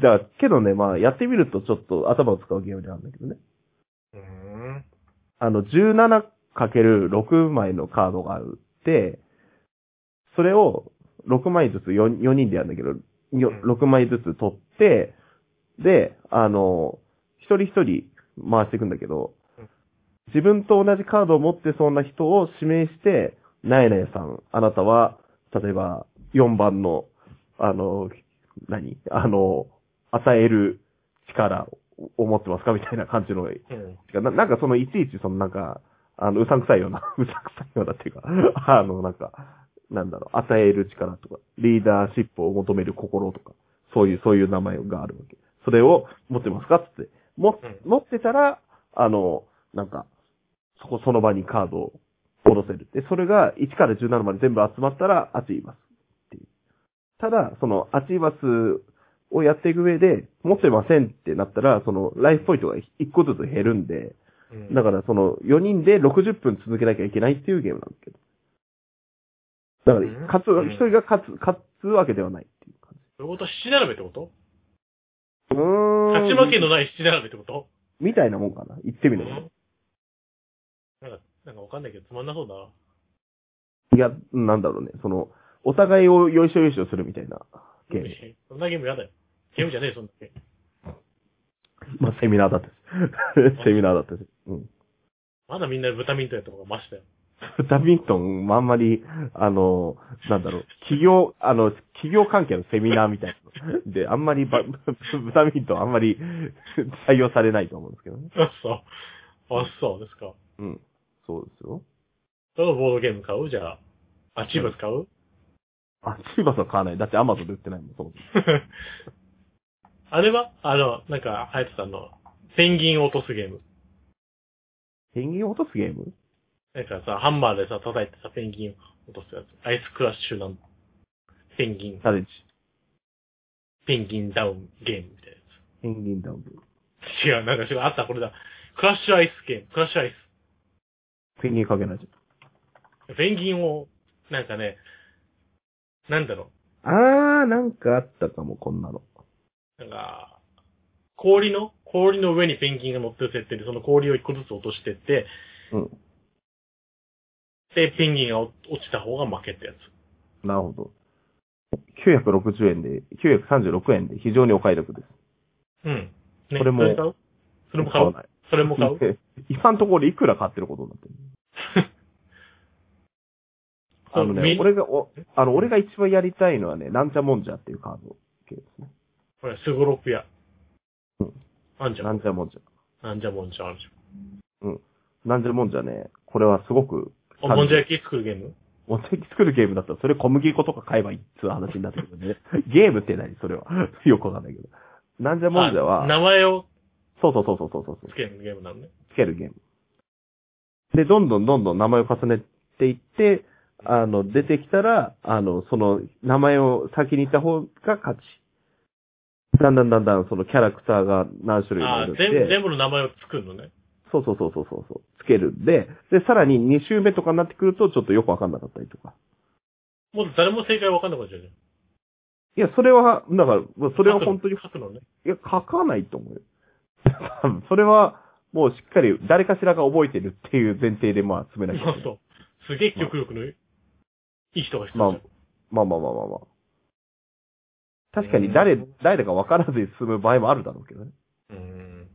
S1: じゃあ、けどね、まあ、やってみるとちょっと頭を使うゲームなんだけどね。
S2: うーん。
S1: あの、17×6 枚のカードがあって、それを6枚ずつ 4, 4人でやるんだけど、よ
S2: うん
S1: 6枚ずつ取って、で、あの、一人一人回していくんだけど
S2: うん、
S1: 自分と同じカードを持ってそうな人を指名して、なえなえさん、あなたは、例えば、4番の、あの、何あの、与える力を持ってますかみたいな感じの
S2: うん。
S1: てかななんかそのいちいちそのなんか、あの、うさんくさいような、 うさんくさいようなっていうか、 あの、なんか、なんだろう、与える力とか、リーダーシップを求める心とか、そういう、そういう名前があるわけ。それを持ってますかつって。も
S2: うん、
S1: 持ってたら、あの、なんか、そこ、その場にカードを下ろせる。で、それが1から17まで全部集まったら、アチーバスっていう。ただ、その、アチーバスをやっていく上で、持ってませんってなったら、その、ライフポイントが1個ずつ減るんで、
S2: うん。
S1: だからその、4人で60分続けなきゃいけないっていうゲームなんですけど。だから、
S2: うん
S1: 勝つ、
S2: うん
S1: 一人が勝つ、勝つわけではないっていう感
S2: そういうこと七並べってこと
S1: じ。うーん。
S2: 勝ち負けのない七並べってこと
S1: みたいなもんかな。言ってみれば。
S2: うんなんか、なんかわかんないけど、つまんなそうだな。
S1: いや、なんだろうね。その、お互いをよいしょよいしょするみたいなゲーム。
S2: そんなゲームやだよ。ゲームじゃねえ、そんなゲーム。
S1: まあ、セミナーだったし。 セミナーだったし。うん。
S2: まだみんなブタミントンやった方がマシだよ。
S1: ダビントン、あんまり、あの、なんだろう、企業、あの、企業関係のセミナーみたいなの。で、あんまりば、 ブタミントンあんまり 採用されないと思うんですけどね。
S2: あ、そう。あ、そうですか。
S1: うん。そうですよ。
S2: どのボードゲーム買うじゃあ。あ、チーバス買う
S1: あ、チーバスは買わない。だってアマゾンで売ってないもん、そも
S2: あれはあの、なんか、ハヤトさんの、ペンギンを落とすゲーム。
S1: ペンギンを落とすゲーム
S2: なんかさ、ハンマーでさ、叩いてさ、ペンギンを落とすやつ。アイスクラッシュなんペンギン、
S1: チャレンジ。
S2: ペンギンダウンゲームみたいなや
S1: ペンギンダウン。
S2: つ。違う、なんか違う、あった、これだ。クラッシュアイスゲーム、クラッシュアイス。
S1: ペンギンかけないじ
S2: ペンギンを、なんかね、なんだろ
S1: ゃん。あー、なんかあったかも、こんなの。
S2: う、なんか、氷の、氷の上にペンギンが乗ってる設定で、その氷を一個ずつ落としてって、
S1: うん。
S2: で、ペンギンが落落ちた方が負けってやつ。
S1: なるほど。960円で、936円で非常にお買い得です。
S2: うん。ね、
S1: それも
S2: それ買うそれも買う
S1: ない。
S2: それも買う
S1: 今のところいくら買ってることになってる あの
S2: そうみ
S1: ね、
S2: ん
S1: 俺が、お、あの、俺が一番やりたいのはね、なんちゃもんじゃっていうカード系ですね。
S2: これ、スゴロクや
S1: うん。
S2: あんじゃ。
S1: なんんちゃもんじ
S2: あんじゃもんじゃ、あんじ
S1: ゃ。なんちゃもんじゃね、これはすごく、
S2: ゃん。あ、もんじゃ焼き作るゲーム
S1: お手作るゲームだったら、それ小麦粉とか買えばいいっつう話になってくるん でね。ゲームって何それは。よくわかんないけど。なんじゃもんじゃ
S2: あ
S1: は、
S2: 名前を
S1: そうそうそうそうそうそう
S2: つ、けるゲームなんね。
S1: つけるゲーム。で、どんどんどんどん名前を重ねていって、あの、出てきたら、あの、その、名前を先に言った方が勝ち。だんだんだんだん、そのキャラクターが何種類も
S2: あ
S1: いるんで。
S2: 全部、全部の名前を作るのね。
S1: そうそうそうそうそうそう。つけるんで、で、さらに2周目とかになってくると、ちょっとよくわかんなかったりとか。
S2: もう誰も正解わかんなくなっちゃうじゃん。
S1: いや、それは、だから、それは本当に
S2: 書くのね。
S1: いや、書かないと思うよ。 多分それは、もうしっかり誰かしらが覚えてるっていう前提で、まあ、詰めなきゃいけ
S2: そ
S1: な
S2: う
S1: い。
S2: そう。すげえ記憶力のいい人が必
S1: ま
S2: 要
S1: あ
S2: じゃん。、
S1: まあまあまあまあまあ。確かに誰、
S2: うん
S1: 誰だか分からずに進む場合もあるだろうけどね。
S2: うーん。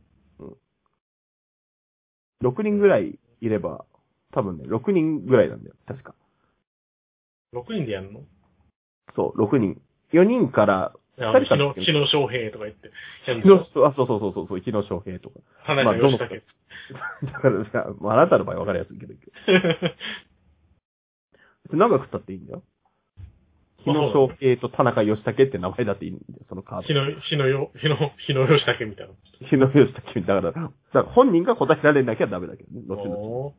S1: 6人ぐらいいれば、多分ね、6人ぐらいなんだよ。確か。
S2: 6人でやるの
S1: そう、6人。4人から、
S2: あの、
S1: 二
S2: 日
S1: 人
S2: 野、
S1: か
S2: 日野翔平とか言って、やる
S1: 日の
S2: の。
S1: あ、そうそうそうそうそう、日野翔平とか。
S2: 花
S1: ま
S2: の
S1: あど
S2: 吉
S1: の
S2: 武。
S1: だからさ、まあ、あなたの場合分かりやすいけど、長くったっていいんだよ。日野翔平と田中義武って名前だっていいんだよ、そのカード
S2: 日。野、日野よ、日野、日野吉武みたいな。
S1: 日野義武だから、だから本人が答えられなきゃダメだけどね、後々。
S2: おー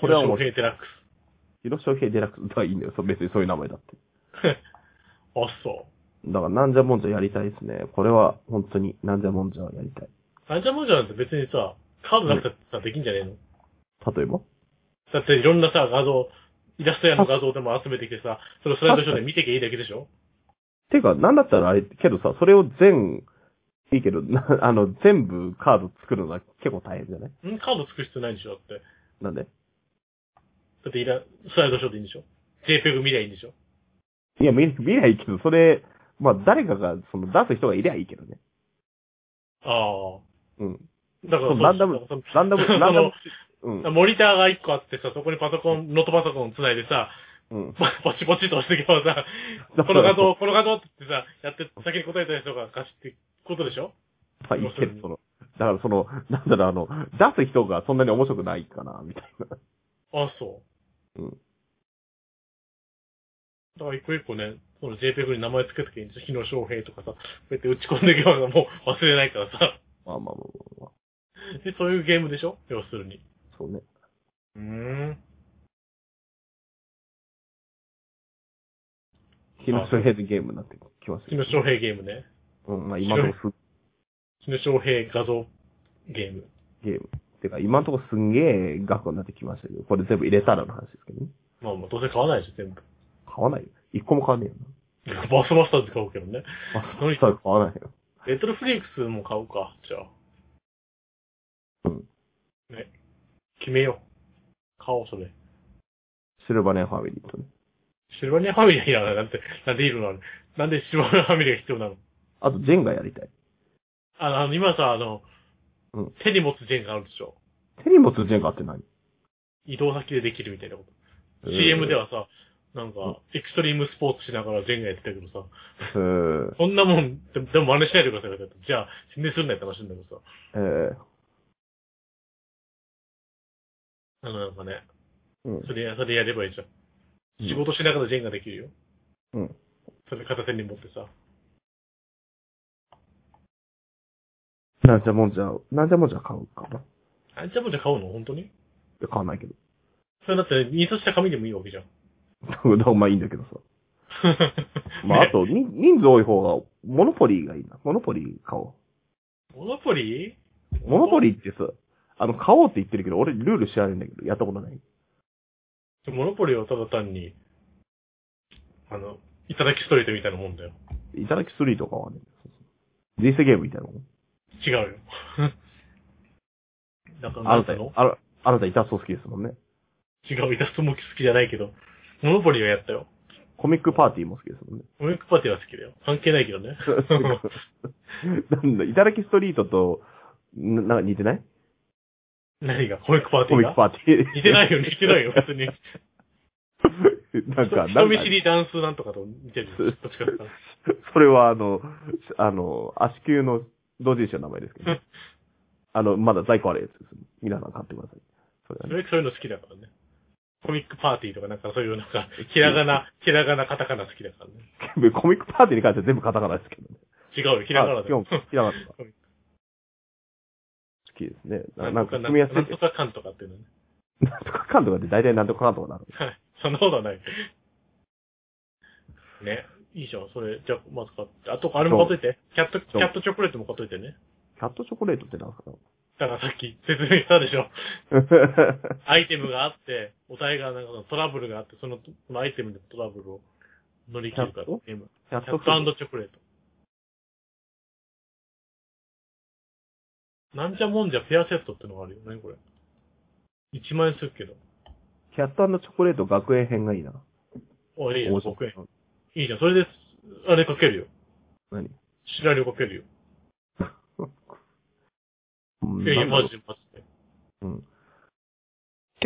S1: これは
S2: 日
S1: もう
S2: 野翔平デラックス。
S1: 日野翔平デラックスはいいんだよ、そう別にそういう名前だって。
S2: あ、そ
S1: だから、なんじゃもんじゃやりたいですね。これは、本当に、なんじゃもんじゃはやりたい。
S2: う。なんじゃもんじゃなんて別にさ、カードなくたってさ、できんじゃねえの
S1: 例えば
S2: だっていろんなさ、画像、イラスト屋の画像でも集めてきてさ、それをスライドショーで見てけいいだけでしょ
S1: てか、なんだったらあれ、けどさ、それを全、いいけど、 なあの、全部カード作るのは結構大変じゃない
S2: んカード作る必要ないんでしょだって。
S1: なんで
S2: だってイラ、スライドショーでいいんでしょ ?JPEG 見りゃいいんでしょ
S1: いや、見、見りゃいいけど、それ、まあ、誰かが、その、出す人がいりゃいいけどね。
S2: あ
S1: うん。
S2: あ。だから
S1: そうランダム
S2: そうそう
S1: ランダム、
S2: その
S1: ランダム、うん。
S2: モニターが一個あってさ、そこにパソコン、ノートパソコンつないでさ、
S1: うん。
S2: ぼぼちぼちと押してけばさ、
S1: だ
S2: この画像、この画像って言ってさ、やって、先に答えた人が貸してことでしょ
S1: まあ、いいけど、その、だからその、なんだろう、あの、出す人がそんなに面白くないかな、みたいな。
S2: あ、そう。
S1: うん。
S2: だから一個一個ね、その JPEG に名前つけとけばいいんですよ。日野翔平とかさ、こうやって打ち込んでいけばもう忘れないからさ。
S1: まあまあまあまあまあ、
S2: で、そういうゲームでしょ要するに。
S1: そうね。
S2: うーん。
S1: 日野翔平のゲームになってきました
S2: 日
S1: け
S2: 野
S1: ど。
S2: 翔平ゲームね。
S1: うん、まあ今のとこす
S2: 日野翔平画像ゲーム。
S1: ゲーム。てか、今のとこすんげえ額になってきましたけど、これ全部入れたらの話ですけどね。
S2: まあまあ、どうせ買わないでしょ、全部。
S1: 買わないよ。一個も買わねえよ
S2: バスマスターズ買うけどね。
S1: な。
S2: 何
S1: そしたら買わないよ。
S2: レトロフリックスも買うか、じゃあ。
S1: うん。
S2: ね。決めよう。買おう、それ。
S1: シルバネアファミリーとね。
S2: シルバニアファミリーやらない。なんて、なんでいるのあれなんでシルバニアファミリーが必要なの
S1: あと、ジェンガやりたい。
S2: あの、あの今さ、あの、
S1: うん
S2: 手に持つジェンがあるでしょ。
S1: 手に持つジェンガって何
S2: 移動先でできるみたいなこと。
S1: えー
S2: CM ではさ、なんか、
S1: うん
S2: エクストリームスポーツしながらジェンがやってたけどさ、
S1: えー、
S2: そんなもん、でもでも真似しないでくださいよ。じゃあ、宣伝するなよって話なんだけどさ。
S1: えー、
S2: あの、なんかね、
S1: うん
S2: そ。れや、それやればいいじゃん。
S1: うん
S2: 仕事しながらジェンができるよ。
S1: うん。
S2: それ片手に持ってさ。
S1: なんじゃもんじゃ、なんじゃもんじゃ買うかな。い
S2: あんちゃんもじゃあ買うの本当に
S1: や買わないけど。
S2: それだって、印刷した紙でもいいわけじゃん。
S1: だからまあいいんだけどさ。まあ、あ
S2: ね。
S1: と、人人数多い方が、モノポリーがいいな。モノポリー買お
S2: モノポリー
S1: う。モノポリーってさ、あの、買おうって言ってるけど、俺ルール知らないんだけど、やったことない。
S2: モノポリーはただ単に、あの、いただきストリートみたいなもんだよ。
S1: いただきスリーとかはね、人生ゲームみたいなもん。
S2: 違うよ。 だから、
S1: あ
S2: な
S1: なんた
S2: ていうの、
S1: あらあなたいたそう好きですもんね。
S2: 違う、イラストも好きじゃないけど、モノポリーはやったよ。
S1: コミックパーティーも好きですもんね。
S2: モニックパーティーは好きだよ。関係ないけどね。
S1: なんだ、いただきストリートと、ななんか似てない
S2: 何がコミックパーテ
S1: コ
S2: ィ
S1: ミ
S2: ー
S1: ッ
S2: が
S1: クパーティー。
S2: 似てないよ、似てないよ、別に。
S1: い なんか、な
S2: 人
S1: ん
S2: 見
S1: か
S2: 知、りダンスなんとかと似てる よ。どっちかっていうと
S1: それはあの、あの、足球の同人誌の名前ですけど、 ね、あの、まだ在庫あるやつです。皆さん買ってください。それは
S2: そ
S1: ね
S2: れそういうの好きだからね。コミックパーティーとかなんかそういうなんか、ひらがな、ひらがな、カタカナ好きだからね。
S1: 全部コミックパーティーに関しては全部カタカナですけどね。
S2: 違うよ、ひらがなだ
S1: あ今
S2: よ
S1: 日。もひらがなとか
S2: コ
S1: 好
S2: ミッ
S1: きです ね。なな
S2: な
S1: んん
S2: と
S1: か
S2: か、
S1: 組みやすい
S2: なん。とかかんとかっていうのね。
S1: なんとかかんとかって大体なんとかかんとかなる。
S2: はい。そんなことはない。ね。いいじゃん、それ。じゃあ、まず買って。あと、あれも買っといて。キャット、キ
S1: そう
S2: ャットチョコレートも買っといてね。
S1: キャットチョコレートって なんですか
S2: だからさっき説明したでしょ。
S1: う
S2: アイテムがあって、お題がなんかそのトラブルがあって、その、そのアイテムでトラブルを乗り切るから
S1: キャット。
S2: ゲーム
S1: キャッ
S2: キ
S1: トフ
S2: ャッ
S1: ード。
S2: トチョコレート。なんじゃもんじゃペアセットってのがあるよね、これ。1万円するけど。
S1: キャットチョコレート学園編がいいな。
S2: おいいじゃん、
S1: 面白
S2: 500円。
S1: い
S2: いいじゃん、それで、あれかけるよ。
S1: 何
S2: シナリオかけるよ。
S1: うん
S2: いやいや、
S1: なんだろう
S2: マジでマジで。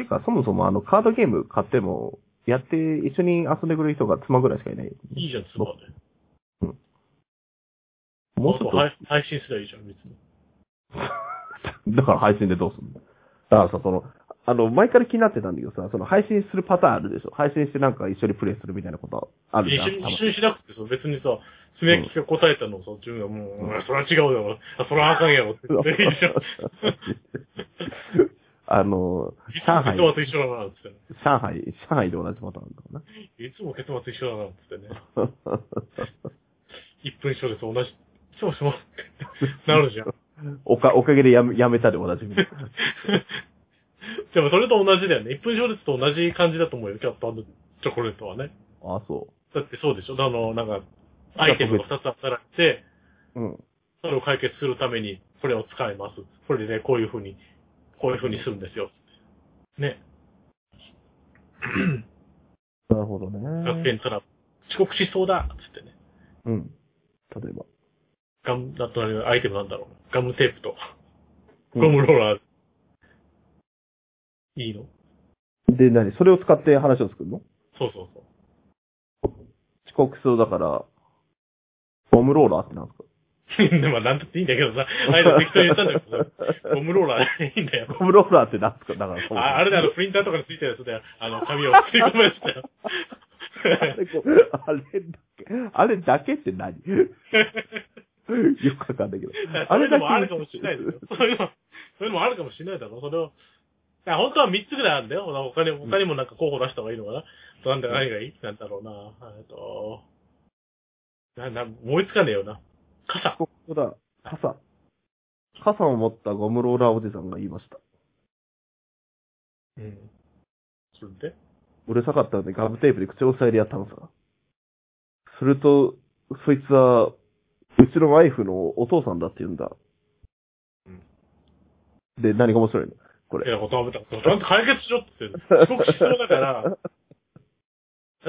S1: てか、そもそもあの、カードゲーム買っても、やって一緒に遊んでくれる人が妻ぐらいしかいない。
S2: いいじゃん、ツバで。
S1: もうちょっ
S2: あと配
S1: と、
S2: 配信すればいいじゃん、別に。
S1: だから配信でどうすんのだからさ、その、あの、前から気になってたんだけどさ、その配信するパターンあるでしょ配信してなんか一緒にプレイするみたいなことあるじ
S2: 一
S1: ゃ
S2: 緒に、
S1: ん。
S2: 一緒にしなくてさ、別にさ、つめきが答えたのをさ、自分がもう、うんそれは違うだろ、あそれはあかんやろって 言って、いいじゃん。
S1: あの、
S2: いつも
S1: 上
S2: 結
S1: 海、
S2: 末一緒だな、つってね。
S1: 上海、上海で同じパターンだもんな。
S2: いつも結末一緒だな、つってね。1分以上です、同じ。そうします。なるじゃん。
S1: おか、おかげでやめ、やめたで同じみたいな。
S2: じゃあでもそれと同じだよね。1分小節と同じ感じだと思うよ。キャットチョコレートはね。
S1: あ、そ
S2: だってそうでしょ。あの、なんか、アイテムが2つ働いて、
S1: う。うん。
S2: それを解決するために、これを使います。これでね、こういうふうに、こういうふうにするんですよ。ね。
S1: なるほど
S2: 学
S1: ね。
S2: 園トラブル。遅刻しそうだつってね。
S1: うん。例えば。
S2: ガム、だとアイテムなんだろう。ガムテープと、
S1: うん
S2: ゴムローラー。いいの
S1: で、何それを使って話を作るの
S2: そうそうそう。
S1: 遅刻しそうだから、ゴムローラーってなんですか
S2: でもなんだっていいんだけどさ、あれ適当に言ったんだけどさ、ゴムローラーでいいんだよ。
S1: ゴムローラーってなんですかだからそもそも
S2: ああれだよ、あのプリンターとかについてるやつだよ。あの、紙を吸り込むやつだよ。
S1: あれこあれだけ、あれだけって何よくわかんないけど。あ
S2: そうい
S1: れだけ。
S2: うのも あるかもしれないですよ。そういうの、そういうのもあるかもしれないだろ。それを、あ本当は3つぐらいあるんだよ。他に、他にもなんか候補出した方がいいのかな。なんだ、何がいいなんだろうな。えっと、な、な、思いつかねえよな。傘。
S1: ここだ、傘。傘を持ったゴムローラーおじさんが言いました。
S2: うん。それで
S1: うるさかったのでガムテープで口を押さえでやったのさ。すると、そいつは、うちのワイフのお父さんだって言うんだ。で、何が面白いのこ
S2: い
S1: れ。
S2: や、断めた。ちゃんと解決しろって言ってる。すごく必要だから、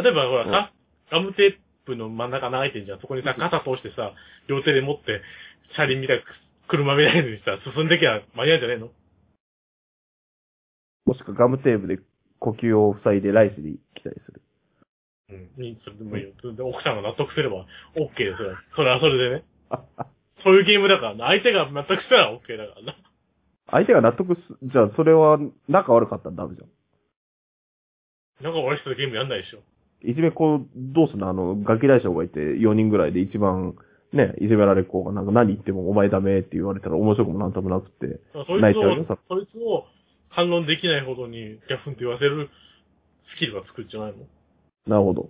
S2: 例えばほら
S1: うん
S2: さ、ガムテープの真ん中の空いてんじゃん。そこにさ、傘通してさ、両手で持って、車輪みたいな、車みたいにさ、進んできゃ間に合うんじゃねえの
S1: もしくはガムテープで呼吸を塞いで来世に来たりする。
S2: うん。いいそれでもいいよ。それで奥さんが納得すれば、OK ですよ。それはそれでね。そういうゲームだからな。相手が納得したら OK だからな。
S1: 相手が納得す、じゃあそれは仲悪かったらダメじゃん。
S2: なんか悪い人とゲームやんないでしょ。
S1: いじめっ子、どうすんのあの、ガキ大将がいて4人ぐらいで一番、ね、いじめられっ子がなんか何言ってもお前ダメって言われたら面白くもなんともなくて。
S2: まあそい
S1: 泣いち
S2: つ
S1: ゃうよ
S2: を、そいつを反論できないほどにギャフンって言わせるスキルがつくんじゃないの
S1: なるほど。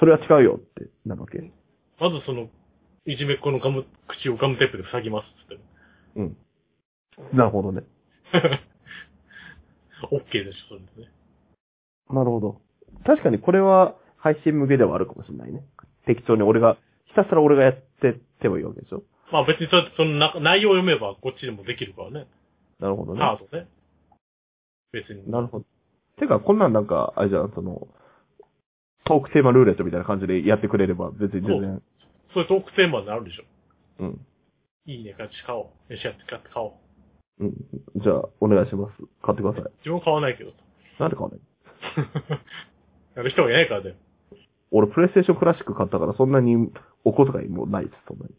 S1: それは違うよって、なるわけ。
S2: まずその、いじめっ子のガム、口をガムテープで塞ぎますっつって。
S1: うん。なるほどね。
S2: オッケーでしょ、それでね。
S1: なるほど。確かにこれは配信向けではあるかもしれないね。適当に俺が、ひたすら俺がやってってもいいわけでしょ。
S2: まあ別にそうやってその中内容を読めばこっちでもできるからね。
S1: なるほどね。
S2: ハードね。別に。
S1: なるほど。てか、こんなんなんか、あれじゃん、その、トークテーマルーレットみたいな感じでやってくれれば、別に全然、
S2: そういうトークテーマになるでしょ。
S1: うん。
S2: いいね、ガチ買おう。よし、やって買って買おう。
S1: うん。じゃあ、お願いします。買ってください。
S2: 自分は買わないけど。
S1: なんで買わない
S2: やる人がいないからだよ。
S1: 俺、プレイステーションクラシック買ったから、そんなにお小遣いもないです、そんなに。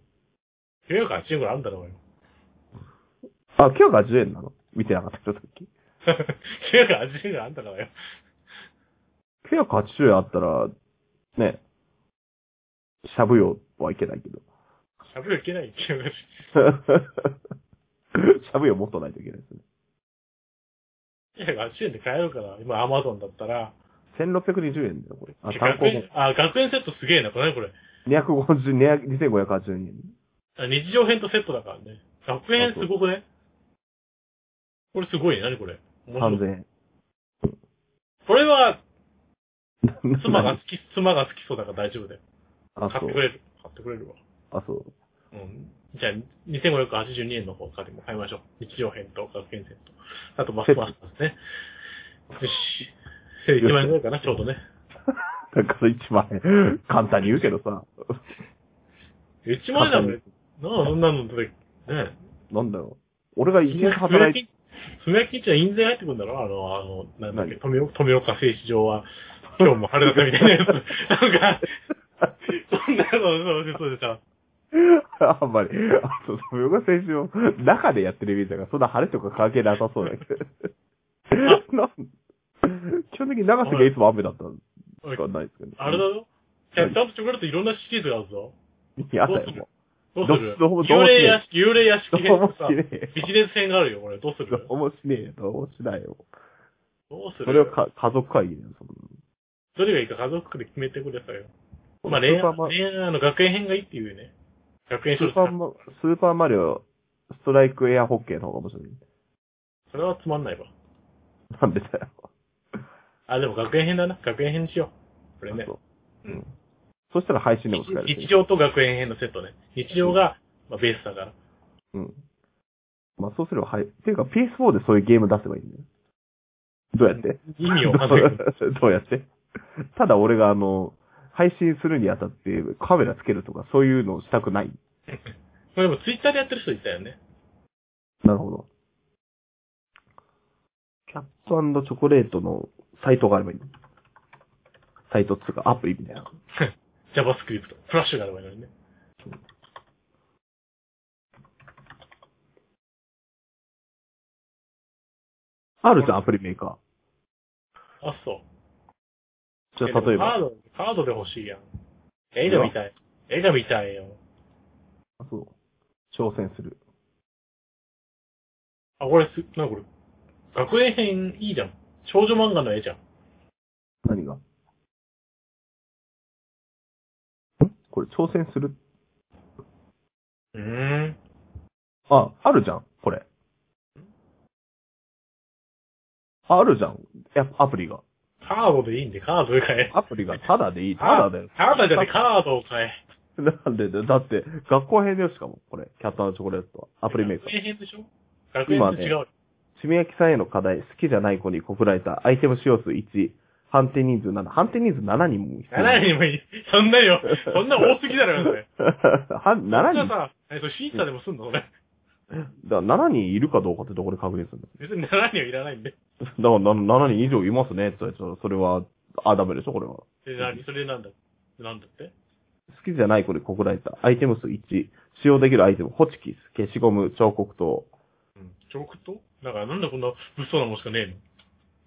S2: 980円ぐらいあるんだろうよ。
S1: あ、980円なの見てなかった、さっき。
S2: 980円ぐらいあるんだからよ。
S1: 980円あったら、ね、しゃぶよはいけないけど。
S2: しゃべるいけない。980
S1: しゃぶよ持っとないといけないですね。
S2: 円で買えるから、今アマゾンだったら。
S1: 1620円だよ、これ。あ、単
S2: 学
S1: 行本
S2: 園、あ、学園セットすげえな、これね、これ。
S1: 250、200 2580円。
S2: あ日常編とセットだからね。学園すごくねこれすごいね、何これ。面白い
S1: 3000円。
S2: これは、 妻が
S1: 何
S2: 好き、妻が好きそうだから大丈夫だよ。
S1: あ、
S2: 買っ
S1: そ
S2: て
S1: う
S2: く。れる。買ってくれるわ。
S1: あ、そう。
S2: うん。じゃあ、2582円の方からでも買いましょう。日常編と学園セット。あと、マスマスターですね。よし。1万円ぐらいかな、ちょうどね。
S1: だから一万円。簡単に言うけどさ。
S2: 1万円だもんね。なあ、そんなので、ね。
S1: なんだろう。俺が一日働いて、
S2: つぶやきんちは印税入ってくるんだろあの、あの、なんだっけ、
S1: 何
S2: 富岡、富岡製糸場は、今日も晴れだったみたいな やつ。なんか、 そんなの、そうそうでさ、
S1: あんまり、あと、富岡選手の中でやってるイメージだから、そんな晴れとか関係なさそうだけど。 なん基本的に長瀬がいつも雨だったんしかないですけど、ね。
S2: あれだぞ。キャッチアップチョコレートいろんなシリーズがあるぞ。
S1: いやあったよ、も
S2: どうする
S1: どどう
S2: 幽霊屋敷、幽霊屋
S1: う。ど
S2: 敷
S1: う
S2: 編
S1: も
S2: と
S1: し
S2: さ、
S1: ねえよ。
S2: ビジネス編があるよ、これ。どうする
S1: どうもしねえよ。どうもしないよ。
S2: どうする
S1: それをか家族会議だよ、そ
S2: どれがいいか家族で決めてくださいよ。
S1: の
S2: まあ、恋
S1: スー
S2: 愛
S1: パーマ、
S2: 恋愛の学園編がいいっていうね。学園
S1: ス
S2: 小
S1: ーパー
S2: 説。
S1: マスーパーマリオ、ストライクエアホッケーの方が面白い。
S2: それはつまんないわ。
S1: なんでだよ。
S2: あ、でも学園編だな。学園編にしよう。これね
S1: あ。そうう。
S2: ん
S1: うん。そしたら配信でも使えるし
S2: 日。常と学園編のセットね。日常が、まあ、ベースだから。
S1: うん。まあそうすれば、はい。っていうか PS4 でそういうゲーム出せばいいんだよ。どうやって
S2: 意味を考える。
S1: どう どうやってただ俺があの、配信するにあたってカメラつけるとかそういうのをしたくない。
S2: まあでもツイッターでやってる人いたよね。
S1: なるほど。キャットチョコレートのサイトがあればいいんだ。サイトっつうかアプリみたいな。
S2: JavaScript。フラッシュがあればいいのにね。
S1: あるじゃん、アプリメーカ
S2: あ、そう。
S1: ー。じゃあ例えば
S2: カー。ド、カードで欲しいやん。映画見たい。映画見たいよ。
S1: あそう。挑戦する。
S2: あ、これす、なにこれ。学園編いいじゃん。少女漫画の絵じゃん。
S1: 何がんこれ挑戦する。
S2: うーん。
S1: あ、あるじゃん、これ。ああるじゃん。やアプリが。
S2: カードでいいんで、カードで買え。
S1: アプリがタダでいい。タダだよ。
S2: カードじゃなくてカードを買え。
S1: なんでだよだって、学校編だよ、しかも。これ。キャットチョコレートは。アプリメーカー
S2: 学。園編でしょ学園編と違う。
S1: ちみやきさんへの課題、好きじゃない子に告られたアイテム使用数1、判定人数7、判定人数7人も必要。
S2: 7人もいい。そんなよ。そんな多すぎだろ、それ。
S1: は
S2: じゃあ
S1: 7人
S2: さ、えっと、審査でもすんの俺。
S1: だから7人いるかどうかってところで確認するんだ。
S2: 別に7人はいらないんで。
S1: だからな7人以上いますねって言われたら、それは、あ、ダメでしょ、これは。好
S2: で、何それでなんだなんだって
S1: きじゃない子で告られた。アイテム数1。使用できるアイテム、ホチキス、消しゴム、彫刻刀。
S2: うん。彫刻刀だからなんでこんな物騒なもんしかね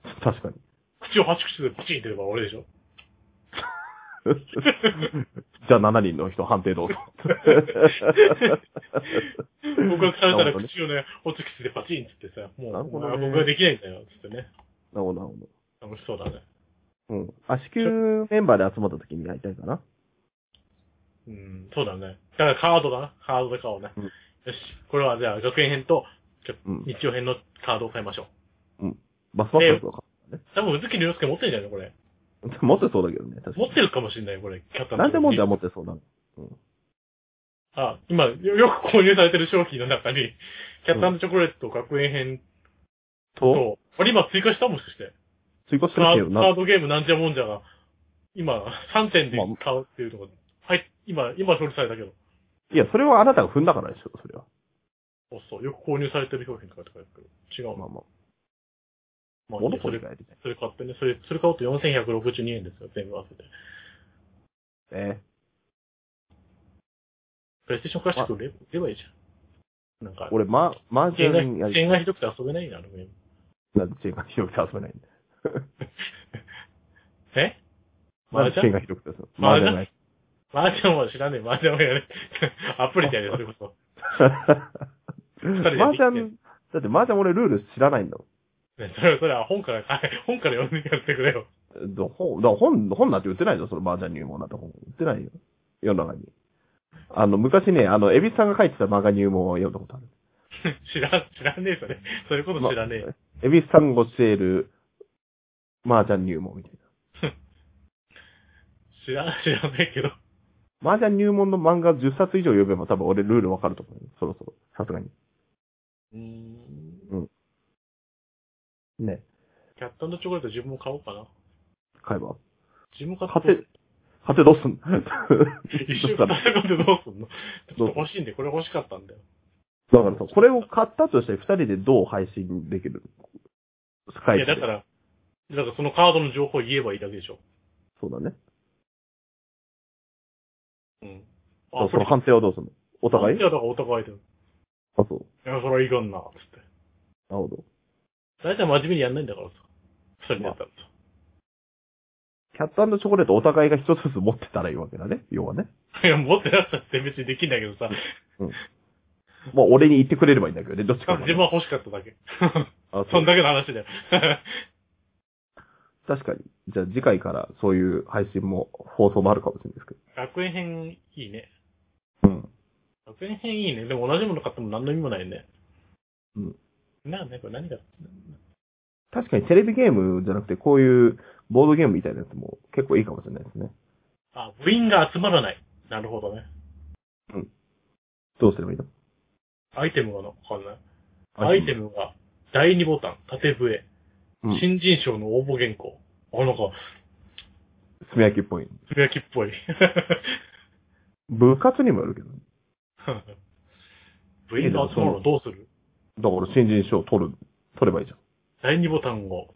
S2: えの
S1: 確かに。
S2: 口を8口でパチンってれば俺でしょ
S1: じゃあ7人の人判定 どうぞ。
S2: 告白された
S1: な
S2: ら
S1: るほどね
S2: 口をね、ホチキスでパチンって言ってさ、もう、
S1: なるほ
S2: お
S1: どね
S2: 前は僕はできないんだよ、つってね。
S1: なるほど、なるほど。
S2: 楽しそうだね。
S1: うん。あ、支給メンバーで集まった時にやりたいかな。
S2: うん、そうだね。だからカードだな。カードで買おうね。
S1: うん
S2: よし。これはじゃあ、学園編と
S1: うん。
S2: 日曜編のカードを買いましょう。
S1: バスバッターズとか。
S2: 多分、宇月竜介持ってんじゃないのこれ。
S1: 持ってそうだけどね、確か
S2: 持ってるかもしれないよ、これ。キャッタ
S1: に。なんでもんじゃ
S2: ゃ
S1: 持ってそうだの。
S2: あ、今、よよく購入されてる商品の中に、キャッタチョコレート学園編
S1: と、
S2: と、あれ今追加したもしかして。
S1: 追加して
S2: カ
S1: るけ
S2: ー
S1: ど
S2: ド
S1: な
S2: カードゲームなんじゃもんじゃが、今、3点で買うっていうのが、はい、今、今表示されたけど、
S1: いや、それはあなたが踏んだからでしょ、それは。
S2: そうそう、よく購入されてる商品とかって書いてあるけど、違う
S1: ま
S2: な。
S1: あまあ、
S2: まあ
S1: モノポ
S2: そ
S1: リ
S2: れ
S1: がやりたい。
S2: それ買ってね、それ、それ買うと4162円ですよ、全部合わせて。
S1: え
S2: プレイステーションクラシック売れ売ればいいじゃん。なんか
S1: え、俺、ま、マージ
S2: チ
S1: ャ
S2: ェ
S1: ン
S2: ーン
S1: や
S2: が、
S1: り
S2: チェーンがひどくて遊べないな、あのゲーム。
S1: なんでチェーンが広くて遊べないんだよ。
S2: えマ
S1: なん
S2: ー
S1: で
S2: ジャ
S1: チェー
S2: ン
S1: ンが広くて遊べ
S2: マ
S1: な
S2: ー
S1: い。
S2: ジャ
S1: マ
S2: ン
S1: ージャンが
S2: マージャンは知らねえ、マージャンはやれ。 アプリでやれ、それこそ。人でや
S1: マー
S2: って
S1: ジャン、だってマージャン俺ルール知らないんだもん。
S2: ね、それは、それは本から、 本から読んでやってくれよ。
S1: だ本、だ本、本なんて売ってないぞ、そのマージャン入門なんて本。売ってないよ。世の中に。あの、昔ね、あの、エビスさんが書いてたマージャン入門を読んだことある。
S2: 知らん、知らねえ、それ。そういうこと知らねえ。
S1: エビスさんが教える、マージャン入門みたいな。
S2: 知ら、知らないけど。
S1: マージャン入門の漫画10冊以上読めば多分俺ルールわかると思うよ。そろそろ。さすがに。
S2: うん。
S1: ね。
S2: キャットチョコレート自分も買おうかな。
S1: 買えば。
S2: 自分買
S1: 買
S2: って
S1: って、買ってどうすんの
S2: 一瞬買ったことどうすんのちょっと欲しいんで、これ欲しかったんだよ。
S1: だからさ、これを買ったとして二人でどう配信できるスカ
S2: い
S1: イ
S2: や、
S1: プで。
S2: だから、だからそのカードの情報を言えばいいだけでしょ。
S1: そうだね。
S2: うん。
S1: そその判定はどうすんのお
S2: お
S1: 互
S2: 互い
S1: い
S2: いや、だからお互いだよ。
S1: あ、そう。
S2: いや、それはいかんな、つって。
S1: なるほど。
S2: 大体真面目にやんないんだからさ。二人だったらさ。
S1: キャットチョコレートお互いが一つずつ持ってたらいいわけだね。要はね。
S2: いや、持ってなかったって別にできんだけどさ。
S1: まあ、俺に言ってくれればいいんだけどね。どっち
S2: 多
S1: か
S2: 分
S1: が
S2: 自
S1: ね、
S2: 分は欲しかっただけ。
S1: あそ
S2: そ
S1: うん
S2: だけの話だよ。
S1: 確かに。じゃあ次回からそういう配信も、放送もあるかもしれないですけ
S2: 学園編いいね。
S1: ど。うん。
S2: 学園編いいね。でも同じもの買っても何の意味もないね。
S1: うん。
S2: な、なんか何が、
S1: 確かにテレビゲームじゃなくて、こういうボードゲームみたいなやつも結構いいかもしれないですね。
S2: あ、部員が集まらない。なるほどね。
S1: どうすればいいの
S2: アイテムがな、わかんない。アイテムが、第2ボタン、縦笛、
S1: うん
S2: 新人賞の応募原稿。あ、なんか、
S1: 炭焼きっぽい。
S2: つぶやきっ ぽい。
S1: 部活にもよるけどね。
S2: 部員が集まるのどうする
S1: だから新人賞取る、取ればいいじゃん。
S2: 第2ボタンを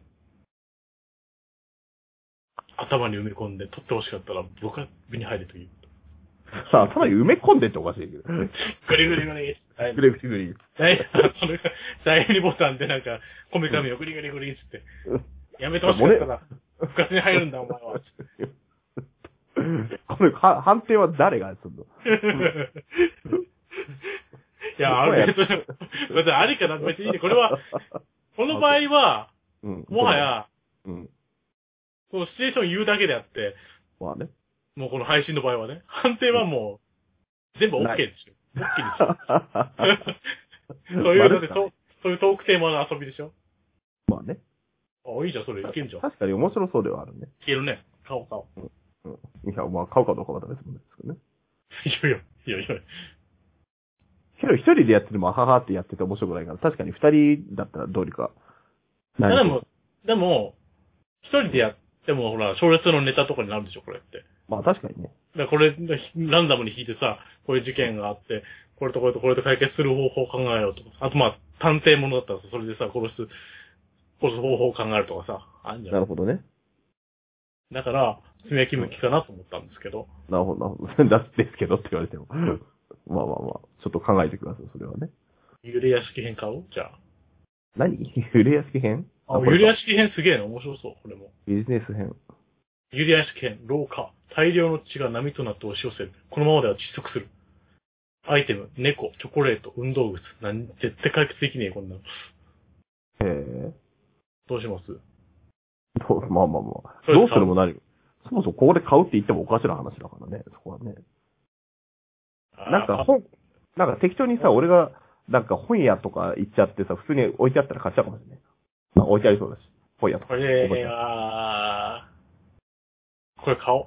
S2: 頭に埋め込んで取ってほしかったら部活に入るという。
S1: さあ、ただ埋め込んでっておかしいけど。
S2: ぐりぐりぐり。はい
S1: グレープグリー。
S2: 第それ第2ボタンでなんか、こめかみをぐりぐりぐりっつって。やめてほしかったら、部活に入るんだお前は。
S1: これ、は判定は誰がする の
S2: いや、あれ、別に別にありかな、別にいいね。これは、この場合は、
S1: うん。
S2: もは。や、
S1: うん。
S2: このシチュエーション言うだけであって、
S1: まあね。
S2: もうこの配信の場合はね、判定はもう、全部 OK ですよ。OK ですよ。 そういう、だってそう、そういうトークテーマの遊びでしょ
S1: まあね。
S2: あ、いいじゃん、それ、いけんじゃん。い
S1: 確かに面白そうではあるね。
S2: けるね。買おう、買おう。
S1: うん。いや、まあ、買うかどうかはダメですもんね。
S2: いやいや、いやいや。
S1: けど、一人でやってても、あははってやってて面白くないから、確かに二人だったらどうにか。
S2: いやでも、でも、一人でやっても、ほら、小列のネタとかになるでしょ、これって。
S1: まあ、確かにね。
S2: だからこれ、ランダムに引いてさ、こういう事件があって、これとこれとこれと解決する方法を考えようとか。あとまあ、探偵ものだったらさ、それでさ、殺す、殺す方法を考えるとかさ、あんじゃ
S1: なんる。ほどね。
S2: だから、爪焼き向きかなと思ったんですけど。
S1: なるほど、なるほど。 だですけどって言われても。まあまあまあ、ちょっと考えてください、それはね。
S2: 幽霊屋敷編買おうじゃ
S1: 何 揺れ屋敷編
S2: あ。あ、
S1: これか
S2: 幽霊屋敷編すげえな、面白そう、これも。
S1: ビジネス編。
S2: ユリア試験、老化、大量の血が波となって押し寄せる。このままでは窒息する。アイテム、猫、チョコレート、運動靴。なん、絶対解決できねえ、こんなの。
S1: へえ。
S2: どうします
S1: どう まあまあまあ。
S2: そうです
S1: どうするも何も。そもそもここで買うって言ってもおかしな話だからね、そこはね。なんか
S2: あ
S1: 本、なんか適当にさ、俺が、なんか本屋とか行っちゃってさ、普通に置いてあったら買っちゃうかもしれない。まあ置いてありそうだし、本屋とか。
S2: これは、これ買おう。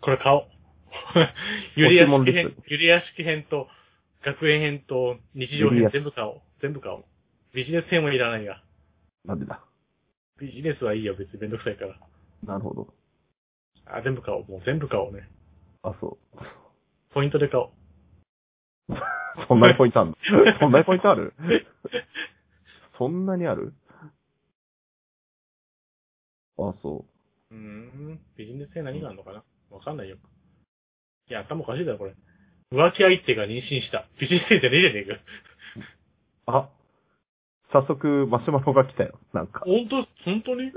S2: これ 買おう。ユリア
S1: 欲しいもんリ
S2: 式編
S1: ス、
S2: ユリア式編と、学園編と、日常
S1: ユリ
S2: 編
S1: ア
S2: 全部買おう。全部買おう。ビジネス編はいらないが。
S1: なんでだ。
S2: ビジネスはいいよ、別にめんどくさいから。
S1: なるほど。
S2: あ、全部買おう。もう全部買おうね。
S1: あ、そう。
S2: ポイントで買おう。
S1: そんなにポイン トあるのそんなにポイントあるそんなにあるあ、そう
S2: ーん。ビジネス性何があるのかなわかんないよ。いや、頭おかしいだろ、これ。浮気相手が妊娠した。ビジネス性じゃねえじゃねえか。
S1: う。あ、早速、マシュマロが来たよ。なんか。
S2: ほんと、本当に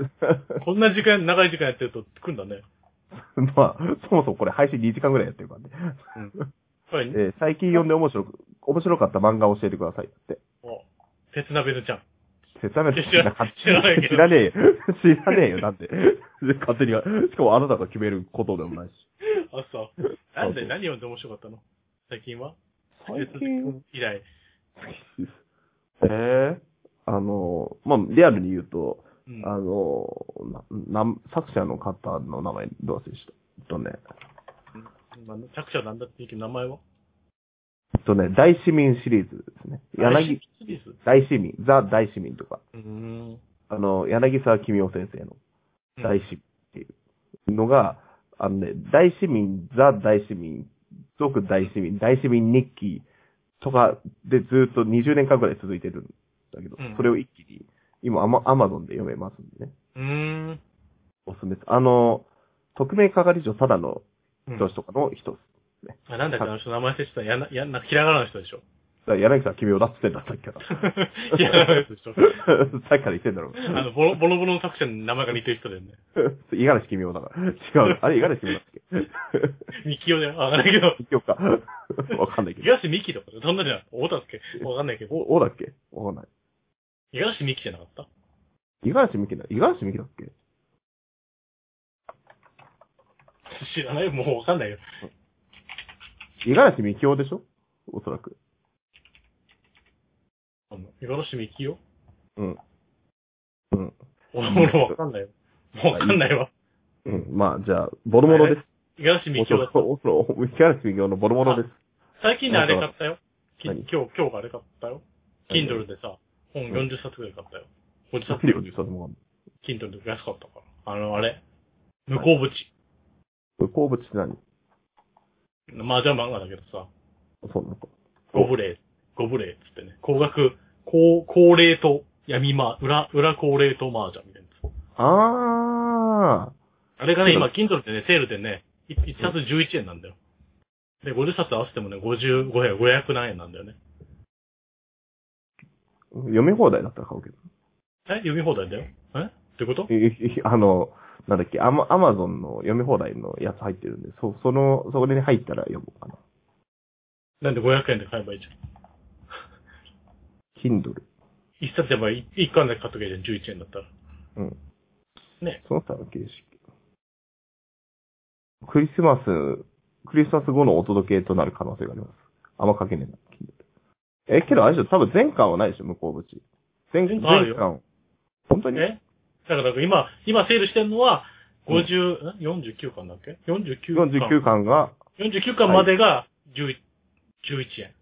S2: こんな時間、長い時間やってると来るんだね。
S1: まあ、そもそもこれ配信2時間ぐらいやってるからね。
S2: これ、
S1: えー最近読んで面白く、面白かった漫画を教えてくださいって。
S2: もう、鉄鍋のちゃん。
S1: 説明
S2: 知ら知らないけど
S1: 知らねえよ。知らねえよ、だって。勝手に、しかもあなたが決めることでもないし。
S2: あ、そう。なんで
S1: そうそう
S2: 何読んで面白かったの最近は
S1: 最近、
S2: 以来。
S1: えー、あの、まあ、リアルに言うと、
S2: うん。
S1: あの、な、なん作者の方の名前どう忘れした。えっとね、
S2: まあ作者なんだっていうけど名前は
S1: えっとね、大市民シリーズですね。柳、
S2: シリーズ
S1: 大市民、ザ・大市民とか、
S2: うーん。
S1: あの、柳沢君夫先生の大市民っていうのが、あのね、大市民、ザ・大市民、族大市民、大市民日記とかでずっと20年間くらい続いてるんだけど、
S2: うん
S1: それを一気に、今アマ、アマゾンで読めますんでね。
S2: うーん。
S1: おすすめです。あの、特命係長ただの
S2: うん
S1: 教師とかの一つ。
S2: あ、なんだっけ、あの人名前説したやな、やな、ひらがなの人 でしょ。
S1: だから柳さん君を出してんだったっ けな。
S2: ひらがなの人でしょ。
S1: さっきから言ってんだろう。
S2: あの、ボロボロボロの作者の名前が似てる人だよね。
S1: 五十嵐君をだから。違う。あれ五十嵐君だっけ
S2: ミキオじゃわかんないけど。
S1: 結局か。 わかんないけど。
S2: 東ミキとか、そんなじゃん。大田助。わかんないけど。
S1: お、おだっけわかんない。
S2: 東ミキじゃなかった
S1: 五十嵐美樹だ。五十嵐美樹だっけ
S2: 知らないもうわかんないよ。
S1: 五十嵐美樹夫でしょおそらく。
S2: あの、五十嵐美樹よ
S1: うん。うん。
S2: 俺もわかんないよ。もうわかんないわ。
S1: うん。まあ、じゃあ、ボロモロです。
S2: 五 十嵐美
S1: お
S2: 樹
S1: そ
S2: だ
S1: ろ
S2: った
S1: そ。ろ、おそろ、三木嵐美のボロモロです。
S2: 最近ね、あれ買ったよ。き今
S1: 何
S2: 日、今日あれ買ったよ。
S1: 何
S2: Kindle でさ、本40冊ぐらい買ったよ。50冊
S1: 何を言ったと思う
S2: Kindle で安かったから。あの、あれ。向こう淵。
S1: 向こう淵って何
S2: 麻雀漫画だけどさ、
S1: そうなのか。
S2: ゴブレイ、ゴブレイっつってね。高額、高、高齢と闇ま、裏、裏高齢と麻雀みたいなやつ。
S1: あ
S2: あれがね、
S1: そう
S2: 今、
S1: だ
S2: Kindle ってね、セールでね、1冊11円なんだよ。で、50冊合わせてもね、55円、500何円なんだよね。
S1: ー。読み放題だったら買うけど。
S2: え読み放題だよ。えってこと
S1: ええあの、なんだっけ、アマアマゾンの読み放題のやつ入ってるんで、そ、その、そこに入ったら読もうかな。
S2: なんで500円で買えばいいじゃん。
S1: Kindle。
S2: 一冊やっぱ一一巻だけ買っとけばいいじゃん、11円だったら。
S1: うん。
S2: ね。
S1: その他の形式。クリスマス、クリスマス後のお届けとなる可能性があります。あんま書けねえな、Kindle。え、けどあれでしょ、多分前巻はないでしょ、向こう口。前、
S2: 前
S1: 前
S2: 巻あるよ
S1: 巻。本当に
S2: ね。だから今、今セールしてるのは、50、ん、49巻だっけ ?49 巻。
S1: 49巻が、
S2: 49巻までが10、11円。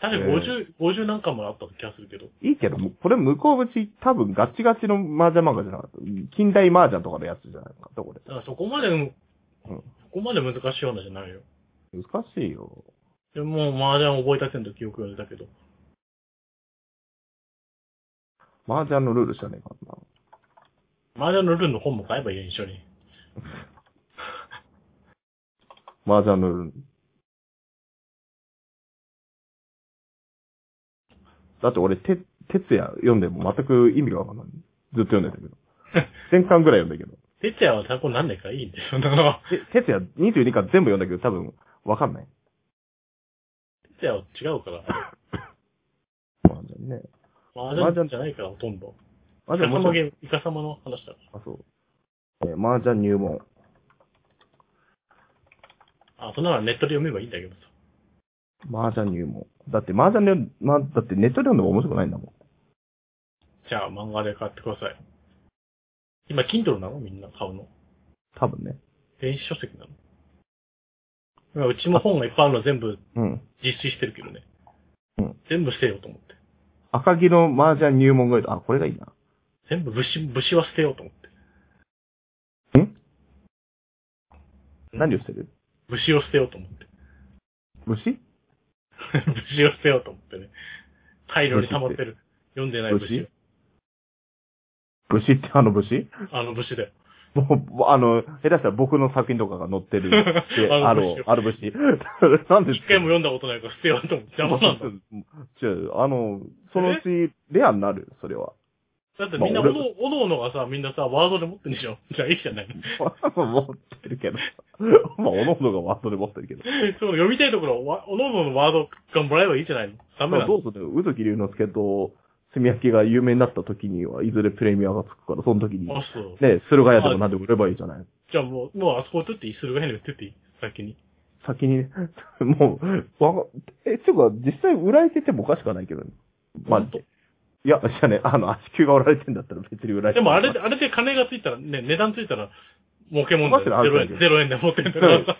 S2: 確か
S1: え
S2: 50、50何巻もあった気がするけど。
S1: いいけど、もうこれ向こう口多分ガチガチの麻雀漫画じゃなかった。近代麻雀とかのやつじゃないかった、これ。
S2: だからそこまで、うん、
S1: うん
S2: そこまで難しいようなじゃないよ。
S1: 難しいよ。
S2: でも、麻雀覚えたてんと記憶が出たけど。
S1: 麻雀のルール知らねえからな。
S2: 麻雀のルールの本も買えばいいよ、一緒に。
S1: 麻雀のルール。だって俺、て、哲也読んでも全く意味がわかんない。ずっと読んでたけ ど。1000巻ぐらい読んだけど。
S2: 哲也は参考になんないからいいんだよ。だから、
S1: て、哲也22巻全部読んだけど多分わかんない。
S2: 哲也は違うから。
S1: 麻雀ね。
S2: 麻雀じゃないから、ほとんど。
S1: 麻
S2: イカ
S1: 雀
S2: サ
S1: 面
S2: マ
S1: 白
S2: ゲ
S1: い。
S2: ーム、イカサマの話だか
S1: あ、そう。えー麻雀入門。
S2: ら。あ、そんなのネットで読めばいいんだけどさ。
S1: 麻雀入門。だって麻雀で、ま、だってネットで読んでも面白くないんだもん。
S2: じゃあ漫画で買ってください。今、Kindle なのみんな買うの。
S1: 多分ね。
S2: 電子書籍なの今うちも本がいっぱいあるの全部
S1: うん。
S2: 実施してるけどね。
S1: うん
S2: 全部捨てようと思って。
S1: 赤木の麻雀入門ガイド。あ、これがいいな。
S2: 全部武士、武士は捨てようと思って。
S1: 何をしてる
S2: 武士を捨てようと思って。
S1: 虫
S2: 武 士を捨てようと思ってね。大量に溜まってる。読んでない武士
S1: 武。虫ってあの虫
S2: あの武士だよ。
S1: もう、あの、下手したら僕の作品とかが載って る。で
S2: あ
S1: あ
S2: の
S1: の
S2: 節、
S1: ある節。 なんで
S2: 一回も読んだことないから捨てようと思って。邪魔なんだ。
S1: 違う、あの、そのうち、レアになる、それ は。
S2: だってみんなお
S1: まあ
S2: の、おのおのがさ、みんなさ、ワードで持ってんでしょじゃあいいじゃない。
S1: 持ってるけ ど。まあ、おのおのがワットで持ってるけど。
S2: そう、読みたいところは、おのおののワードがもらえばいいじゃないのダメ
S1: ま
S2: な
S1: あ、ど
S2: の
S1: うする宇崎龍之介と、炭焼きが有名になった時には、いずれプレミアがつくから、その時に、ね、
S2: あ、そう。
S1: 駿河屋でも何でも売ればいいじゃない。
S2: じゃあもう、もうあそこ取っていい駿河屋に売ってっていい先に。
S1: 先にね、 もう、わかえ、ていうか、実際売られててもおかしくはないけどね。まあ、
S2: 本当
S1: いや、じゃあね、あの、足球が売られてんだったら別に売られて
S2: でもあれ
S1: だ
S2: で、あれで金がついたら、ね、値段ついたら、儲けもんだよ。
S1: 儲かってる
S2: 0
S1: はず
S2: 円、
S1: だけど
S2: ゼロ円で持ってるんだからさ。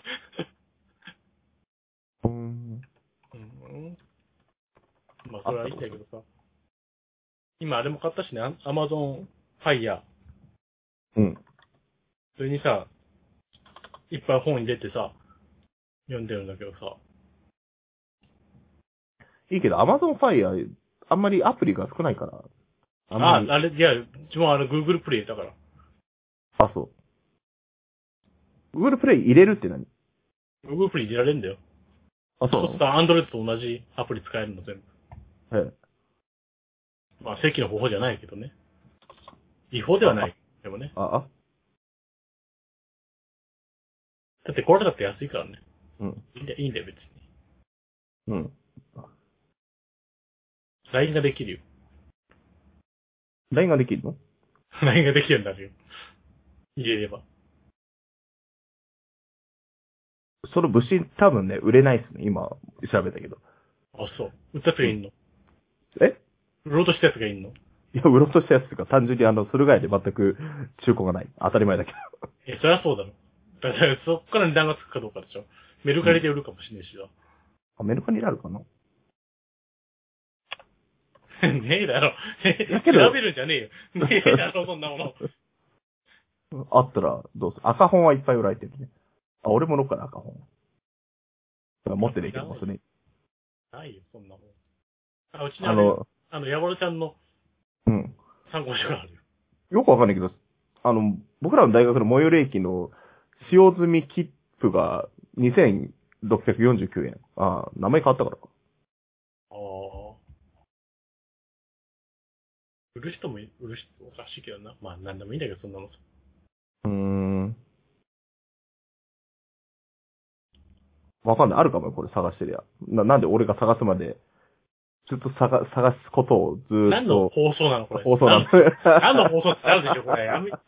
S1: うん。
S2: うんまあ、それはいいんだけどさ。今あれも買ったしね、アマゾンファイヤー。
S1: うん。
S2: それにさ、いっぱい本に出てさ、読んでるんだけどさ。
S1: いいけど、Amazon Fire、あんまりアプリが少ないから。あんま
S2: あ
S1: り、
S2: あれ、いや、自分はあの Google プレイだから。
S1: あそう。Google プレイ入れるって何
S2: Google プレイ入れられるんだよ。
S1: あ、
S2: そう
S1: そう
S2: さ、アンドロイドと同じアプリ使えるの全
S1: なのえ
S2: 部。まあ、正規の方法じゃないけどね。違法ではない。でもね。
S1: あ、あ、
S2: だってこれだって安いからね。
S1: うん。
S2: いいんだよ、いいんだよ別に。
S1: うん。
S2: LINE ができるよ。
S1: LINE ができるの
S2: LINE ができるようになるよ。入れれば。
S1: その物資多分ね、売れないっすね、今、調べたけど。
S2: あ、そう。売った人いんの
S1: え
S2: 売ろうとしたやつがいんの
S1: いや、売ろうとしたやつというか、単純にあの、駿河屋で全く中古がない。当たり前だけど。
S2: え、そりゃそうだろ。だからそっから値段がつくかどうかでしょ。メルカリで売るかもしれないしだ。
S1: あ、メルカリであるかな
S2: ねえだろ。
S1: だけど
S2: 調べるんじゃねえよ。ねえだろ、そんなも の。
S1: あったら、どうする赤本はいっぱい売られてるね。あ、俺も乗っかな、赤本。持ってねえけど、それね。
S2: ないよ、そんなもん。あ、うちにあ
S1: あ
S2: れよ
S1: の、
S2: あの、ヤボルちゃんの
S1: うん。
S2: 参考書があるよ。
S1: よくわかんないけど、あの、僕らの大学の最寄り駅の使用済み切符が2649円。ああ、名前変わったからか。
S2: ああ。売る人もい、売る人、おかしいけどな。まあ、なんでもいいんだけど、そんなの。
S1: うーん。わかんない。あるかもよ、これ探してりゃ。な、なんで俺が探すまで、ずっと探、探すことをずーっ
S2: 何
S1: と、
S2: の放送なの、これ。
S1: 放送なの。
S2: 何の放送ってなるでしょ、これ。やめ、や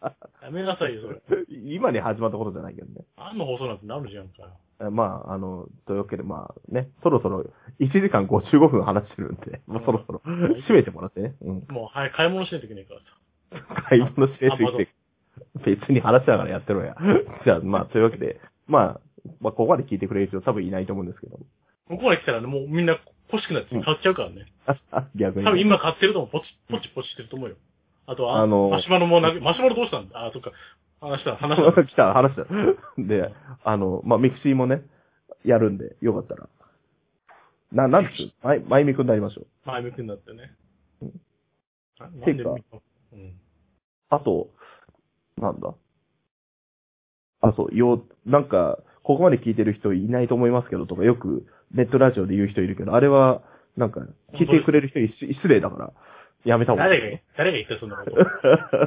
S2: めなさいよ、それ。
S1: 今に始まったことじゃないけどね。
S2: 何の放送なんてなるじゃんかよ。
S1: えまあ、あの、というわけで、まあね、そろそろ1時間55分話してるんで、もうそろそろ
S2: ん
S1: 締めてもらってね。うん。
S2: もう、はい、買い物しないといけないからさ。
S1: 買い物してて別に話しながらやってろや。 じゃあ、まあ、というわけで、まあ、まあ、ここまで聞いてくれる人多分いないと思うんですけど。
S2: ここまで来たらね、もうみんな欲しくなって買っちゃうからね。
S1: 逆に。
S2: 多分今買ってると思う。ポチ、ポチポチしてると思うよ。あとは、
S1: あの
S2: マシュマロも投げ、マシュマロどうしたんだあ、そっか。話した、話し た。
S1: 来た、話した。で、あの、まあ、ミクシーもね、やるんで、よかったら。な、なんつう、マイマイミクになりましょう。
S2: 前向きになっ てね。あなん
S1: ていうか
S2: うん。
S1: あと、なんだあ、そう、よう、なんか、ここまで聞いてる人いないと思いますけどとか、よくネットラジオで言う人いるけど、あれは、なんか、聞いてくれる人に失失礼だから、やめた方がい
S2: 誰
S1: い。
S2: が、誰が言ったそん なこ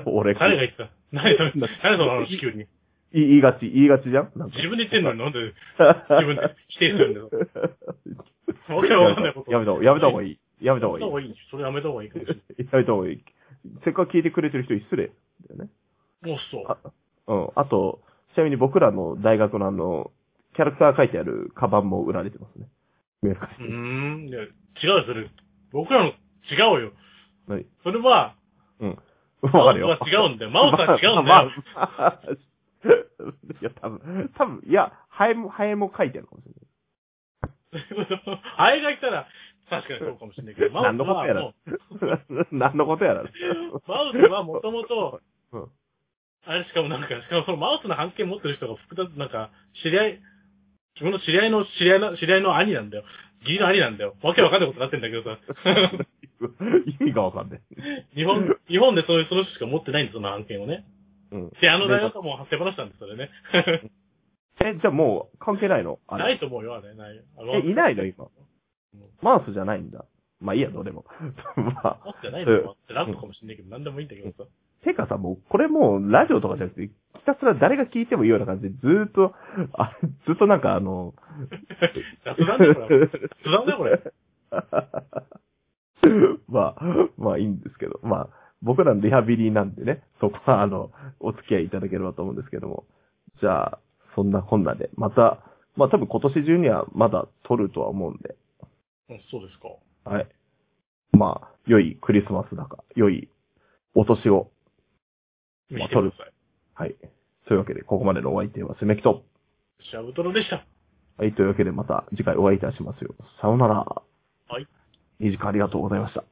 S2: と。
S1: 俺
S2: 誰が言った誰その、誰その話急 に。
S1: 言い言いがち、言いがちじゃんなんか。
S2: 自分で言ってんのになんで自分で否定するん だよ。わけわかんないこと。
S1: やめた方がやめた方がいい。やめた
S2: や
S1: 方
S2: め
S1: がいい
S2: た方。がいい。それやめた方がいいかもしれない。
S1: やめた方がいい。せっかく聞いてくれてる人に失礼だよね。
S2: もうそう。
S1: あうん。あと、ちなみに僕らの大学のあの、キャラクター書いてあるカバンも売られてますね。メール
S2: うーん、いや、違うよ、それ。僕らの違うよ。
S1: 何
S2: それは、
S1: うん。わ
S2: マ
S1: か
S2: ウス
S1: るよ。
S2: は違うんだよ。マウスは違うん だ
S1: まあ
S2: よ。
S1: まあいや、多分、多分、いや、ハエも、ハエも書いてあるかもしれない。
S2: あれが来たら、確かにそうかもしれないけど、マウ
S1: 何
S2: ス
S1: のことや
S2: は
S1: ら
S2: も
S1: 何のことやら。
S2: う、マウスはもと も
S1: う
S2: と
S1: ん、
S2: あれしかもなんか、しかもそのマウスの半径持ってる人が複雑、なんか、知り合い、自分の知り合いの知り合いの、知り合いの兄なんだよ。義理の兄なんだよ。わけわかんないことになってんだけどさ。
S1: 意味がわかんない。
S2: 日本、日本でそういう、その人しか持ってないんです、その案件をね。
S1: うん。
S2: で、あの大学はもう手放したんです、それね。
S1: え、じゃあもう、関係ないのあ
S2: な
S1: れ。
S2: いと思うよ、あれ。ない。あの
S1: え、いないの今。マウスじゃないんだ。まあいいや、どうでも。 まあ、
S2: 持ってないのかラップかもしんないけど、なんでもいいんだけどさ。
S1: てかさ、もう、これもう、ラジオとかじゃなくて、ひたすら誰が聞いてもいいような感じで、ずーっと、あ、ずっとなんかあの、
S2: 雑談だよ、これ。雑談だよ、これ。
S1: まあ、まあいいんですけど、まあ、僕らのリハビリなんでね、そこはあの、お付き合いいただければと思うんですけども。じゃあ、そんなこんなで、また、まあ多分今年中にはまだ撮るとは思うんで、
S2: うんそうですか。
S1: はい。まあ、良いクリスマスだか、良いお年を。
S2: 見てください。
S1: はい。というわけで、ここまでのお相手はすめきと。
S2: シャブトロでした。
S1: はい、というわけでまた次回お会いいたしますよ。さようなら。
S2: はい。
S1: いい時間ありがとうございました。